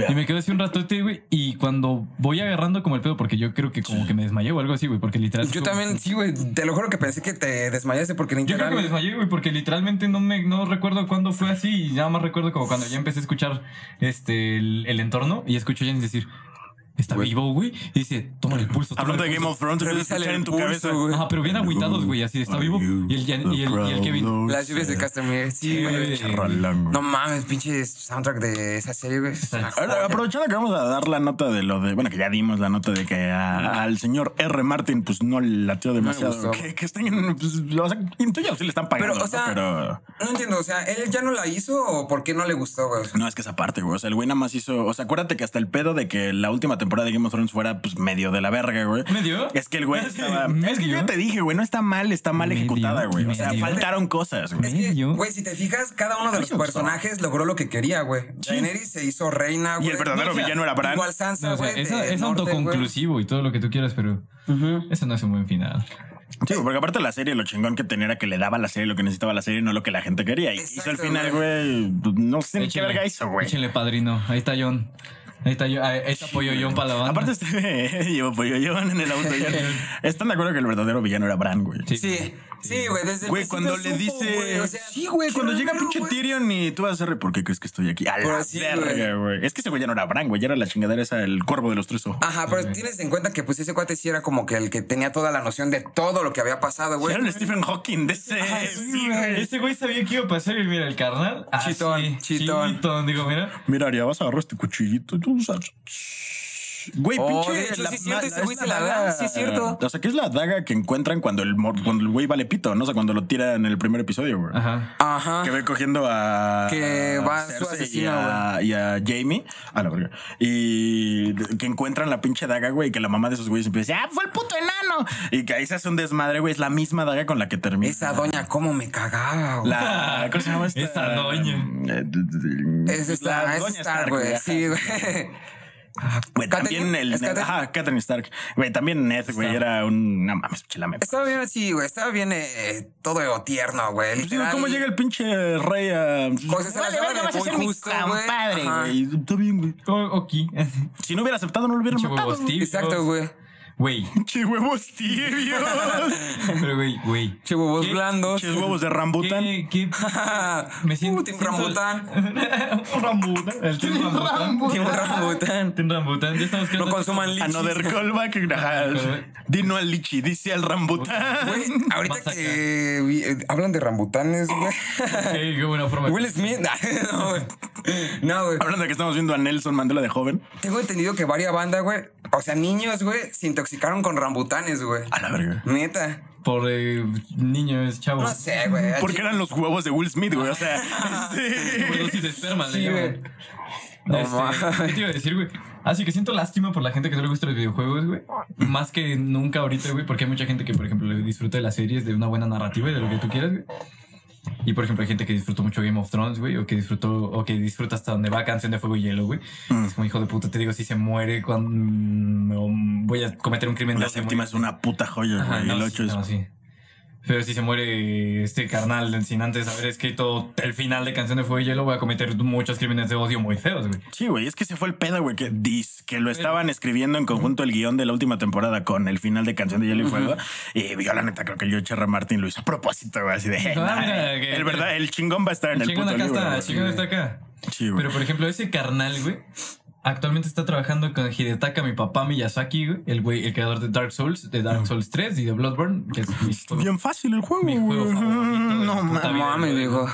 Y me quedé así un ratote, güey. Y cuando voy agarrando como el pedo, porque yo creo que como que me desmayé o algo así, güey, porque literal.
Yo
como-
también, sí, güey. Te lo juro que pensé que te desmayaste porque
Yo creo que me
literal.
desmayé, güey, porque literalmente no me no recuerdo cuándo fue así y nada más recuerdo como cuando ya empecé a escuchar este el, el entorno y escucho a Janice decir, está
Güey.
vivo, güey. Y dice, toma el pulso. toma
Hablando
el
de Game
pulso".
of Thrones, te
Revísale
escuchar
el
en tu
pulso,
cabeza.
güey.
Ajá, pero bien agüitados, güey, así está vivo. Y el, Jan- y el, y el Kevin.
Las lluvias de Castamere. Sí,
Sí,
güey.
güey.
Charralán,
No
güey.
mames, pinche soundtrack de esa serie, güey. es una
Ahora,
joya.
Aprovechando que vamos a dar la nota de lo de. Bueno, que ya dimos la nota de que a- al señor R. Martin, pues no le lateó demasiado.
gustó.
Que, que estén. Pues, o sea, intuyo, sí le están pagando.
Pero, o
¿no?
sea,
pero...
No entiendo, o sea, ¿él ya no la hizo o por qué no le gustó, güey? O sea,
No, es que esa parte, güey. O sea, el güey nada más hizo. O sea, acuérdate que hasta el pedo de que la última temporada de Game of Thrones fuera, pues, medio de la verga, güey.
¿Medio?
Es que el güey estaba. Es que
¿Medio?
yo ya te dije, güey, no está mal, está mal
Medio,
ejecutada, güey. O sea,
medio.
faltaron cosas,
es
güey.
que,
medio.
Güey, si te fijas, cada uno de los
me gustó.
personajes logró lo que quería, güey. Daenerys se hizo reina,
Y
güey.
el verdadero
o sea,
villano era Bran.
Igual Sansa,
No, o sea,
güey,
esa-
de
es
norte, güey.
autoconclusivo y todo lo que tú quieras, pero eso no es un buen final.
Sí, güey, porque aparte la serie, lo chingón que tenía era que le daba la serie lo que necesitaba la serie, no lo que la gente quería. Y hizo
Exacto,
al final, güey. pues, No sé ni qué verga hizo, güey.
Échenle, padrino. Ahí está John. Ahí está, John. Ahí está Pollo John para la banda.
Aparte, este <laughs> llevo pollo en el auto. yo- Están de acuerdo que el verdadero villano era Bran, güey.
Sí, sí, güey, desde el
Güey,
principio
cuando le
supo,
dice.
güey, o sea,
sí, güey, cuando
qué
llega
raro,
pinche
güey.
Tyrion y tú vas a re, ¿por qué crees que estoy aquí? A la
Pues sí,
verga, güey. Es que ese güey ya no era Bran, güey. Ya era la chingadera esa, el cuervo de los tres ojos.
Ajá, pero tienes en cuenta que pues ese cuate sí era como que el que tenía toda la noción de todo lo que había pasado, güey. Ah,
era el Stephen Hawking de ese.
Ay,
sí, güey.
Este güey sabía que iba a pasar y mira el carnal. así,
Chitón, chitón.
Chitón, digo, mira.
Mira, Aria, vas a agarrar este cuchillito. Tú usas. Güey,
Oh,
pinche.
de hecho, sí es cierto, ese
es
güey se
la
la da, sí es cierto.
O sea, que es la daga que encuentran cuando el, mor- cuando el güey vale pito, ¿no? O sea, cuando lo tira en el primer episodio, güey.
Ajá.
Ajá.
Que ve cogiendo a.
Que va su
Cersei
asesino,
Y a, y a Jamie. A la verga. Y que encuentran la pinche daga, güey. Y que la mamá de esos güeyes empieza a decir, ¡ah, fue el puto enano! Y que ahí se hace un desmadre, güey. Es la misma daga con la que termina.
Esa doña, cómo me cagaba, güey.
La. ¿Cómo se llama esta?
Esa doña.
Eh,
Es esta,
la
es
doña
Star, güey.
ajá.
Sí, güey. <laughs>
Güey, también
Catherine,
el.
¿es Catherine?
Ajá, Catherine Stark. Güey, también Ned, güey, era un. No mames, pinche lame.
Estaba bien así, güey. Estaba bien eh, todo tierno, güey.
Pues digo,
literal.
¿Cómo llega el pinche rey a.
José Salazar
Vale, verga,
de
vas a
Boy
ser mi
Justo, güey.
compadre,
Ajá.
güey. Está bien, güey.
O- Ok.
Si no hubiera aceptado, no lo hubiera
Pinche
matado.
huevos
güey.
tibios.
Exacto, güey.
Güey.
Che huevos
<laughs>
tibios.
Pero, güey, güey.
Che, huevos
¿Qué-
blandos. <laughs>
Che huevos de rambutan.
¿Qué,
<laughs>
qué? Me siento.
Uh, Team
siento-
Rambutan.
Rambutan. El Team Rambutan.
Team Rambutan.
Team Rambutan. Ya estamos creando-
No consuman lichis.
Another Ah, callback. Ajá. Di no al lichi, dice al rambután.
Güey, ahorita
Más acá.
que vi- eh, hablan de rambutanes, güey.
Ey, qué buena forma.
Will Smith. <laughs> No, güey. No, güey.
Hablando de que estamos viendo a Nelson Mandela de joven.
Tengo entendido que varias bandas, güey. O sea, niños, güey, se intoxicaron con rambutanes, güey.
A la verga.
Neta.
Por eh, niños, chavos.
No sé, güey.
Porque eran los huevos de Will Smith, güey.
<laughs>
O sea, sí.
<laughs>
Por dosis de esperma, le
Sí,
llaman.
güey. No
Este,
mames.
¿Qué te iba a decir, güey? Así que siento lástima por la gente que no le gusta los videojuegos, güey. Más que nunca ahorita, güey, porque hay mucha gente que, por ejemplo, le disfruta de las series, de una buena narrativa y de lo que tú quieras, güey. Y por ejemplo, hay gente que disfrutó mucho Game of Thrones, güey, o que disfrutó, o que disfruta hasta donde va Canción de Fuego y Hielo, güey.
Mm.
Es como hijo de puta, te digo, si se muere cuando mm, o voy a cometer un crimen.
La
no, se
séptima
muere.
es una puta joya,
Ajá,
güey.
no,
El
sí,
8 es.
no, sí. Pero si se muere este carnal del- sin antes haber escrito el final de Canción de Fuego y Hielo, voy a cometer muchos crímenes de odio muy feos, güey.
Sí, güey, es que se fue el pedo, güey, que dis, que lo estaban escribiendo en conjunto el guión de la última temporada con el final de Canción de Hielo y Fuego. Y yo, la neta, creo que el George R. R. Martin lo hizo a propósito, güey, así de...
Ah,
"Nah,
mira, que-
el, verdad, el chingón va a estar en el,
Chingón
puto
acá
libro.
está,
güey".
chingón está acá.
Sí, güey.
Pero por ejemplo, ese carnal, güey, actualmente está trabajando con Hidetaka, mi papá Miyazaki, güey, el güey, el creador de Dark Souls, de Dark Souls 3 y de Bloodborne, que es mi juego-
Bien fácil el juego,
Mi juego
güey.
favorito de
<laughs> No,
la puta
mames.
No
vida,
mames,
güey.
viejo.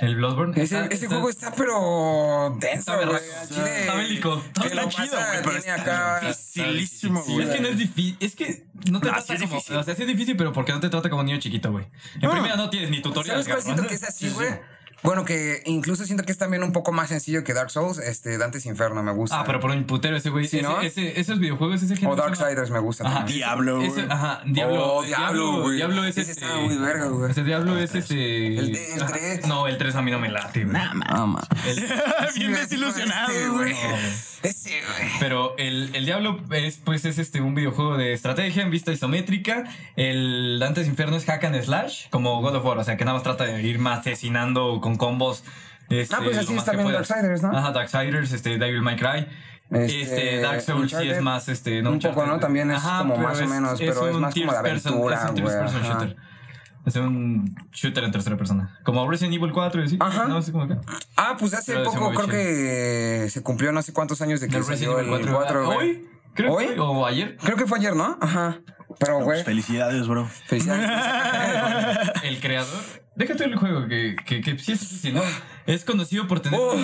El Bloodborne.
Ese,
está-
ese
está-
juego está, pero denso,
Está
güey.
berraco,
Al
está-
chile,
está bélico.
que
Está
la
chido,
raza
güey, pero
tiene
está
acá-
bien Facilísimo,
Sí, es que no es difícil. Es que no te
No,
trata
Ah, sí es
como.
difícil.
O sea, sí es difícil, pero porque no te trata como niño chiquito, güey. En
Ah.
primera no tienes ni tutorial.
¿Sabes cuál siento
cabrón.
que es así,
Sí, sí.
güey? Bueno, que incluso siento que es también un poco más sencillo que Dark Souls. Este, Dante's Inferno me gusta.
Ah, pero por un putero ese güey.
Sí,
Ese-
¿no?
ese- esos videojuegos, ese
O
género se llama-
Darksiders me gusta.
Ajá.
también.
Diablo, güey.
Ese- ajá, Diablo.
Oh, Diablo, güey.
Diablo es
Ese
este.
estaba muy verga, güey. Ah,
Ese Diablo es este.
El- el
ajá.
tres.
No, el 3 a mí no me late, güey. <laughs>
Nah, mames.
Ah, ma.
El-
<laughs> Bien desilusionado,
Este,
güey.
<laughs> Ese, güey.
Pero el, el Diablo es, pues, es este, un videojuego de estrategia en vista isométrica. El Dante's Inferno es hack and slash, como God of War. O sea, que nada más trata de ir más asesinando con combos. este,
Ah, pues así
lo más
está
que
bien
puedas.
Darksiders, ¿no?
Ajá, Darksiders, este, Devil May Cry.
Este,
Este, Dark Souls sí
Uncharted.
es más, este, no
Un poco,
Uncharted.
¿no? También es como
pero
más o menos, pero es
un
más como de
third person,
aventura,
es un third
güey,
person
ajá.
shooter. Es un shooter en tercera persona. Como Resident Evil 4 y así.
Ajá.
No, así como acá.
Ah, pues hace
Pero ese
poco
muy
creo
chido.
que se cumplió no sé cuántos años de que
Del
salió
Resident
el
Evil 4.
4, güey.
¿Hoy? Creo
¿Hoy?
que hoy o ayer.
Creo que fue ayer, ¿no? Ajá. Pero, güey.
Pues, felicidades, bro.
<laughs>
felicidades.
el creador. Déjate el juego, que, que, que sí es difícil, ¿no? Es conocido por tener.
Oh,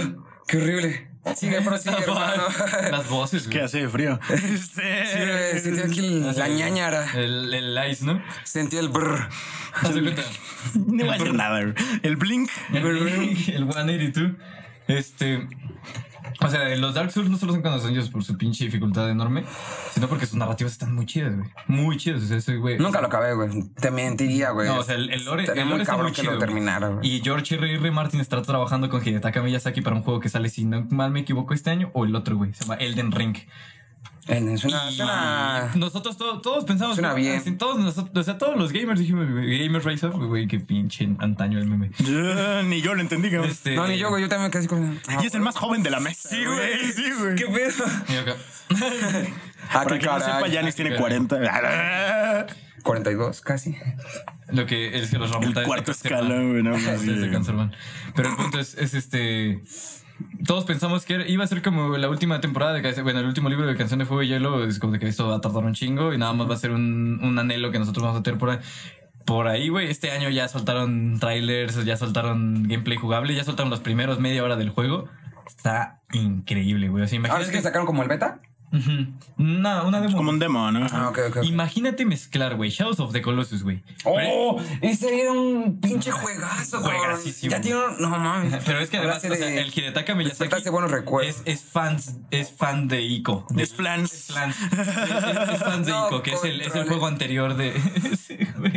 ¡Qué horrible! Sigue, pero <laughs> sigue, hermano.
Las voces,
Que
güey.
hace
<laughs>
de frío. Este,
Sí, güey, sentí aquí la ñañara.
El, el ice, ¿no?
Sentí el brr.
Haz de cuenta.
No voy a decir nada, güey. El Blink.
El, el 182. Este. O sea, los Dark Souls no solo son conocidos por su pinche dificultad enorme, sino porque sus narrativas están muy chidas, güey. Muy chidas. O sea, ese güey.
Nunca lo acabé, güey. Te mentiría, güey.
No, o sea, el, el
pues,
lore,
Estaría
el
muy
lore está
cabrón
muy
que
chido.
lo
güey.
terminara, güey.
y George R. R. Martin está trabajando con Hidetaka Miyazaki para un juego que sale, si no mal me equivoco, este año o el otro, güey. Se llama Elden Ring.
Eh, Suena,
Y
suena-
Nosotros to- todos pensamos.
Suena
güey,
bien.
así, Todos, nosotros, o sea, todos los gamers dijimos, güey, gamers rise up, güey, qué pinche antaño el meme.
Yo, Eh, ni yo lo entendí, cabrón.
Este,
No, ni yo, güey. Yo también casi como...
Y es el más joven de la mesa. Sí, güey. Sí, güey.
¿Qué pedo?
y acá.
Ah,
Para
qué
que no sepa,
caray.
Yanis tiene
caray.
40.
42, casi. Ah,
Lo que es que los
El
Ramones
cuarto
se conservan.
escalón, güey. no mames.
Sí, se conservan. Pero el punto es, es este. Todos pensamos que era- iba a ser como la última temporada de Canción- bueno, el último libro de Canción de Fuego y Hielo es como de que esto va a tardar un chingo y nada más va a ser un, un anhelo que nosotros vamos a tener por ahí. Por ahí, güey, este año ya soltaron trailers, ya soltaron gameplay jugable, ya soltaron los primeros media hora del juego. Está increíble, güey. O sea,
Ahora Ah, es
imagínate.
que sacaron como el beta.
Ujú. Una, una demo.
Como un demo, ¿no?
Ah, ok, ok. ok.
Imagínate mezclar, güey, Shadows of the Colossus, güey.
¡Oh! Ese era un pinche juegazo, güey.
Juegasísimo.
Ya tiene un... No,
<laughs>
mames.
Pero es que además,
Hablaste
o sea,
de-
el Hidetaka Miyazaki
despertaste buenos recuerdos.
es, es, fans, es fan de Ico. De
Es flans.
Clans.
<laughs>
Es, es- es fan de
No
Ico, que es el, es el
controles.
juego anterior de. <laughs> Sí, güey.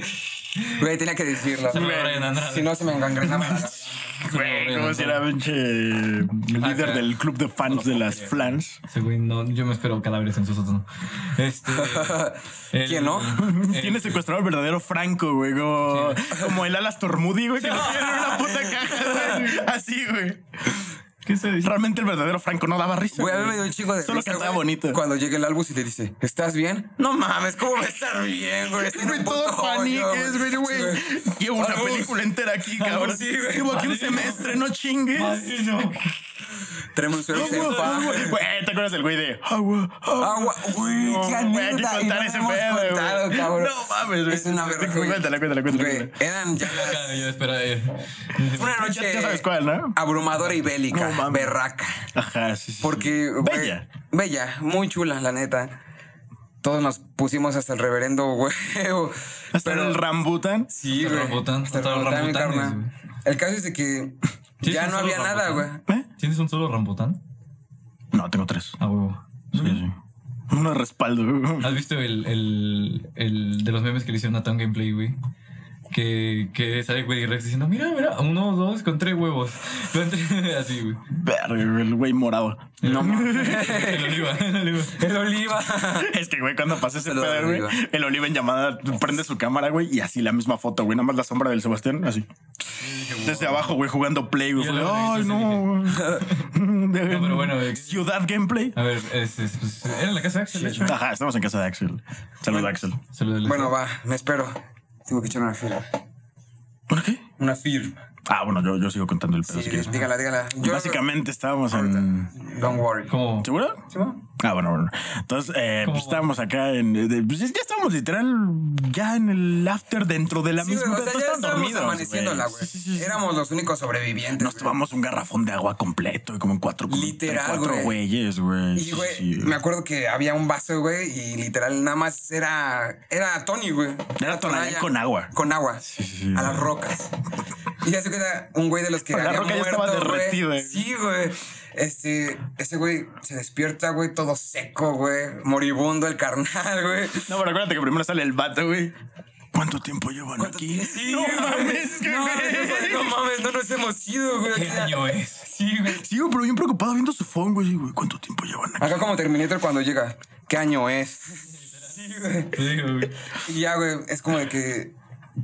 Güey, tenía que decirlo.
Saludos a Brian Andrade.
Si no, se me engangrenaba. la cara.
<laughs> Güey, como si era pinche eh,
Ah,
líder
claro.
del club de fans de las flans.
Ese güey, no, yo me espero cadáveres en su sótano.
<laughs>
Este. el-
¿Quién no?
el-
Tiene secuestrado al verdadero Franco, güey. Como, como el Alastor Moody, güey, que lo tiene en una puta caja, güey. Así, güey.
¿Qué
<laughs>
se dice?
Realmente el verdadero Franco no daba risa.
Güey, a mí
güey.
me dio un chico de
Solo
risa,
cantaba
güey,
bonito.
Cuando llega el Albus y le dice, ¿estás bien? No mames, ¿cómo va a estar bien, güey? Estoy en
Güey,
un
todo
puto hoyo,
paniques, güey, güey. Llevo una
Albus.
película entera aquí, cabrón.
sí, güey.
Llevo aquí un
Madre,
semestre, no chingues.
Ay, no.
Tenemos un suelo que se enfaja.
Güey, ¿te acuerdas del güey de agua, agua?
Agua, güey,
No,
qué
güey, hay que
anécdota. y
contar
no
ese
hemos
pedo, güey.
contado, cabrón.
No mames, güey.
Es una
Sí,
verga.
cuéntala, cuéntala, cuéntala,
Güey,
cuéntala.
Eran ya las-
Acá, Yo espera. eh.
una noche
Ya- ya sabes cuál, ¿no?
abrumadora y bélica,
No mames.
berraca.
Ajá, sí, sí.
Porque, güey,
Bella.
Bella, muy chula, la neta. Todos nos pusimos hasta el reverendo, <laughs> güey.
Hasta
pero-
el rambutan.
Sí,
Hasta
güey.
Rambután,
Hasta
hasta los
Rambután, mi
Rambutanes,
carnal.
güey.
El caso es de que
Sí,
ya
sí,
no
solo
había nada, güey.
Rambután.
¿Eh?
¿Tienes un solo Rambután?
No, tengo tres.
A huevo.
Sí, sí. Uno de respaldo. <laughs>
¿Has visto el, el, el de los memes que le hicieron a Tom Gameplay, güey? que, que sale Willy Rex diciendo, mira, mira, uno, dos, con tres huevos. <laughs> Con tres- así, güey.
Verga, el güey morado. <laughs> No
El <laughs> oliva, el oliva.
El
<laughs>
oliva.
<laughs> Es que, güey, cuando pasa ese
Lo
pedo, güey,
arriba.
el Oliva en llamada prende su cámara, güey, y así la misma foto, güey, nada más la sombra del Sebastián, así. Desde abajo, güey, jugando play, güey.
Yo
Fue de,
lo
Ay,
revisto,
no. <laughs>
No, pero bueno, eh,
Ciudad Gameplay.
A ver, es, es- pues, era la casa de Axel, de hecho.
Ajá, estamos en casa de Axel. Saludos, Axel.
Saludos.
Bueno, va, me espero. Tengo que echar una firma.
¿Por qué?
Una firma.
Ah, bueno, yo, yo sigo contando el pedo si quieres.
dígala, dígala. Yo-
Básicamente estábamos
mm.
en.
Don't worry.
como
¿Seguro?
¿Sí, va?
Ah, bueno, bueno. Entonces, eh,
¿Cómo?
pues estábamos acá en. de- pues, ya estábamos literal ya en el after dentro de la
Sí,
misma.
güey, o sea,
Tú
ya
estabas
estábamos
dormido,
amaneciéndola,
güey.
güey.
Sí, sí, sí.
Éramos los únicos sobrevivientes.
Nos
güey.
tomamos un garrafón de agua completo y como en cuatro como
Literal,
entre cuatro
güey.
güeyes, güey.
Y,
Sí,
güey,
sí, sí.
me acuerdo que había un vaso, güey, y literal nada más era, era Tony, güey.
Era Tonayán
Tonayán
con agua.
Con agua.
sí, sí.
A las rocas. Y ya se queda un güey de los que
La
había
roca ya
muerto,
estaba
güey.
derretida, eh.
Sí, güey. Este, ese güey se despierta, güey, todo seco, güey. Moribundo el carnal, güey.
No, pero acuérdate que primero sale el vato, güey. ¿Cuánto tiempo llevan aquí?
Sí,
no
güey.
mames, que
no, eso fue así, no mames, no nos hemos ido, güey.
¿qué año es?
Sí, güey.
Sí, güey, pero bien preocupado viendo su phone, güey. Sí, güey, ¿Cuánto tiempo llevan aquí?
Acá como Terminator cuando llega, ¿qué año es? Sí, güey.
Te digo, güey.
Y ya, güey, es como de que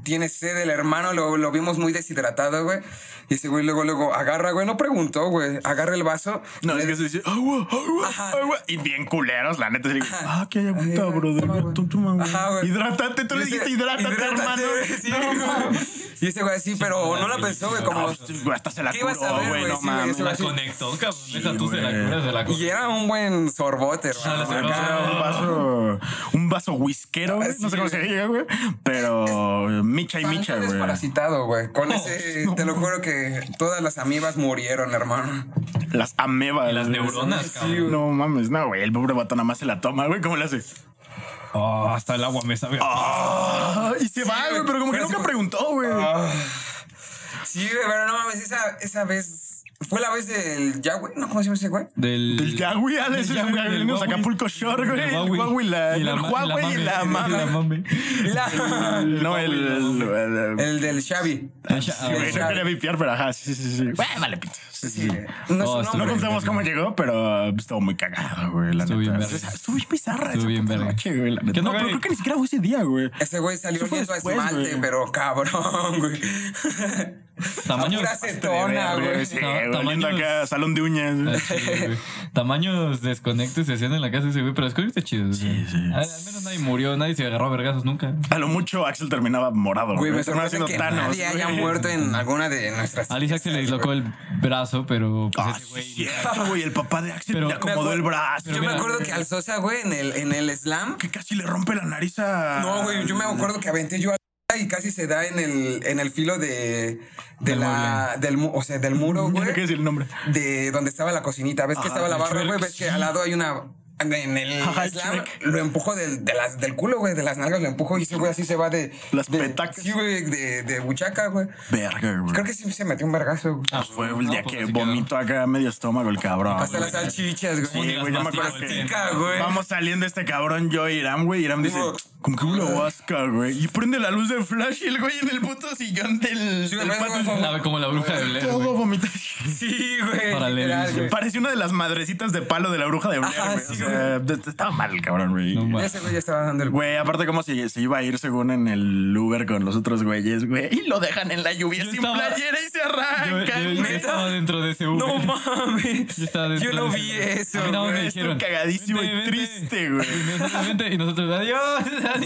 tiene sed el hermano, lo, lo vimos muy deshidratado, güey. Y ese güey luego, luego agarra, güey, no preguntó, güey, agarra el vaso.
No, es que se dice agua, agua,
Ajá.
agua. Y bien culeros, la neta. sí, güey. Ah, que hay
Ay,
agüita,
güey,
brother.
toma,
güey,
güey.
tú toma, güey.
Ajá, güey.
Hidrátate, tú
Y
le
ese-
dijiste hidrátate, hermano.
güey, sí, güey. Y ese güey así, pero no la pensó, güey, <laughs>
No,
como...
pues, güey, hasta se la
¿Qué ibas a
curó,
ver,
güey.
güey?
No
Sí, güey,
mames.
eso
La
Sí.
conectó, cabrón. Deja tú, se la
güey.
curas, se la
Y
curas.
era un buen sorbote,
Ah, la
hermano.
cerveza.
Acá.
Era un vaso, un vaso whiskero, güey. no sé cómo se diga, güey. Pero micha y micha,
Pancho
güey.
desparasitado, güey. Con ese, te lo juro que todas las amibas murieron, hermano.
Las amebas.
Las
güey.
neuronas, cabrón.
No mames, no, güey. El pobre vato nada más se la toma, güey. ¿Cómo le hace?
Ah, hasta el agua me sabe.
Ah, y se va, güey, Ah,
güey,
pero como que
pero sí fue-
nunca preguntó, güey.
Sí, güey, pero no mames, esa, esa vez. Fue la vez del ya, güey. ¿No? ¿Cómo se llama ese güey?
Del.
Del Yahweh, Alex,
del
el
Yahweh,
Yahweh,
del
venimos a
Huawei.
Acapulco Shore, güey.
Del
El Huawei, la, el
ma-
Huawei
<laughs>
y la mame. <laughs>
mame.
La-
No, el. el- el-
El del Xavi.
El Sha- ah,
el
güey,
güey.
No
Xavi.
quería vipiar, pero ajá, sí, sí, sí. Güey, vale, pito. Sí, sí, sí.
No,
Oh,
es un
estuvo
No
hombre.
bien.
contamos cómo llegó, pero pues, estuvo muy cagado, güey. La
Estuvo
neta.
bien verga.
O sea, Estuvo bien bizarra.
Estuvo
esa
bien
puta
verga.
noche, güey, la neta.
Que no,
No, pero
güey.
creo que ni siquiera fue ese día, güey.
Ese güey salió
Eso fue
oliendo a
después,
esmalte,
güey.
pero cabrón, güey.
Tamaños.
Pura acetona, güey.
Sí, güey.
Tamaños-
oliendo acá, salón de uñas. güey.
Ah, chido, güey. <laughs> Tamaños desconectes se hacían en la casa de ese güey, pero es que ahorita chido.
Sí, sí.
Al, al menos nadie murió, nadie se agarró a vergazos nunca.
A lo mucho Axel terminaba morado.
Güey, me
Terminaba
sorprende que
siendo Thanos,
nadie haya
güey.
muerto en alguna de nuestras...
Alice Axel le dislocó el brazo, pero pues,
Ah,
ese güey.
sí, cierto, güey. El papá de Axel
Pero-
le acomodó
Me acuer-
el brazo.
Yo me
mira,
acuerdo que al Sosa, güey, en el, en el slam...
Que casi le rompe la nariz a.
No, güey, yo me
<laughs>
acuerdo que aventé yo a la y casi se da en el, en el filo de, de
Del
la, del, mu- o sea, del
<laughs>
muro,
No
güey,
sé qué decir el nombre.
de donde estaba la cocinita. ¿Ves que
Ajá,
estaba la
el
barra, güey?
chueco,
¿Ves que al lado hay una... En el
Ajá, el
slam,
chueco.
lo empujo del, de las, del culo, güey, de las nalgas lo empujo y ese güey así se va de...
Las
de-
petacas.
Sí, güey, de, de buchaca, güey.
Verga, güey.
Creo que sí se metió un vergazo, güey.
Ah,
Fue el
no,
día
pues,
que
así quedó.
vomitó acá medio estómago el cabrón.
Hasta las salchichas, güey.
Ah, Sí, güey, yo me acuerdo que
Mastica, güey.
vamos saliendo este cabrón, yo y Iram, güey. Iram dice,
Digo,
como que una vasca, güey. Y prende la luz de flash y el güey en el puto sillón del,
Sí,
del
güey, güey,
patio.
güey.
La- como la bruja de Blair.
Todo
güey.
vomitado.
Sí, güey.
Paralelos,
literal,
güey.
Parece una de las madrecitas de palo de la bruja de Blair,
Ajá,
güey. O
sí,
sea, estaba mal el cabrón, güey.
No mames.
Ese güey ya estaba dando el...
Güey, aparte como se, se iba a ir según en el Uber con los otros güeyes, güey. Y lo dejan en la lluvia
Yo
sin
estaba-
playera y se
Yo,
arranca.
yo- yo
güey.
estaba dentro de ese Uber.
No mames.
Yo estaba dentro
Yo no
de
vi
ese
eso,
Uber. A mí nada más me
güey.
estuvo
dijeron,
cagadísimo y
"Vente, vente".
triste, güey.
Y nosotros, "Vente", Y nosotros, adiós.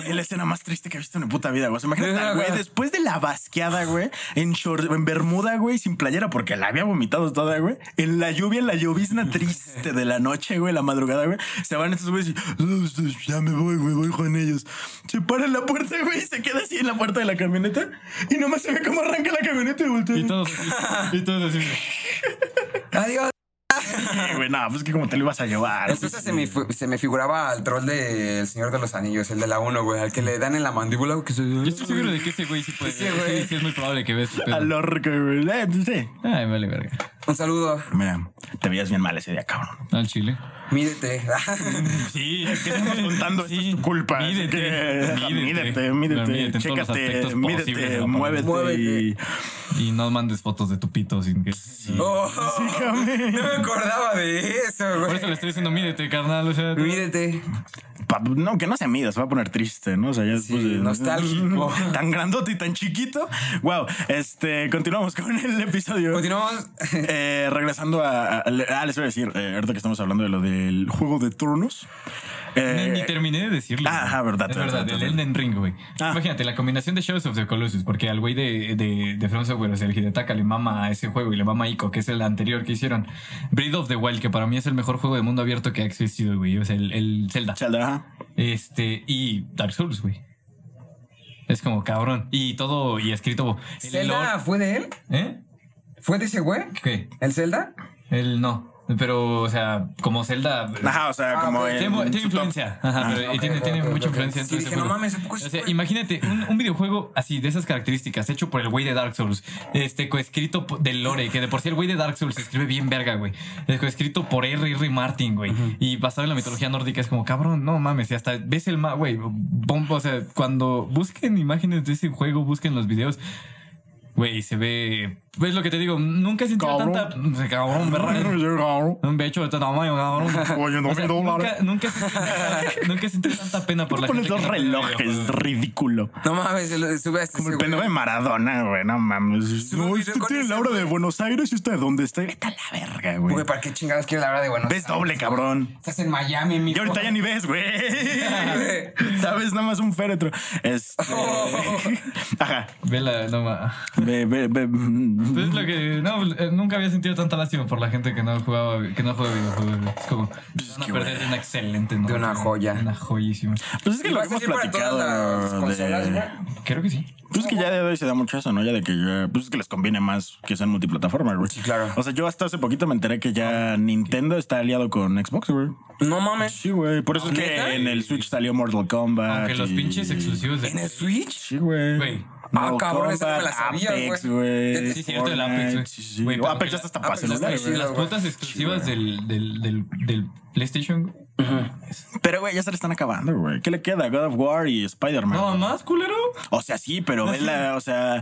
Güey, la escena más triste que he visto en mi puta vida, güey. O sea, imagínate,
Verga.
al güey, después de la basqueada, güey, en short, en bermuda, güey, sin playera, porque la había vomitado toda, güey. En la lluvia, en la llovizna triste de la noche, güey, la madrugada, güey. Se van estos güeyes y "Uf, ya me voy, güey, voy con ellos. Se para en la puerta, güey, y se queda así en la puerta de la camioneta. Y nomás se ve cómo arranca la camioneta y voltea.
Y todos así. Y todos así.
Adiós.
Eh, <laughs> Güey, no, pues que como te lo ibas a llevar.
Entonces se me, fu- se me figuraba al troll de El Señor de los Anillos, el de la 1, güey, al que le dan en la mandíbula. güey, Que se...
Yo estoy seguro de que ese güey sí puede.
Ese güey.
Sí, sí, es muy probable que veas.
Al orco, güey. Eh, sí.
Ay, vale, verga.
Un saludo.
Mira, te veías bien mal ese día, cabrón.
Al chile.
Mídete.
Sí,
<laughs> ¿Qué estamos contando? Esto es tu culpa. así
Mídete,
<laughs> que-
mídete,
mídete,
Pero mídete en
mídete,
todos los aspectos
chécate,
posibles de
mídete,
la
muévete. y-
Y no mandes fotos de tu pito sin que.
<laughs> Oh,
Sígame.
no me acordaba de eso,
Por
güey.
eso le estoy diciendo, mídete, carnal. O sea,
Mídete.
Pa- No, que no se mida, se va a poner triste, ¿no? O sea, ya es pues, eh,
Sí, nostálgico.
<laughs> Tan grandote y tan chiquito. Wow. Este, continuamos con el episodio.
Continuamos.
Eh, regresando a, a- Ah, les voy a decir, eh, ahorita que estamos hablando de lo del juego de turnos. eh,
Ni, ni terminé de decirlo.
Ah,
güey.
ajá, verdad,
Es
verdad,
verdad, el
verdad.
Elden Ring, güey.
Ah.
Imagínate la combinación de Shadows of the Colossus, porque al güey de, de, de From Software, o sea, el Hidetaka le mama a ese juego y le mama a Ico, que es el anterior que hicieron. Breath of the Wild, que para mí es el mejor juego de mundo abierto que ha existido, güey. O sea, el, el Zelda.
Zelda, ajá.
Este, y Dark Souls, güey. Es como cabrón. Y todo, y escrito. El
¿Zelda
lore-
fue de él?
¿Eh?
¿Fue de ese güey?
¿Qué?
¿El Zelda?
El no. Pero, o sea, como Zelda.
Ajá, o sea,
Ah,
como.
ok.
el-
Tiene, tiene
su
influencia. Ajá,
Ah,
pero
ok,
tiene,
ok,
tiene
ok,
mucha
ok.
influencia. en
Sí,
todo
dije,
ese juego.
no mames, ¿a poco sí
O sea,
fue?
imagínate un, un videojuego así, de esas características, hecho por el güey de Dark Souls, este, coescrito po- del lore, que de por sí el güey de Dark Souls se escribe bien verga, güey. Es Coescrito por R.R. Martin, güey. Y basado en la mitología nórdica, es como, cabrón, no mames. Y hasta ves el ma, güey, bombo. O sea, cuando busquen imágenes de ese juego, busquen los videos. Güey, se ve. ¿Ves lo que te digo? Nunca he sentido
Cabrón.
tanta. Cabrón,
<laughs> top.
<laughs>
verga. Un becho de este tamaño, cabrón.
Oye, no
O sea,
mil dólares.
nunca, nunca, sentí, nunca sentí tanta pena por la
Pones
gente.
dos
que no
relojes,
juega, güey.
ridículo.
No mames, el- sube a este.
Como el
güey.
pendejo de Maradona, güey, no mames.
un
No,
video
este
con
tiene
ese,
la hora de
güey.
Buenos Aires y esta de dónde está. Vete a la verga, güey.
Güey, ¿para qué chingados quieres la hora de Buenos
Ves
Aires?
doble, cabrón.
Estás en Miami, mi
Y
<laughs>
ahorita ya ni ves, güey. Sabes, nada más un féretro.
<laughs>
Este... Ajá.
Vela, no ma.
Ve, ve, ve.
Pues es lo que. No, eh, nunca había sentido tanta lástima por la gente que no jugaba, que no juega videojuegos. güey. Es como. van a
que,
perder de una excelente, ¿no?
De una joya.
Una joyísima.
Pues es que
Y
lo
va
que
a
hemos
salir para todas las
platicado.
consolas,
de-
güey.
Creo que sí.
Pues es que ya de hoy se da mucho eso, ¿no? Ya de que ya, pues es que les conviene más que sean multiplataforma, güey.
Sí, claro.
O sea, yo hasta hace poquito me enteré que ya Nintendo está aliado con Xbox, güey.
No mames.
Sí, güey. Por eso es
¿Neta?
que en el Switch salió Mortal Kombat.
Aunque los
y-
pinches exclusivos
¿En
de.
el Switch?
Sí, güey.
Güey.
Ah, cabrón, esa no me la sabía,
Apex,
güey.
güey.
Sí, cierto, el Apex,
Fortnite,
güey.
Sí, sí.
Güey, pero
Apex
que
ya
la-
está hasta para
Apex está
celular,
chido.
güey.
Las
güey.
putas exclusivas del, del, del, del PlayStation.
Pero, güey, ya se le están acabando, güey. ¿Qué le queda? God of War y Spider-Man.
Nada más, culero.
O sea, sí, pero ve la- o sea,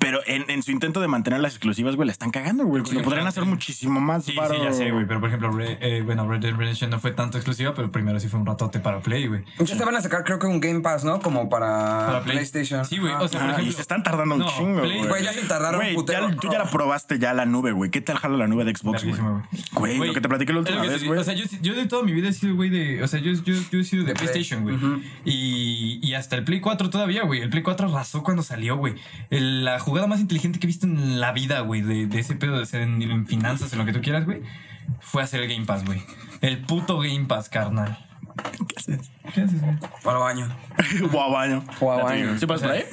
pero en, en su intento de mantener las exclusivas, güey, la están cagando, güey. Lo podrían hacer muchísimo más
Sí,
varo.
sí, ya sé, güey. Pero por ejemplo, Re- eh, bueno, Red Dead Redemption no fue tanto exclusiva, pero primero sí fue un ratote para Play, güey.
Ya estaban a sacar, creo que un Game Pass, ¿no? Como para,
Para Play.
PlayStation.
Sí, güey.
Ah.
O sea, por
Ajá, y
ejemplo-
se están tardando un
No,
chingo,
Play-
güey.
Güey, ya se tardaron
Güey,
un putero.
ya- tú ya la probaste ya la nube, güey. ¿Qué tal jala la nube de Xbox, güey?
Verguísima,
Güey, lo que te platiqué
es lo
la última
que te
vez,
digo,
güey.
O sea, yo, yo de toda mi vida he sido güey de. O sea, yo, yo, yo he sido
De
de,
Play.
PlayStation, güey. y, y hasta el Play 4 todavía, güey. El Play 4 arrasó cuando salió, güey. El- La jugada más inteligente que he visto en la vida, güey, de, de ese pedo, o sea, en, en finanzas, en lo que tú quieras, güey, fue hacer el Game Pass, güey. El puto Game Pass, carnal. ¿Qué haces? güey?
Para el baño.
<laughs> Guabaño.
Guabaño.
Date. ¿Sí pasas por ahí?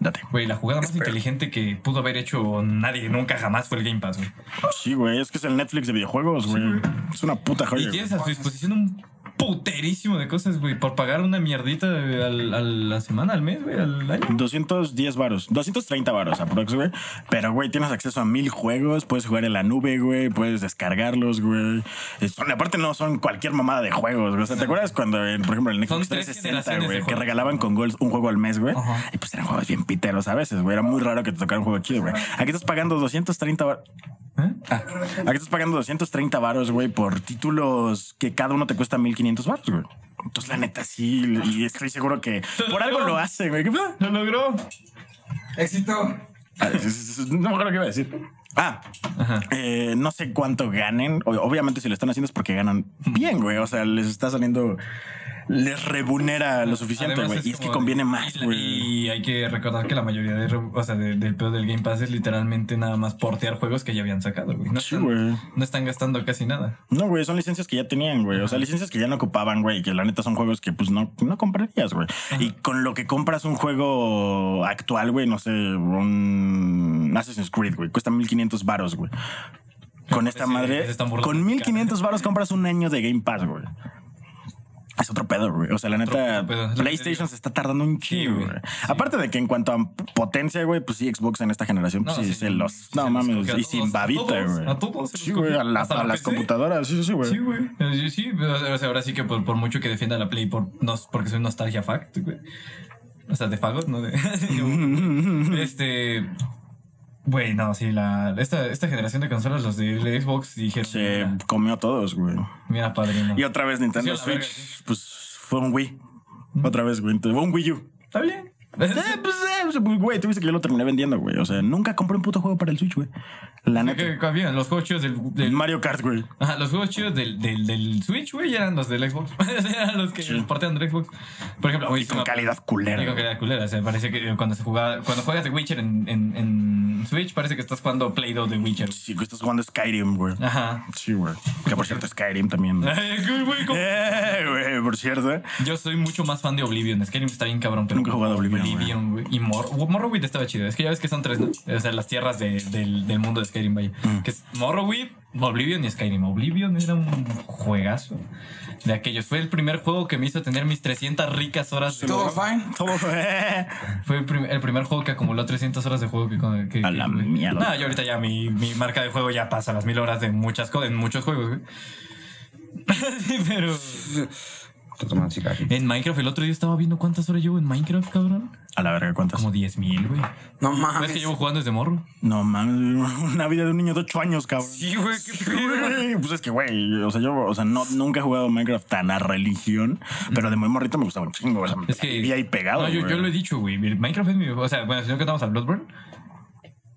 Date.
Güey, la jugada más inteligente que pudo haber hecho nadie nunca jamás fue el Game Pass, güey.
Sí, güey, es que es el Netflix de videojuegos, güey. Es una puta joya.
Y
güey.
tienes a tu disposición un puterísimo de cosas, güey, por pagar una mierdita güey, al- a la semana, al mes, güey, al año.
210 varos, 230 varos aprox, güey. Pero, güey, tienes acceso a mil juegos, puedes jugar en la nube, güey, puedes descargarlos, güey. Eh, son- aparte no son cualquier mamada de juegos, güey. O sea, ¿te acuerdas cuando, en, por ejemplo, en el
Son
Xbox
tres
360,
generaciones de
güey, que
juegos.
regalaban con gold un juego al mes, güey?
Ajá.
Y pues eran juegos bien piteros a veces, güey. Era muy raro que te tocara un juego chido, güey. Aquí estás pagando 230 varos.
¿Eh?
Aquí estás pagando 230 varos, güey, por títulos que cada uno te cuesta 1500 varos, güey. Entonces, la neta, sí, y estoy seguro que por algo lo hacen, güey. ¿Qué pedo?
Lo logró.
Éxito.
Ah, es- es- es- No me acuerdo qué iba a decir. Ah, eh, no sé cuánto ganen. O- Obviamente, si lo están haciendo es porque ganan bien, güey. O sea, les está saliendo. Les rebunera lo suficiente,
Además,
güey. Y es que
como-
conviene
y
más,
la-
güey.
Y hay que recordar que la mayoría de, re- o sea, de- del pedo del Game Pass es literalmente nada más portear juegos que ya habían sacado, güey. No,
Sí,
están-
güey.
no están gastando casi nada.
No, güey, son licencias que ya tenían, güey. O sea, licencias que ya no ocupaban, güey. Que la neta son juegos que, pues, no, no comprarías, güey. Y con lo que compras un juego actual, güey, no sé, un Assassin's Creed, güey. Cuesta 1500 varos, güey. Con esta
parece-
madre,
se están burlando
con
de mi cara.
1500 varos compras un año de Game Pass, güey. Es otro pedo, güey. O sea, la
Otro
neta,
pedo, es lo que te
PlayStation
digo.
se está tardando un
Sí,
chingo,
güey,
güey.
sí.
Aparte de que en cuanto a potencia, güey, pues sí, Xbox en esta generación, pues
No,
sí,
sí,
se
sí,
los.
sí,
no
se los
mames,
cogió a
y sin
todos, a
babita,
todos,
güey.
a todos se
Sí,
los
güey,
cogió.
a, la-
Hasta
a
la
las
PC.
computadoras. Sí, sí, sí, güey.
Sí, güey. Eh, Sí, sí, o sea, ahora sí que por, por mucho que defienda la Play por, nos- porque soy nostalgia fact, güey. O sea, de fagot, ¿no? De, <laughs> este. Güey, no, sí, la, esta, esta generación de consolas, los de la Xbox, dijeron.
<laughs> se
Mira,
comió a todos, güey.
mira, padrino.
Y otra vez Nintendo
Sí, a la
Switch,
verga, sí.
pues fue un Wii. Otra vez, güey. Entonces, fue un Wii U.
Está bien.
Eh, pues, eh, pues, güey, tuviste que yo lo terminé vendiendo, güey. O sea, nunca compré un puto juego para el Switch, güey. La
Creo
neta.
que cambian los juegos chidos del, del-
Mario Kart, güey.
ajá, los juegos chidos del, del, del Switch, güey, eran los del Xbox. <laughs> eran los que
Sí.
portean del Xbox. Por ejemplo, güey,
Y
se
con
me-
calidad culera.
Y con
güey.
calidad culera, o sea, parece que eh, cuando se jugaba, cuando juegas The Witcher en, en, en Switch, parece que estás jugando Play Doh de Witcher.
Sí, que estás jugando Skyrim, güey.
Ajá. <laughs>
Sí, güey. Que por cierto, Skyrim <laughs> también.
Ay, güey, ¿cómo?
Eh, güey, por cierto. <laughs> eh.
Yo soy mucho más fan de Oblivion. Skyrim está bien cabrón, pero.
Nunca he jugado a Oblivion,
güey. Y Mor Morrowind estaba chido. Es que ya ves que son tres, ¿no? O sea, las tierras de- del, del mundo de Skyrim, vaya.
Mm.
Que es Morrowind, Oblivion y Skyrim. Oblivion era un juegazo de aquellos. Fue el primer juego que me hizo tener mis 300 ricas horas de
Todo fine.
Todo fue-
Fue el, prim- el primer juego que acumuló 300 horas de juego que... con- que-
A la
que-
mierda.
No, yo ahorita ya mi, mi marca de juego ya pasa las mil horas de muchas co- en muchos juegos, güey. <laughs> Sí, Pero
Estoy tomando un cigarro.
en Minecraft el otro día estaba viendo cuántas horas llevo en Minecraft, cabrón.
A la verga, ¿cuántas?
Como 10.000, güey.
No
Es que
mames.
llevo jugando desde morro.
No mames, güey, <laughs> una vida de un niño de 8 años, cabrón.
Sí, güey, qué pedo.
Güey, <laughs> Pues es que, güey, o sea, yo o sea, no, nunca he jugado Minecraft tan a religión, pero de muy morrito me gustaba un chingo. O sea,
Es que...
Y ahí pegado.
No, yo,
güey.
yo lo he dicho, güey. Minecraft es mi... O sea, bueno, si no cantamos a Bloodborne...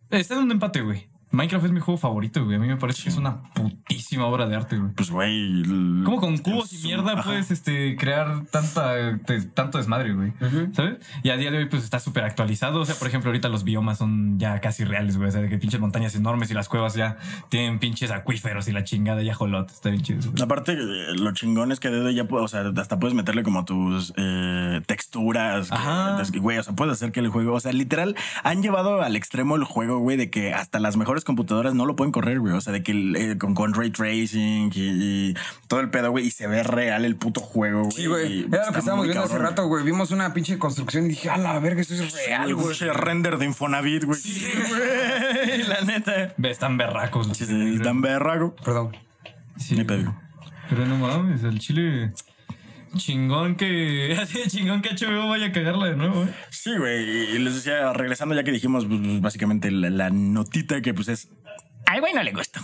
Está en un empate, güey. Minecraft es mi juego favorito, güey. A mí me parece que es una putísima obra de arte, güey.
Pues, güey. el-
¿Cómo con cubos y
es-
mierda
ajá.
puedes este, crear tanta, te- tanto desmadre, güey? ¿Sabes? Y a día de hoy, pues está súper actualizado. O sea, por ejemplo, ahorita los biomas son ya casi reales, güey. O sea, de que pinches montañas enormes y las cuevas ya tienen pinches acuíferos y la chingada ya jolot. Está bien chido. eso.
Aparte, eh, lo chingón es que desde ya, pu- o sea, hasta puedes meterle como tus eh, texturas. que-
Ajá.
des- Güey, o sea, puedes hacer que el juego, o sea, literal, han llevado al extremo el juego, güey, de que hasta las mejores computadoras no lo pueden correr, güey. O sea, de que el, eh, con, con ray tracing y, y todo el pedo, güey, y se ve real el puto juego, güey.
Sí,
y
güey. Era lo
está
que estábamos
muy
viendo hace
cabrón.
rato, güey. Vimos una pinche construcción y dije, a la verga, esto es real,
Algo
güey.
ese render de Infonavit, güey. Güey, La neta.
Ve, están berracos. los
Sí,
güey.
sí, tan berrago.
Perdón.
Sí,
Ni pedo.
Pero no mames, el chile... Chingón que... <laughs> Así chingón que HBO vaya a cagarla de nuevo, ¿eh? güey.
Sí, güey. Y les decía, regresando ya que dijimos pues, pues, básicamente la, la notita que pues es... Al güey no le gusta.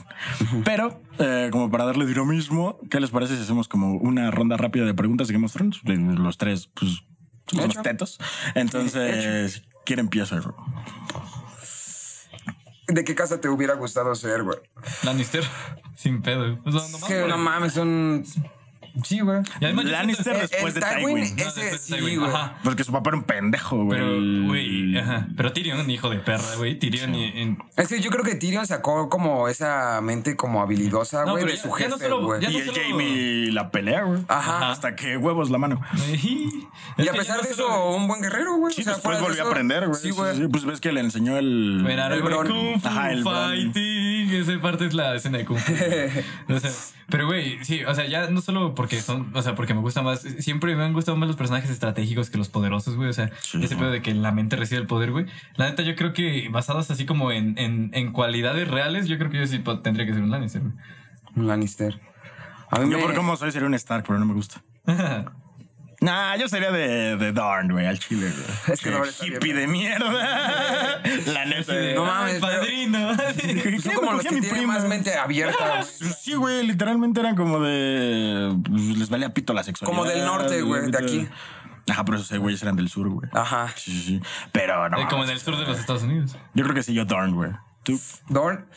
Pero, eh, como para darle dinamismo, ¿qué les parece si hacemos como una ronda rápida de preguntas de Game of Thrones? De Los tres, pues, somos
Hecho.
los tetos. Entonces, ¿quién empieza? güey?
¿De qué casa te hubiera gustado ser, güey?
Lannister. Sin pedo. O sea, nomás
Es que
por-
no mames, son. Sí, güey.
Y además yo siento-
Lannister
Eh,
después
el
de Tywin.
Tywin es-
No,
Ese
después de
sí,
Tywin,
güey.
Ajá.
Porque su papá era un pendejo, güey.
Pero,
El-
güey, ajá. Pero Tyrion, hijo de perra, güey. Tyrion y. en- <laughs>
Es que yo creo que Tyrion sacó como esa mente como habilidosa,
No,
güey,
pero
de
ya-
su
ya no
jefe,
solo-
güey.
ya
Y
no
el
solo-
Jamie la pelea, güey.
Ajá.
Hasta que huevos la mano.
Y a pesar de eso, un buen guerrero, güey.
Sí,
O sea,
después
fuera de
volvió a
eso-
aprender, güey.
Sí,
Sí,
güey.
sí, Pues ves que le enseñó el.
Mira,
el
el Kung
Bron.
Fu
Ajá, el Bron.
Fighting. Esa parte es la escena de Kung
<laughs>
Fu. güey. O sea, pero, güey, sí, o sea, ya no solo porque son. O sea, porque me gusta más. Siempre me han gustado más los personajes estratégicos que los poderosos, güey. O sea,
Sí,
ese
güey.
pedo de que la mente recibe el poder, güey. La neta, yo creo que basados así como en, en, en cualidades reales, yo creo que yo sí po- tendría que ser un Lannister, güey. <laughs>
Un Lannister. A mí
Yo
me...
por cómo soy sería un Stark, pero no me gusta. Nah, yo sería de, de Dorn, güey, al chile, güey.
<laughs> Es que
Qué
Robert está bien,
hippie
<laughs>
de mierda. la neta.
Así de,
Eh, No
"Ay,
mames, pero-
Padrino. <laughs>
<laughs>
¿Qué?
Pues Son
Me
como los
cogí a
que
mi
tienen
prima. Ah,
más
pues,
mente
<laughs>
abierta, güey.
Sí, güey, literalmente eran como de. pues, Les valía pito la sexualidad.
Como del norte, güey, de aquí.
Ajá, pero esos güeyes eran del sur, güey.
Ajá.
Sí, sí, sí. Pero no.
Eh, como en
mames.
el sur de los Estados Unidos.
Yo creo que sí, yo Dorn, güey. Tú.
Dorn.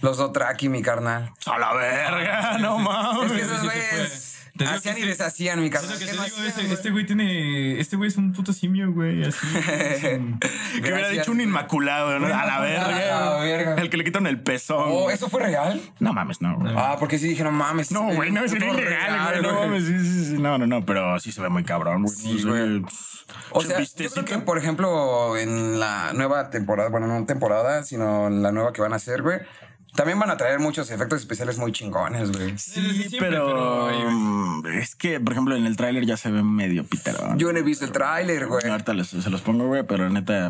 Los Dothraki, mi carnal.
A la verga, <laughs> no mames.
Es que esos
sí, sí,
güeyes
fue. Te digo
hacían
que
y
sí.
deshacían, mi
Es
carnal.
lo que
¿Qué
te
más
digo,
hacían,
ese-
güey?
este güey tiene. Este güey es un puto simio, güey.
<laughs>
Así. es un-
<laughs> Que hubiera
Gracias,
dicho un
güey.
inmaculado, ¿no? A la verga.
<laughs> A la verga.
El que le quitan el pezón.
Oh,
güey.
¿eso fue real?
No mames, no, güey.
Ah, porque sí dije, no mames.
No,
eh,
güey, no,
todo
sería ilegal,
real,
güey. No mames, sí, sí, sí. No, no, no, pero sí se ve muy cabrón, güey. pues,
Sí,
No sé,
güey.
pff,
O sea, yo creo
chapistecito.
que, por ejemplo, en la nueva temporada, bueno, no temporada, sino en la nueva que van a hacer, güey, También van a traer muchos efectos especiales muy chingones, güey.
Sí,
siempre,
pero,
pero,
mm, es que, por ejemplo, en el tráiler ya se ve medio pítero.
Yo no he visto el tráiler, güey.
Ahorita les- se los pongo, güey, pero neta.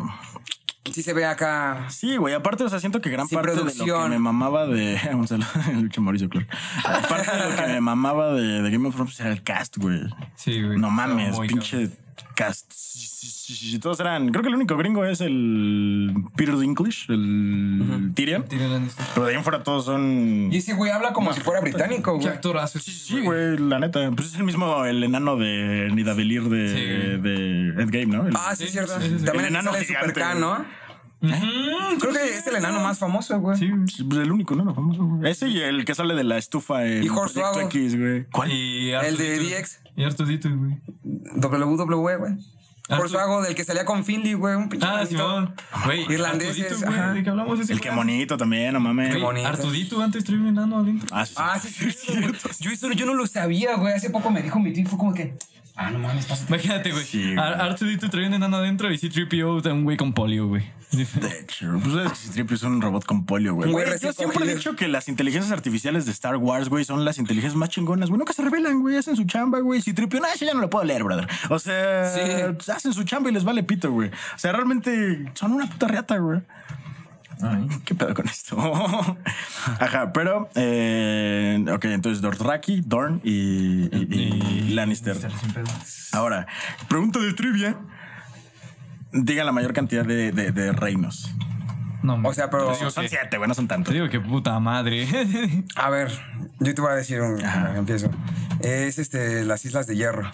Sí se ve acá.
Sí, güey. Aparte, o sea, siento que gran
Sin
parte de lo que
producción.
me mamaba de. <laughs> Un saludo a Lucho Mauricio Clark. Aparte de lo que me mamaba de, de Game of Thrones era el cast, güey.
Sí, güey.
No mames,
Muy
pinche cast. Todos eran. Creo que el único gringo es el Peter Dinklage, el Tyrion.
cabrón. Tyrion Lannister.
Pero de ahí en fuera todos son.
Y ese güey habla como si fuera británico,
Qué
güey.
actorazo.
Sí, güey, la neta. Pues es el mismo el enano de Nidavellir de,
Sí, güey.
de Endgame, ¿no? El-
Ah, sí, es cierto.
sí, sí.
También
El enano
enano sale
gigante,
Super K,
güey.
¿no? Creo que es el enano más famoso, güey.
Sí, güey.
Pues el único, ¿no? famoso. güey. Ese y el que sale de la estufa en
Y Horst
Proyecto
Wagner.
X, güey. ¿Cuál?
Y
El de
R2D2.
DX.
Y Artudito, güey.
WWE, E, güey.
Ah,
Por
tú-
su hago del que salía con Finley, güey. Un pinche
Ah, sí,
manito.
Güey.
Irlandeses,
Artudito, güey,
ajá.
¿De qué hablamos? Ese
El que monito también, no mames.
Qué mon- bonito.
Artudito antes traía un enano adentro.
Ah, sí.
Ah, sí, sí, es cierto. Yo eso yo no lo sabía, güey. Hace poco me dijo mi tío y fue como que. Ah, no mames, pásate.
Imagínate, güey.
Sí, güey.
Artudito traía un enano adentro y C3PO de un güey con polio, güey.
De hecho, pues es que Citripio es un robot con polio, güey.
Un güey
Güey, Yo
recién
siempre he
cogido.
dicho que las inteligencias artificiales de Star Wars, güey, son las inteligencias más chingonas, güey. Nunca se revelan, güey. Hacen su chamba, güey. Citripio, no, eso ya no lo puedo leer, brother. O sea,
Sí.
pues, hacen su chamba y les vale pito, güey. O sea, realmente son una puta reata, güey. ¿Qué pedo con esto? <laughs> Ajá, pero. eh, ok, entonces Dothraki, Dorn y, y- y Lannister. Ahora, pregunta de trivia. Diga la mayor cantidad de, de- de reinos. Pues,
No,
O sea, pero.
Te digo
Son
que-
siete, güey, no son
te
tantos.
digo que puta madre. <laughs>
A ver, yo te voy a decir un. Empiezo. Es este, las Islas de Hierro.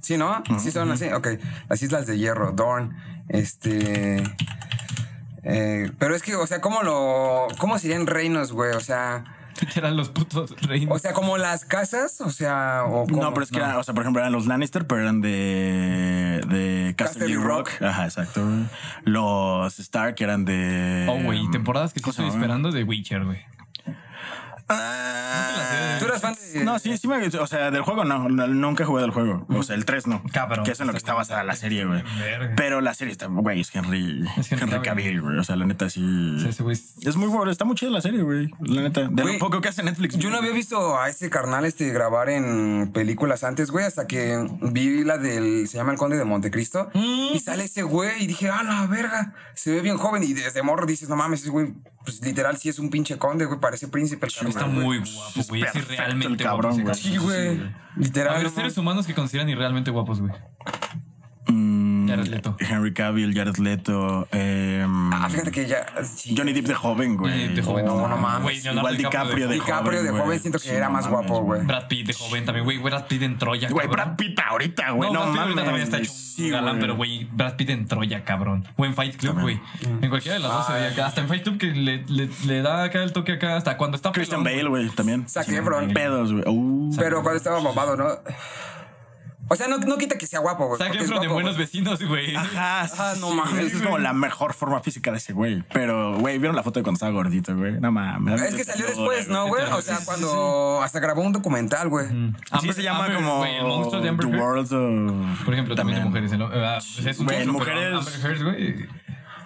¿Sí, no? Sí, son así. Ok. Las Islas de Hierro, Dorn. Este. eh, pero es que, o sea, ¿cómo lo. ¿Cómo serían reinos, güey? O sea.
Eran los putos reinos.
O sea, como las casas, o sea. O como,
No, pero es que, era- o sea, por ejemplo, eran los Lannister, pero eran de, de Castle,
Castle
Rock.
Rock.
Ajá, exacto. Los Stark eran de. mm,
Oh, güey, temporadas que sí
¿cómo se
estoy
llama?
esperando de Witcher, güey.
Ah.
Tú eras fan de.
No, sí, sí me. O sea, del juego no. no, Nunca jugué del juego. O sea, el 3 no.
Cabrón.
Que es en lo que está basada la serie, güey.
Verga.
Pero la serie está, güey, es Henry.
Es Henry
Henry
Cavill.
Cavill, güey. O sea, la neta sí.
O sea, ese güey es-
Es muy bueno, está muy chida la serie, güey. La neta. De lo
Güey,
poco que hace Netflix.
Yo no había visto a ese carnal este grabar en películas antes, güey, hasta que vi la del se llama El Conde de Montecristo y sale ese güey y dije, "Ah, la verga, se ve bien joven" y desde morro dices, "No mames, ese güey pues literal sí es un pinche conde, güey, parece príncipe el carnal,
Está
güey".
muy guapo, güey. Es
perfecto el
realmente
cabrón,
guapo.
güey.
Sí, güey.
A
Literal.
ver,
no
seres
mames.
humanos que consideran irrealmente guapos, güey.
Mm,
Jared Leto.
Henry Cavill, Jared Leto. eh,
Ah, fíjate que ya sí.
Johnny Depp de joven, güey.
Johnny Depp de joven,
no, no mames.
Güey, Leonardo
Igual DiCaprio de,
DiCaprio
joven.
de
güey.
joven siento que
Sí,
era
no
más
mames,
guapo, güey.
Brad Pitt de joven también, güey. Brad Pitt en Troya,
Güey,
cabrón.
Brad Pitt ahorita, güey. No,
Brad Pitt
mames.
ahorita también está hecho un
Sí,
galán,
güey.
pero güey, Brad Pitt en Troya, cabrón. O en Fight Club, güey.
Mm.
En cualquiera de las dos se veía acá. Hasta en Fight Club que le, le, le da acá el toque acá. Hasta cuando está
Christian
pelón,
Bale, güey, también.
Zac
Sí,
Efron.
Pedos, güey. Uh.
Pero cuando estaba mamado, ¿no? O sea, no, no quita que sea guapo, güey.
Zac
porque es
Efron de
guapo,
buenos
güey.
vecinos, güey.
Ajá, sí,
Ah,
sí,
no
sí,
mames,
esa Es como la mejor forma física de ese güey. Pero, güey, ¿vieron la foto de cuando estaba gordito, güey? No mames.
Es que salió después, ¿no, güey? O sea,
Sí, sí,
cuando hasta grabó un documental, güey.
Sí,
Amber-
se llama
Amber,
como
güey, el monstruo de
The
Amber Heard.
World of-
Por ejemplo, también, de mujeres. el- eh, ah, pues es un
Güey,
monstruo,
mujeres-
pero Amber Heard, güey.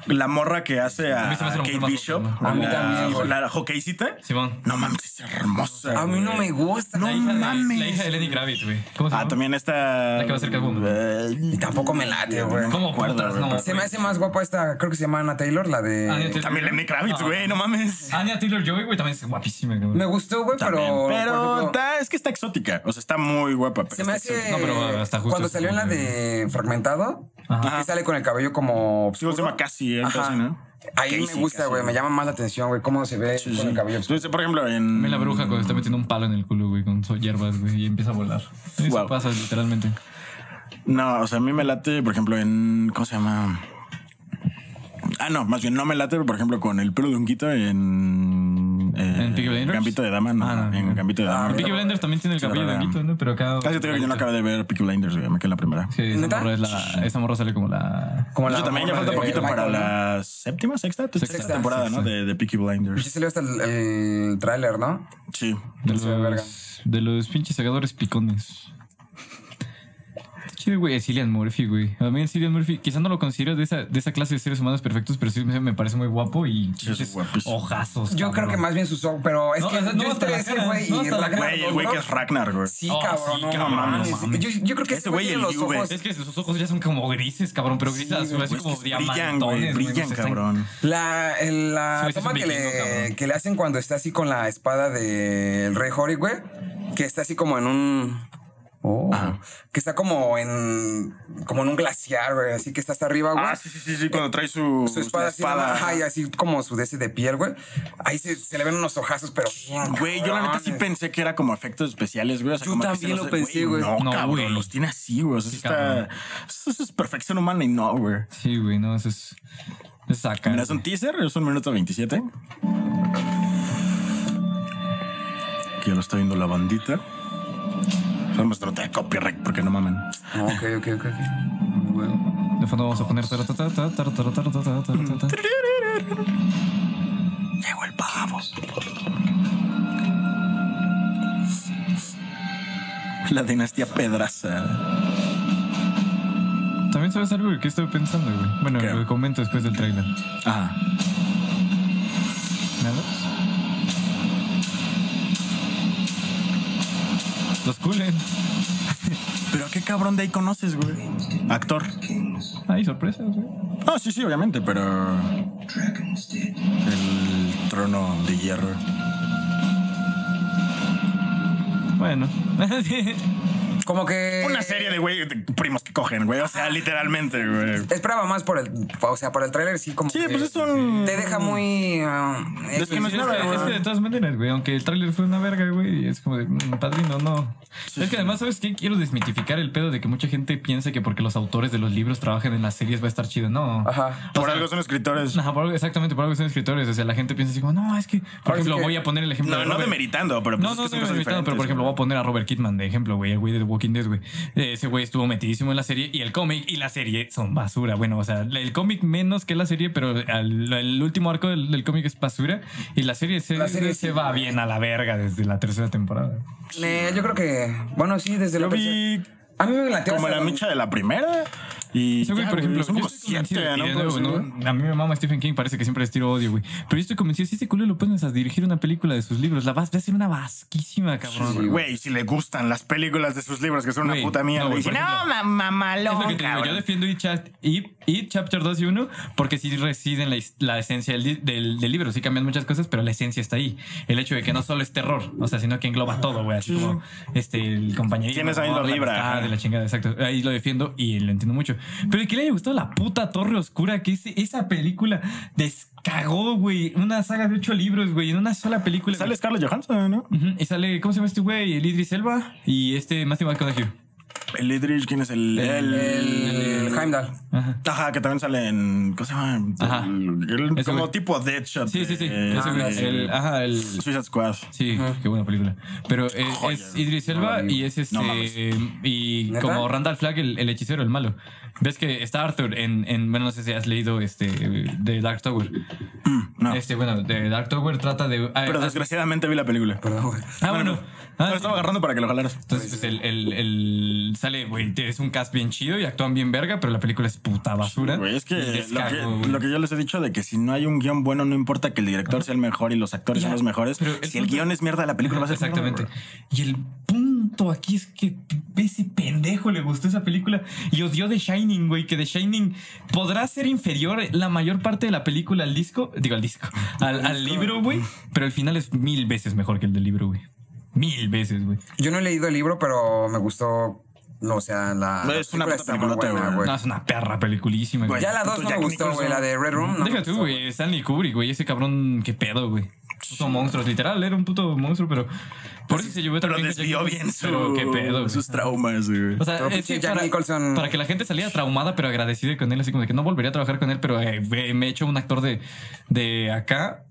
La morra que hace a,
A mí se me hace la
Kate
mujer más
Bishop.
guapa, ¿no?
A mí
la-
también, güey.
La hockeycita.
Simón.
No mames, es hermosa.
A mí no
güey.
me gusta.
No
la
La
hija.
hija de-
mames.
La hija de Lenny Kravitz, güey. ¿Cómo se
Ah,
llama?
también eh, está.
La que va a ser Catwoman.
Y tampoco me late, güey.
¿Cómo
acuerdo,
putas?
güey,
No,
pero-
Se me hace más guapa esta, creo que se llama Anna Taylor, la
Ah, Anna
de.
Taylor.
También Lenny Kravitz,
Ah.
güey, no mames.
Anya Taylor-Joy, güey, también es guapísima, cabrón.
Me gustó, güey, <laughs> pero.
También,
por
pero
ejemplo,
está- es que está exótica. O sea, está muy guapa. Pero
se me
está
hace.
No, pero hasta justo
cuando
este
salió en la
momento.
de Fragmentado,
Ajá.
que sale con el cabello como.
Sí, se llama
oscuro.
Cassie, algo
Ajá.
así, ¿no?
Ahí me
Casey,
gusta,
Casey.
güey. Me llama más la atención, güey, cómo se ve con el cabello oscuro.
Entonces, por ejemplo, en.
Ve la bruja cuando está metiendo un palo en el culo, güey, con sus hierbas, güey, y empieza a volar. Eso
Wow.
pasa literalmente.
No, o sea, a mí me late, por ejemplo, en. ¿Cómo se llama? Ah, no, más bien no me late, por ejemplo, con el pelo de honguito en. eh,
¿En Peaky Blinders?
Gambito de Dama, no.
Ah, no.
en Gambito de Dama.
Ah,
Pero Peaky
Pero-
Blinders también tiene el
Sí,
cabello de
verdad.
honguito, ¿no? Pero acá...
Casi te digo que yo no acabé de ver Peaky Blinders, güey, me quedé en la primera.
Sí, esa
¿Neta?
morra, es la, esa morra sale como la...
Como
Yo también ya
morra
falta
de
poquito
Michael,
para
¿no?
la séptima, sexta, sexta,
Sexta,
temporada, ¿no?
sexta.
De, de Peaky
Ya
Blinders.
salió hasta el, el tráiler, ¿no?
Sí.
De
Se ve verga.
los, de los pinches segadores picones. chido, güey, es Cillian Murphy, güey. A mí el Cillian Murphy, quizás no lo considero de esa, de esa clase de seres humanos perfectos, pero sí me me parece muy guapo y
es
pinches
guapísimo.
ojazos.
Yo creo que más bien sus ojos, pero es
No,
que
o sea,
yo
no, hasta
estoy
la
ese
cara,
güey
no,
y
hasta la cara.
Güey, el güey que es Ragnar, güey.
Sí,
Oh,
cabrón,
sí,
no
cabrón,
mames.
no mames.
Yo, yo creo que
Ese
ese
Este güey
güey
y el
tiene los
Juve.
ojos.
Es que sus ojos ya son como grises, cabrón, pero grises
Sí,
azul,
güey,
así
Güey, es
como
que brillan,
diamantones.
güey.
güey, o sea,
Brillan,
están-
cabrón.
La, el- la
Sí, ese es
toma
un
que
vikingo,
le,
cabrón.
que le hacen cuando está así con la espada del rey Hori, güey, que está así como en un... Oh, que está como en como en un glaciar, güey, así que está hasta arriba, güey.
Ah, sí, sí, sí, sí, cuando trae su,
su espada,
la
así, ajá, y así como su de ese de piel, güey. Ahí se, se le ven unos ojazos, pero bien
Güey, yo la neta sí
cabrones.
pensé que era como efectos especiales, güey. O sea,
Yo
como que
también
se los-
lo pensé, güey.
No,
No,
cabrón,
güey.
los tiene así, güey. O sea,
Sí,
está-
cabrón.
eso, eso es perfección humana y no, güey.
Sí, güey, no, eso es. Eso es acá.
Mira, es un teaser, es un minuto 27. Aquí ya lo está viendo la bandita. Son nuestro de copyright porque no mamen.
Ah, Ok, ok, ok. ok. Bueno.
De fondo vamos a poner. tara, tara, tara, tara, tara, tara, tara, tara, tara.
Mm. Llegó el pavo. La dinastía Pedraza.
También sabes algo que estoy pensando, güey. Bueno,
¿Qué?
lo comento después del trailer.
Ajá.
¿Nada? Los culen.
Pero a qué cabrón de ahí conoces, güey. Actor.
Hay sorpresas, güey.
Ah, sí, sí, obviamente, pero. El trono de hierro.
Bueno. <laughs>
Como que.
Una serie de güey, de primos que cogen, güey. O sea, literalmente, güey.
Esperaba más por el. O sea, por el tráiler, sí, como.
Sí,
que
pues es un.
Te deja muy. ah,
Es que no es
Sí, es,
nada,
que, es que
güey.
de todas maneras, güey, aunque el tráiler fue una verga, güey, es como de mm, padrino, no. es que además, ¿sabes qué? Quiero desmitificar el pedo de que mucha gente piensa que porque los autores de los libros trabajan en las series va a estar chido. No.
Ajá.
Por algo son escritores.
Ajá, por algo- exactamente, por algo son escritores. O sea, la gente piensa así como, no, es que, por
Ahora sí
ejemplo,
que-
voy a poner el ejemplo
No,
de
no
Robert-
demeritando, pero pues
No, no,
es que
no,
son cosas diferentes,
pero por ejemplo, voy a poner a Robert Kidman de ejemplo, güey, el güey de The Walking Dead, güey. Ese güey estuvo metidísimo en la serie y el cómic y la serie son basura. Bueno, o sea, el cómic menos que la serie, pero al- el último arco del, del cómic es basura y la serie se,
La serie
se
sí,
va
güey.
bien a la verga desde la tercera temporada.
Eh, yo creo que. Bueno, sí, desde
Yo
lo que.
vi
A mí me lateó.
como
hasta
la
donde-
micha de la primera. Y.
Sí, güey,
ya,
por ejemplo,
son
yo
como
estoy convencido,
siete,
y
¿no?
de nuevo,
Pero sí,
¿no? A mí me mama Stephen King, parece que siempre les tiro odio, güey. Pero yo estoy convencido, si ese culo lo pones a dirigir una película de sus libros, la vas va a ser una vasquísima, cabrón.
Sí,
Güey, si le gustan las películas de sus libros, que son una
Güey,
puta
no,
mierda. No,
güey,
dice,
por ejemplo,
no mamá,
Es lo
malón,
que te digo,
cabrón".
yo defiendo It, Chap- It- It Chapter 2 y 1 porque sí residen la, his- la esencia del, li- del- del libro. Sí cambian muchas cosas, pero la esencia está ahí. El hecho de que no solo es terror, o sea, sino que engloba todo, güey. Así como este, el compañerismo.
Tienes ahí
el amor,
la
la
vibra,
amistad,
ajá.
de la chingada, exacto. Ahí lo defiendo y lo entiendo mucho. Pero que le haya gustado la puta Torre Oscura, que ese- esa película descagó, güey. Una saga de ocho libros, güey, en una sola película.
Sale Scarlett Johansson, ¿no?
Ujú, Y sale, ¿cómo se llama este güey? El Idris Elba y este Matthew McConaughey.
El Idris, ¿quién es el? El.
El Heimdall.
Ajá.
Ajá, que también sale en. ¿Cómo se llama?
Ajá.
El- el-
Ese
como
güey.
tipo Deadshot.
Sí, sí, sí.
de-
Ese güey,
ándale.
el- ajá, el.
Suicide Squad.
Sí, qué buena película. Pero es,
Joya,
es Idris Elba
no la vi.
y es este.
No mames.
y
¿Neta?
como Randall Flagg, el, el hechicero, el malo. Ves que está Arthur en, en. Bueno, no sé si has leído este. De Dark Tower.
Mm, No.
Este, bueno, de Dark Tower trata de. ah,
Pero
ah,
desgraciadamente vi la película.
Perdón, güey.
ah, bueno. Ah,
No, lo estaba agarrando para que lo jalaras.
entonces, pues, el, el, el- sale, güey, es un cast bien chido y actúan bien verga, pero la película es puta basura.
Güey, es que
Y
lo,
descago,
que
güey.
lo que yo les he dicho de que si no hay un guión bueno, no importa que el director sea el mejor y los actores
Ya,
sean los mejores.
pero el
si el
punto-
guión es mierda, la película va a ser
Exactamente. Y el punto aquí es que ese pendejo le gustó esa película y odió The Shining, güey. Que The Shining podrá ser inferior la mayor parte de la película al disco, digo al <laughs> disco, al, al libro, güey. Pero el final es mil veces mejor que el del libro, güey. Mil veces, güey.
Yo no he leído el libro, pero me gustó. No, o sea, la. la
Es una puta
está
peliculota,
buena,
güey.
No, es una perra peliculísima, Ah, güey.
Ya la
Puto
2 no me
Jack
gustó, güey. La
Nicholson.
de Red Room. no me
Deja tú,
gustó,
güey. Stanley Kubrick, güey. Ese cabrón, qué pedo, güey. Puto monstruo, literal, era un puto monstruo, pero por eso se llevó
Pues Pero
también. que Jack
desvió
Nicholson,
bien su-
pero qué pedo, güey.
sus traumas, güey.
O sea,
Pero
es
pinche
que
Jack
para,
Nicholson-
para que la gente saliera traumada pero agradecida con él, así como de que no volvería a trabajar con él, pero eh, ve- me he hecho un actor de, de acá.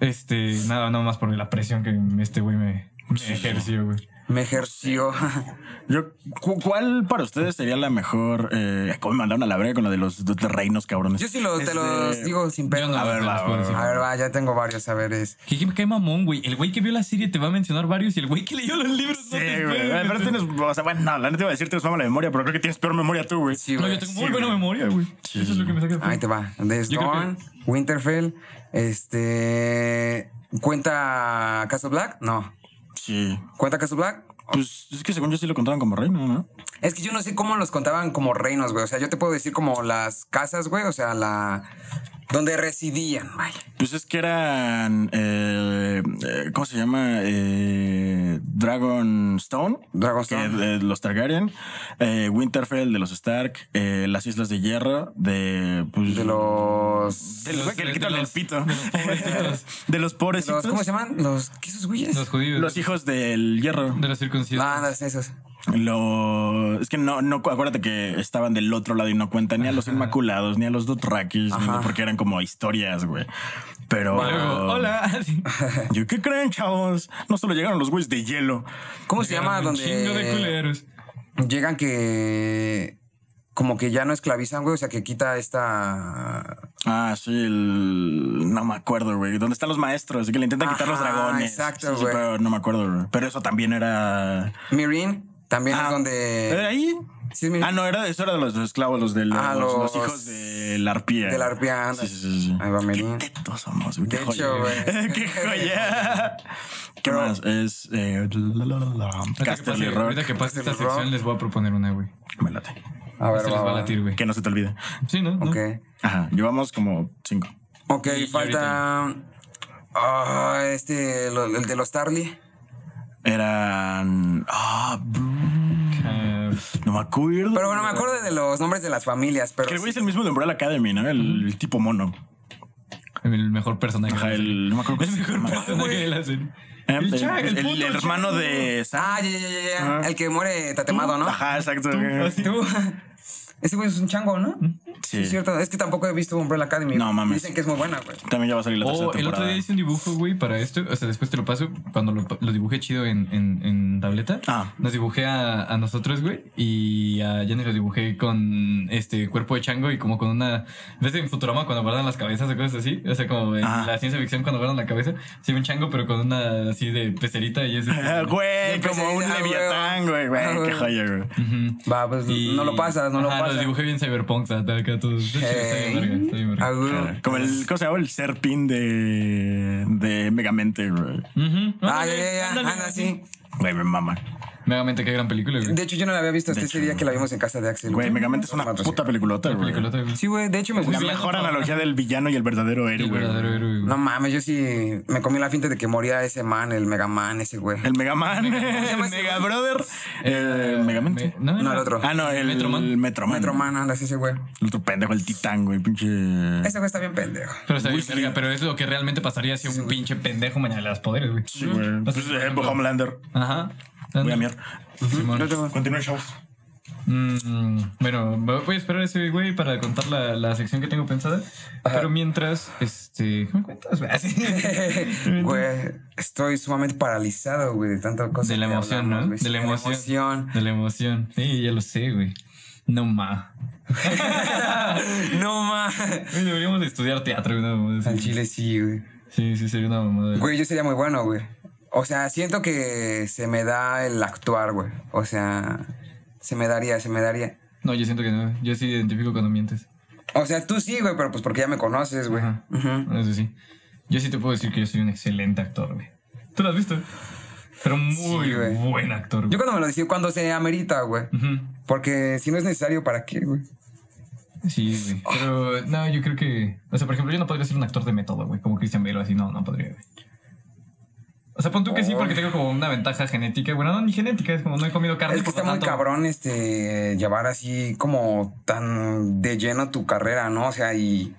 Este, nada, nada más por la presión que este güey me, me ejerció, güey.
Me ejerció. <laughs>
Yo, ¿cu- ¿Cuál para ustedes sería la mejor? Eh, como me mandaron a la verga con lo de los dos reinos, cabrones.
Yo sí lo- te
Este,
los digo sin pena.
yo no
a
los-
ver,
no
va.
los puedo decir.
A ver, va, ya tengo varios. A ver, es.
¿Qué, qué- qué mamón, güey. El güey que vio la serie te va a mencionar varios y el güey que leyó los libros
Sí,
no te
güey.
puede
Pero tienes, o sea, bueno, no, la neta iba a decir tienes mala memoria, pero creo que tienes peor memoria tú, güey.
Sí,
No,
güey.
yo tengo
Sí,
muy buena
güey.
memoria, güey. Eso es lo que me saca. de
Ahí
pedo.
te va. Desde
Yo creo que-
Dawn, Winterfell, este. ¿Cuenta Castle Black? No.
Sí.
¿Cuenta Castle Black?
Pues es que según yo sí lo contaban como reino, ¿no?
Es que yo no sé cómo los contaban como reinos, güey. O sea, yo te puedo decir como las casas, güey. O sea, la. donde residían, vaya.
Pues es que eran. eh, eh, ¿Cómo se llama? Eh, Dragonstone.
Dragonstone.
que, eh, los Targaryen. eh, Winterfell de los Stark. eh, las Islas de Hierro de. Pues,
De los.
Del güey que le
de
quitan el
los-
pito.
de los pobrecitos.
<laughs> De los
de los-
pobrecitos.
¿Cómo se llaman? Los. ¿Qué esos güeyes?
Los judíos.
Los hijos del hierro.
de la circuncisión.
Nada, esos.
Lo... Es que no, no, acuérdate que estaban del otro lado y no cuentan ni a los Inmaculados, ni a los Dothrakis, ni-
Ajá.
porque eran como historias, güey. Pero.
Y luego, hola. <laughs> Sí.
<laughs> ¿Yo qué creen, chavos? No solo llegaron los güeyes de hielo.
¿Cómo se llama?
Un
Donde.
Chingo de culeros.
llegan que como que ya no esclavizan, güey, o sea, que quita esta...
Ah, sí, el. No me acuerdo, güey. ¿Dónde están los maestros? Que le intentan quitar los
Ajá,
dragones.
exacto,
Sí, sí,
güey.
pero no me acuerdo, güey. Pero eso también era.
Mirin, también
Ah,
es
¿Era
donde...
ahí?
Sí, es Mirin.
Ah, no, era, eso era de los dos esclavos, los de los,
Ah,
los
los-
hijos de la arpía.
de la arpía, anda.
Sí, sí, sí. sí.
Ahí va Mirin.
Qué tetos somos, güey.
De
Qué joya.
hecho, güey. <laughs>
<laughs> Qué joya. ¿Qué
Pero-
más? Es. Eh, la, la, la, la,
Ahorita que pase-
Casterly Rock.
Ahorita que pase esta
Casterly Rock.
sección les voy a proponer una, güey.
Me late.
A ver,
Se
va,
les va a
va.
latir, güey.
Que no se te olvide.
Sí, ¿no? ¿No?
Ok.
Ajá, llevamos como cinco.
Ok,
Y- y
falta... Ah, este, lo- el de los Tarly.
Eran. Ah, br-
Ah,
no me acuerdo.
Pero bueno, me acuerdo de los nombres de las familias, pero...
Que el güey es
sí.
el mismo de Umbrella Academy, ¿no? El, el tipo mono.
el mejor personaje.
Ajá,
de la serie.
el. No me acuerdo.
El mejor personaje de la serie.
Eh,
El Chag,
el,
el
el
puto
hermano
Chag.
de Sam.
Ah, ya, ya, ya, ya.
Ajá.
El que muere tatemado, ¿no?
Ajá, exacto. güey.
así.
Tú. <laughs> Ese güey es un chango, ¿no?
Sí.
Es cierto, es que tampoco he visto Umbrella Academy.
No, mames.
Dicen que es muy buena, güey.
También ya va a salir la tercera
O Oh, el otro
temporada.
día hice un dibujo, güey, para esto. O sea, después te lo paso. Cuando lo, lo dibujé chido en, en, en tableta,
Ah.
nos dibujé a, a nosotros, güey. Y a Jenny lo dibujé con este cuerpo de chango y como con una. ¿Ves en Futurama cuando guardan las cabezas o cosas así? O sea, como en
Ah.
la ciencia ficción cuando guardan la cabeza. Sí, un chango, pero con una así de pecerita y es.
Ah, <laughs> Güey,
Siempre
como
se
un
dice, ah, güey.
leviatán, güey,
Ah,
güey. Qué
güey.
joya, güey.
Ujú.
Va, pues
Y-
no lo pasas, no lo
Ajá,
pasas.
Lo dibujé bien cyberpunk, o sea, acá todo. Está chido, está bien verga, está bien verga.
Ah, güey.
Como el, ¿cómo se llama? El serpín de, de Megamente, güey.
Ujú.
Ah, ya,
Ándale,
ya, ya.
ándale,
Anda, sí.
Güey, me mama.
Megamente, qué gran película, güey.
De hecho, yo no la había visto hasta
De
ese
hecho,
día que la vimos en casa de Axel.
Güey, Megamente es una
Madre,
puta peliculota, güey.
Peliculota, güey.
Sí, güey, de hecho me
La
gustó.
mejor analogía del villano y el verdadero héroe.
El
güey.
verdadero héroe, güey.
No mames, yo sí me comí la finta de que moría ese man, el Megaman, ese güey.
El Megaman, el Mega Brother,
Eh,
el Megamente.
Me- no,
No, el otro.
Ah, no, el
Metroman.
Metroman.
Metroman, andas ese güey.
El otro pendejo, el titán, güey, pinche.
Ese güey está bien pendejo. <laughs>
Pero está bien,
Weasley.
verga, pero es lo que realmente pasaría si un pinche pendejo mañana le das poderes, güey.
Sí, güey.
Entonces,
Pues,
por
eh,
ejemplo,
Homelander.
Ajá. Pues,
Voy a miar.
Simón.
No, no, no.
Continúen, chavos.
Mm, bueno, me voy a esperar a ese güey para contar la, la sección que tengo pensada. Pero mientras, este. ¿Qué me cuentas, <laughs> güey? Así.
Güey, estoy sumamente paralizado, güey, de tanta cosa.
De la
que
emoción,
hablamos,
¿no?
güey.
De la emoción.
emoción.
De la emoción. Sí, ya lo sé, güey. No ma.
No
Güey,
mames.
Deberíamos de estudiar teatro, güey, no, mames.
Al chile sí, güey.
Sí, sí, sería una mamada.
Güey, yo sería muy bueno, güey. O sea, siento que se me da el actuar, güey. O sea, se me daría, se me daría.
No, yo siento que no. Yo sí identifico cuando mientes.
O sea, tú sí, güey, pero pues porque ya me conoces, güey.
Ajá.
Ujú.
Eso sí. Yo sí te puedo decir que yo soy un excelente actor, güey. ¿Tú lo has visto? Pero muy
Sí, güey.
buen actor,
Yo
güey.
cuando me lo decía, cuando se amerita, güey.
Ujú.
Porque si no es necesario, ¿para qué, güey?
Sí, güey. Pero no, yo creo que. O sea, por ejemplo, yo no podría ser un actor de método, güey, como Christian Bale o así. No, no podría, güey. O sea, pon tú que sí, porque tengo como una ventaja genética. Bueno, no, ni genética, es como no he comido carne.
Es que
por lo
está muy
tanto-
cabrón este llevar así como tan de lleno tu carrera, ¿no? O sea, y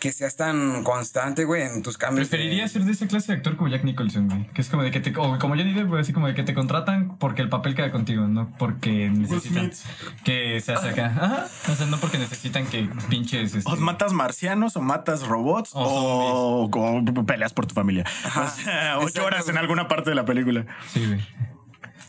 que seas tan constante, güey, en tus cambios. de-
Preferiría ser de esa clase de actor como Jack Nicholson, güey. Que es como de que te. O como Johnny Depp, güey, así como de que te contratan porque el papel queda contigo, no porque necesitan que se hace acá.
Ah.
Ajá. O sea, no porque necesitan que pinches. este,
O matas marcianos, o matas robots,
O
o, o peleas por tu familia. o sea, ocho
Exacto,
horas en
güey.
alguna parte de la película.
Sí, güey.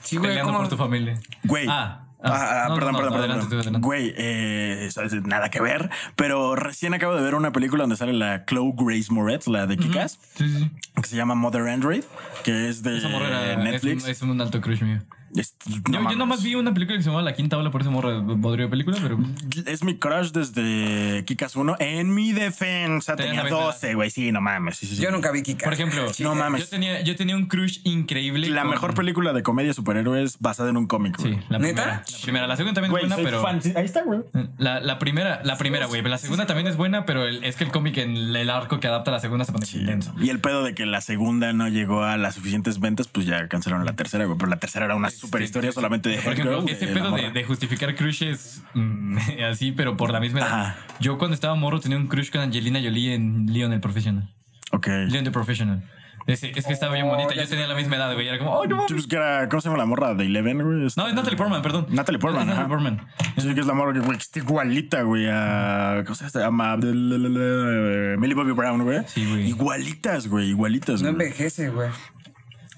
Sí, güey,
peleando
¿cómo?
por tu familia.
Güey.
Ah, ah,
Ah, ah,
no, no,
perdón,
no,
perdón,
adelante,
perdón.
tú, adelante.
Güey, eh, eso es nada que ver. Pero recién acabo de ver una película donde sale la Chloe Grace Moretz, la de Kikas,
Sí, sí, sí.
que se llama Mother Android, que es de
Esa morra era-
Eh, Netflix.
Es, un- es un alto crush mío.
Es- no
Yo, yo
mames.
nomás vi una película que se llamaba La Quinta Ola, por eso morra bodrio de película, pero
Es mi crush desde Kikas 1. En mi defensa
Tenía
tenía
la misma
12, güey. Sí, no mames. sí, sí, sí.
Yo nunca vi Kika.
por ejemplo,
Sí,
No mames.
yo tenía, yo tenía un crush increíble.
La
con-
mejor película de comedia de superhéroes basada en un cómic, güey.
Sí, la
¿Neta?
primera. La primera, la segunda también
Güey,
es
soy
buena, pero
fan. Sí, Ahí está, güey.
la, la primera, la primera, güey, la segunda también es buena, pero el- es que el cómic en el arco que adapta a la segunda se pone intenso.
Y el pedo de que la segunda no llegó a las suficientes ventas, pues ya cancelaron la tercera, güey. Pero la tercera era una super historia solamente de
Por ejemplo,
Hellgirl, güey,
ese
la
pedo de,
morra.
de justificar crushes mm, <laughs> así, pero por la misma edad.
Ajá.
Yo cuando estaba morro tenía un crush con Angelina Jolie en Leon el Professional.
Ok.
Leon the Professional. Es, es que estaba bien
Oh,
bonita. Yo tenía la misma edad, güey. Era como, oh, no mames".
Sí, pues, que era- ¿Cómo se llama la morra de Eleven, güey? Esta-
No, es Natalie Portman, perdón.
Natalie Portman,
Es Natalie
ajá.
Portman.
Sí, que es la morra que, güey, que está igualita, güey, a... ¿Cómo se llama? eh, Millie Bobby Brown, güey.
Sí, güey.
Igualitas, güey, igualitas,
No
güey.
envejece, güey.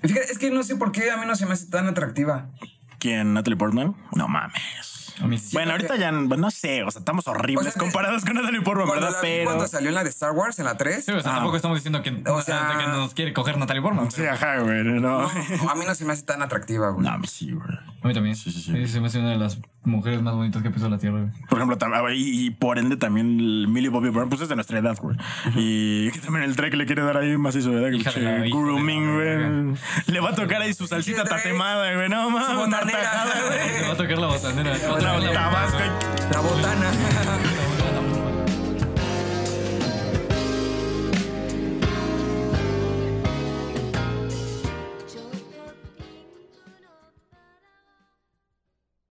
Fíjate, es que no sé por qué a mí no se me hace tan atractiva.
¿Quién? ¿Natalie Portman? No mames.
A mí sí.
Bueno, ahorita ya, bueno, no sé, o sea, estamos horribles
O sea,
comparados con Natalie Portman,
Cuando,
¿verdad?
la vi
Pero...
cuando salió en la de Star Wars, en la 3,
Sí, o sea, tampoco estamos diciendo que,
O sea-
que nos quiere coger Natalie Portman.
Sí, ajá, güey, no.
a mí no se me hace tan atractiva, güey.
No, sí, güey.
A mí también.
Sí, sí, sí.
Se me hace una de las mujeres más bonitas que pisó la tierra. güey.
Por ejemplo, tam- ah, y, y por ende también el Millie Bobby Brown, pues es de nuestra edad, güey. Y que también el Drake le quiere dar ahí más eso, ¿verdad? Que
Hija de la-
pinche
hija de la
grooming, güey.
verga.
Le va a tocar ahí su salsita
Pinche Drake.
tatemada, güey. No
Su
mames,
botanera,
martajada, güey.
Me va a tocar la botanera. Otra
Tabasco.
botanera.
La botana.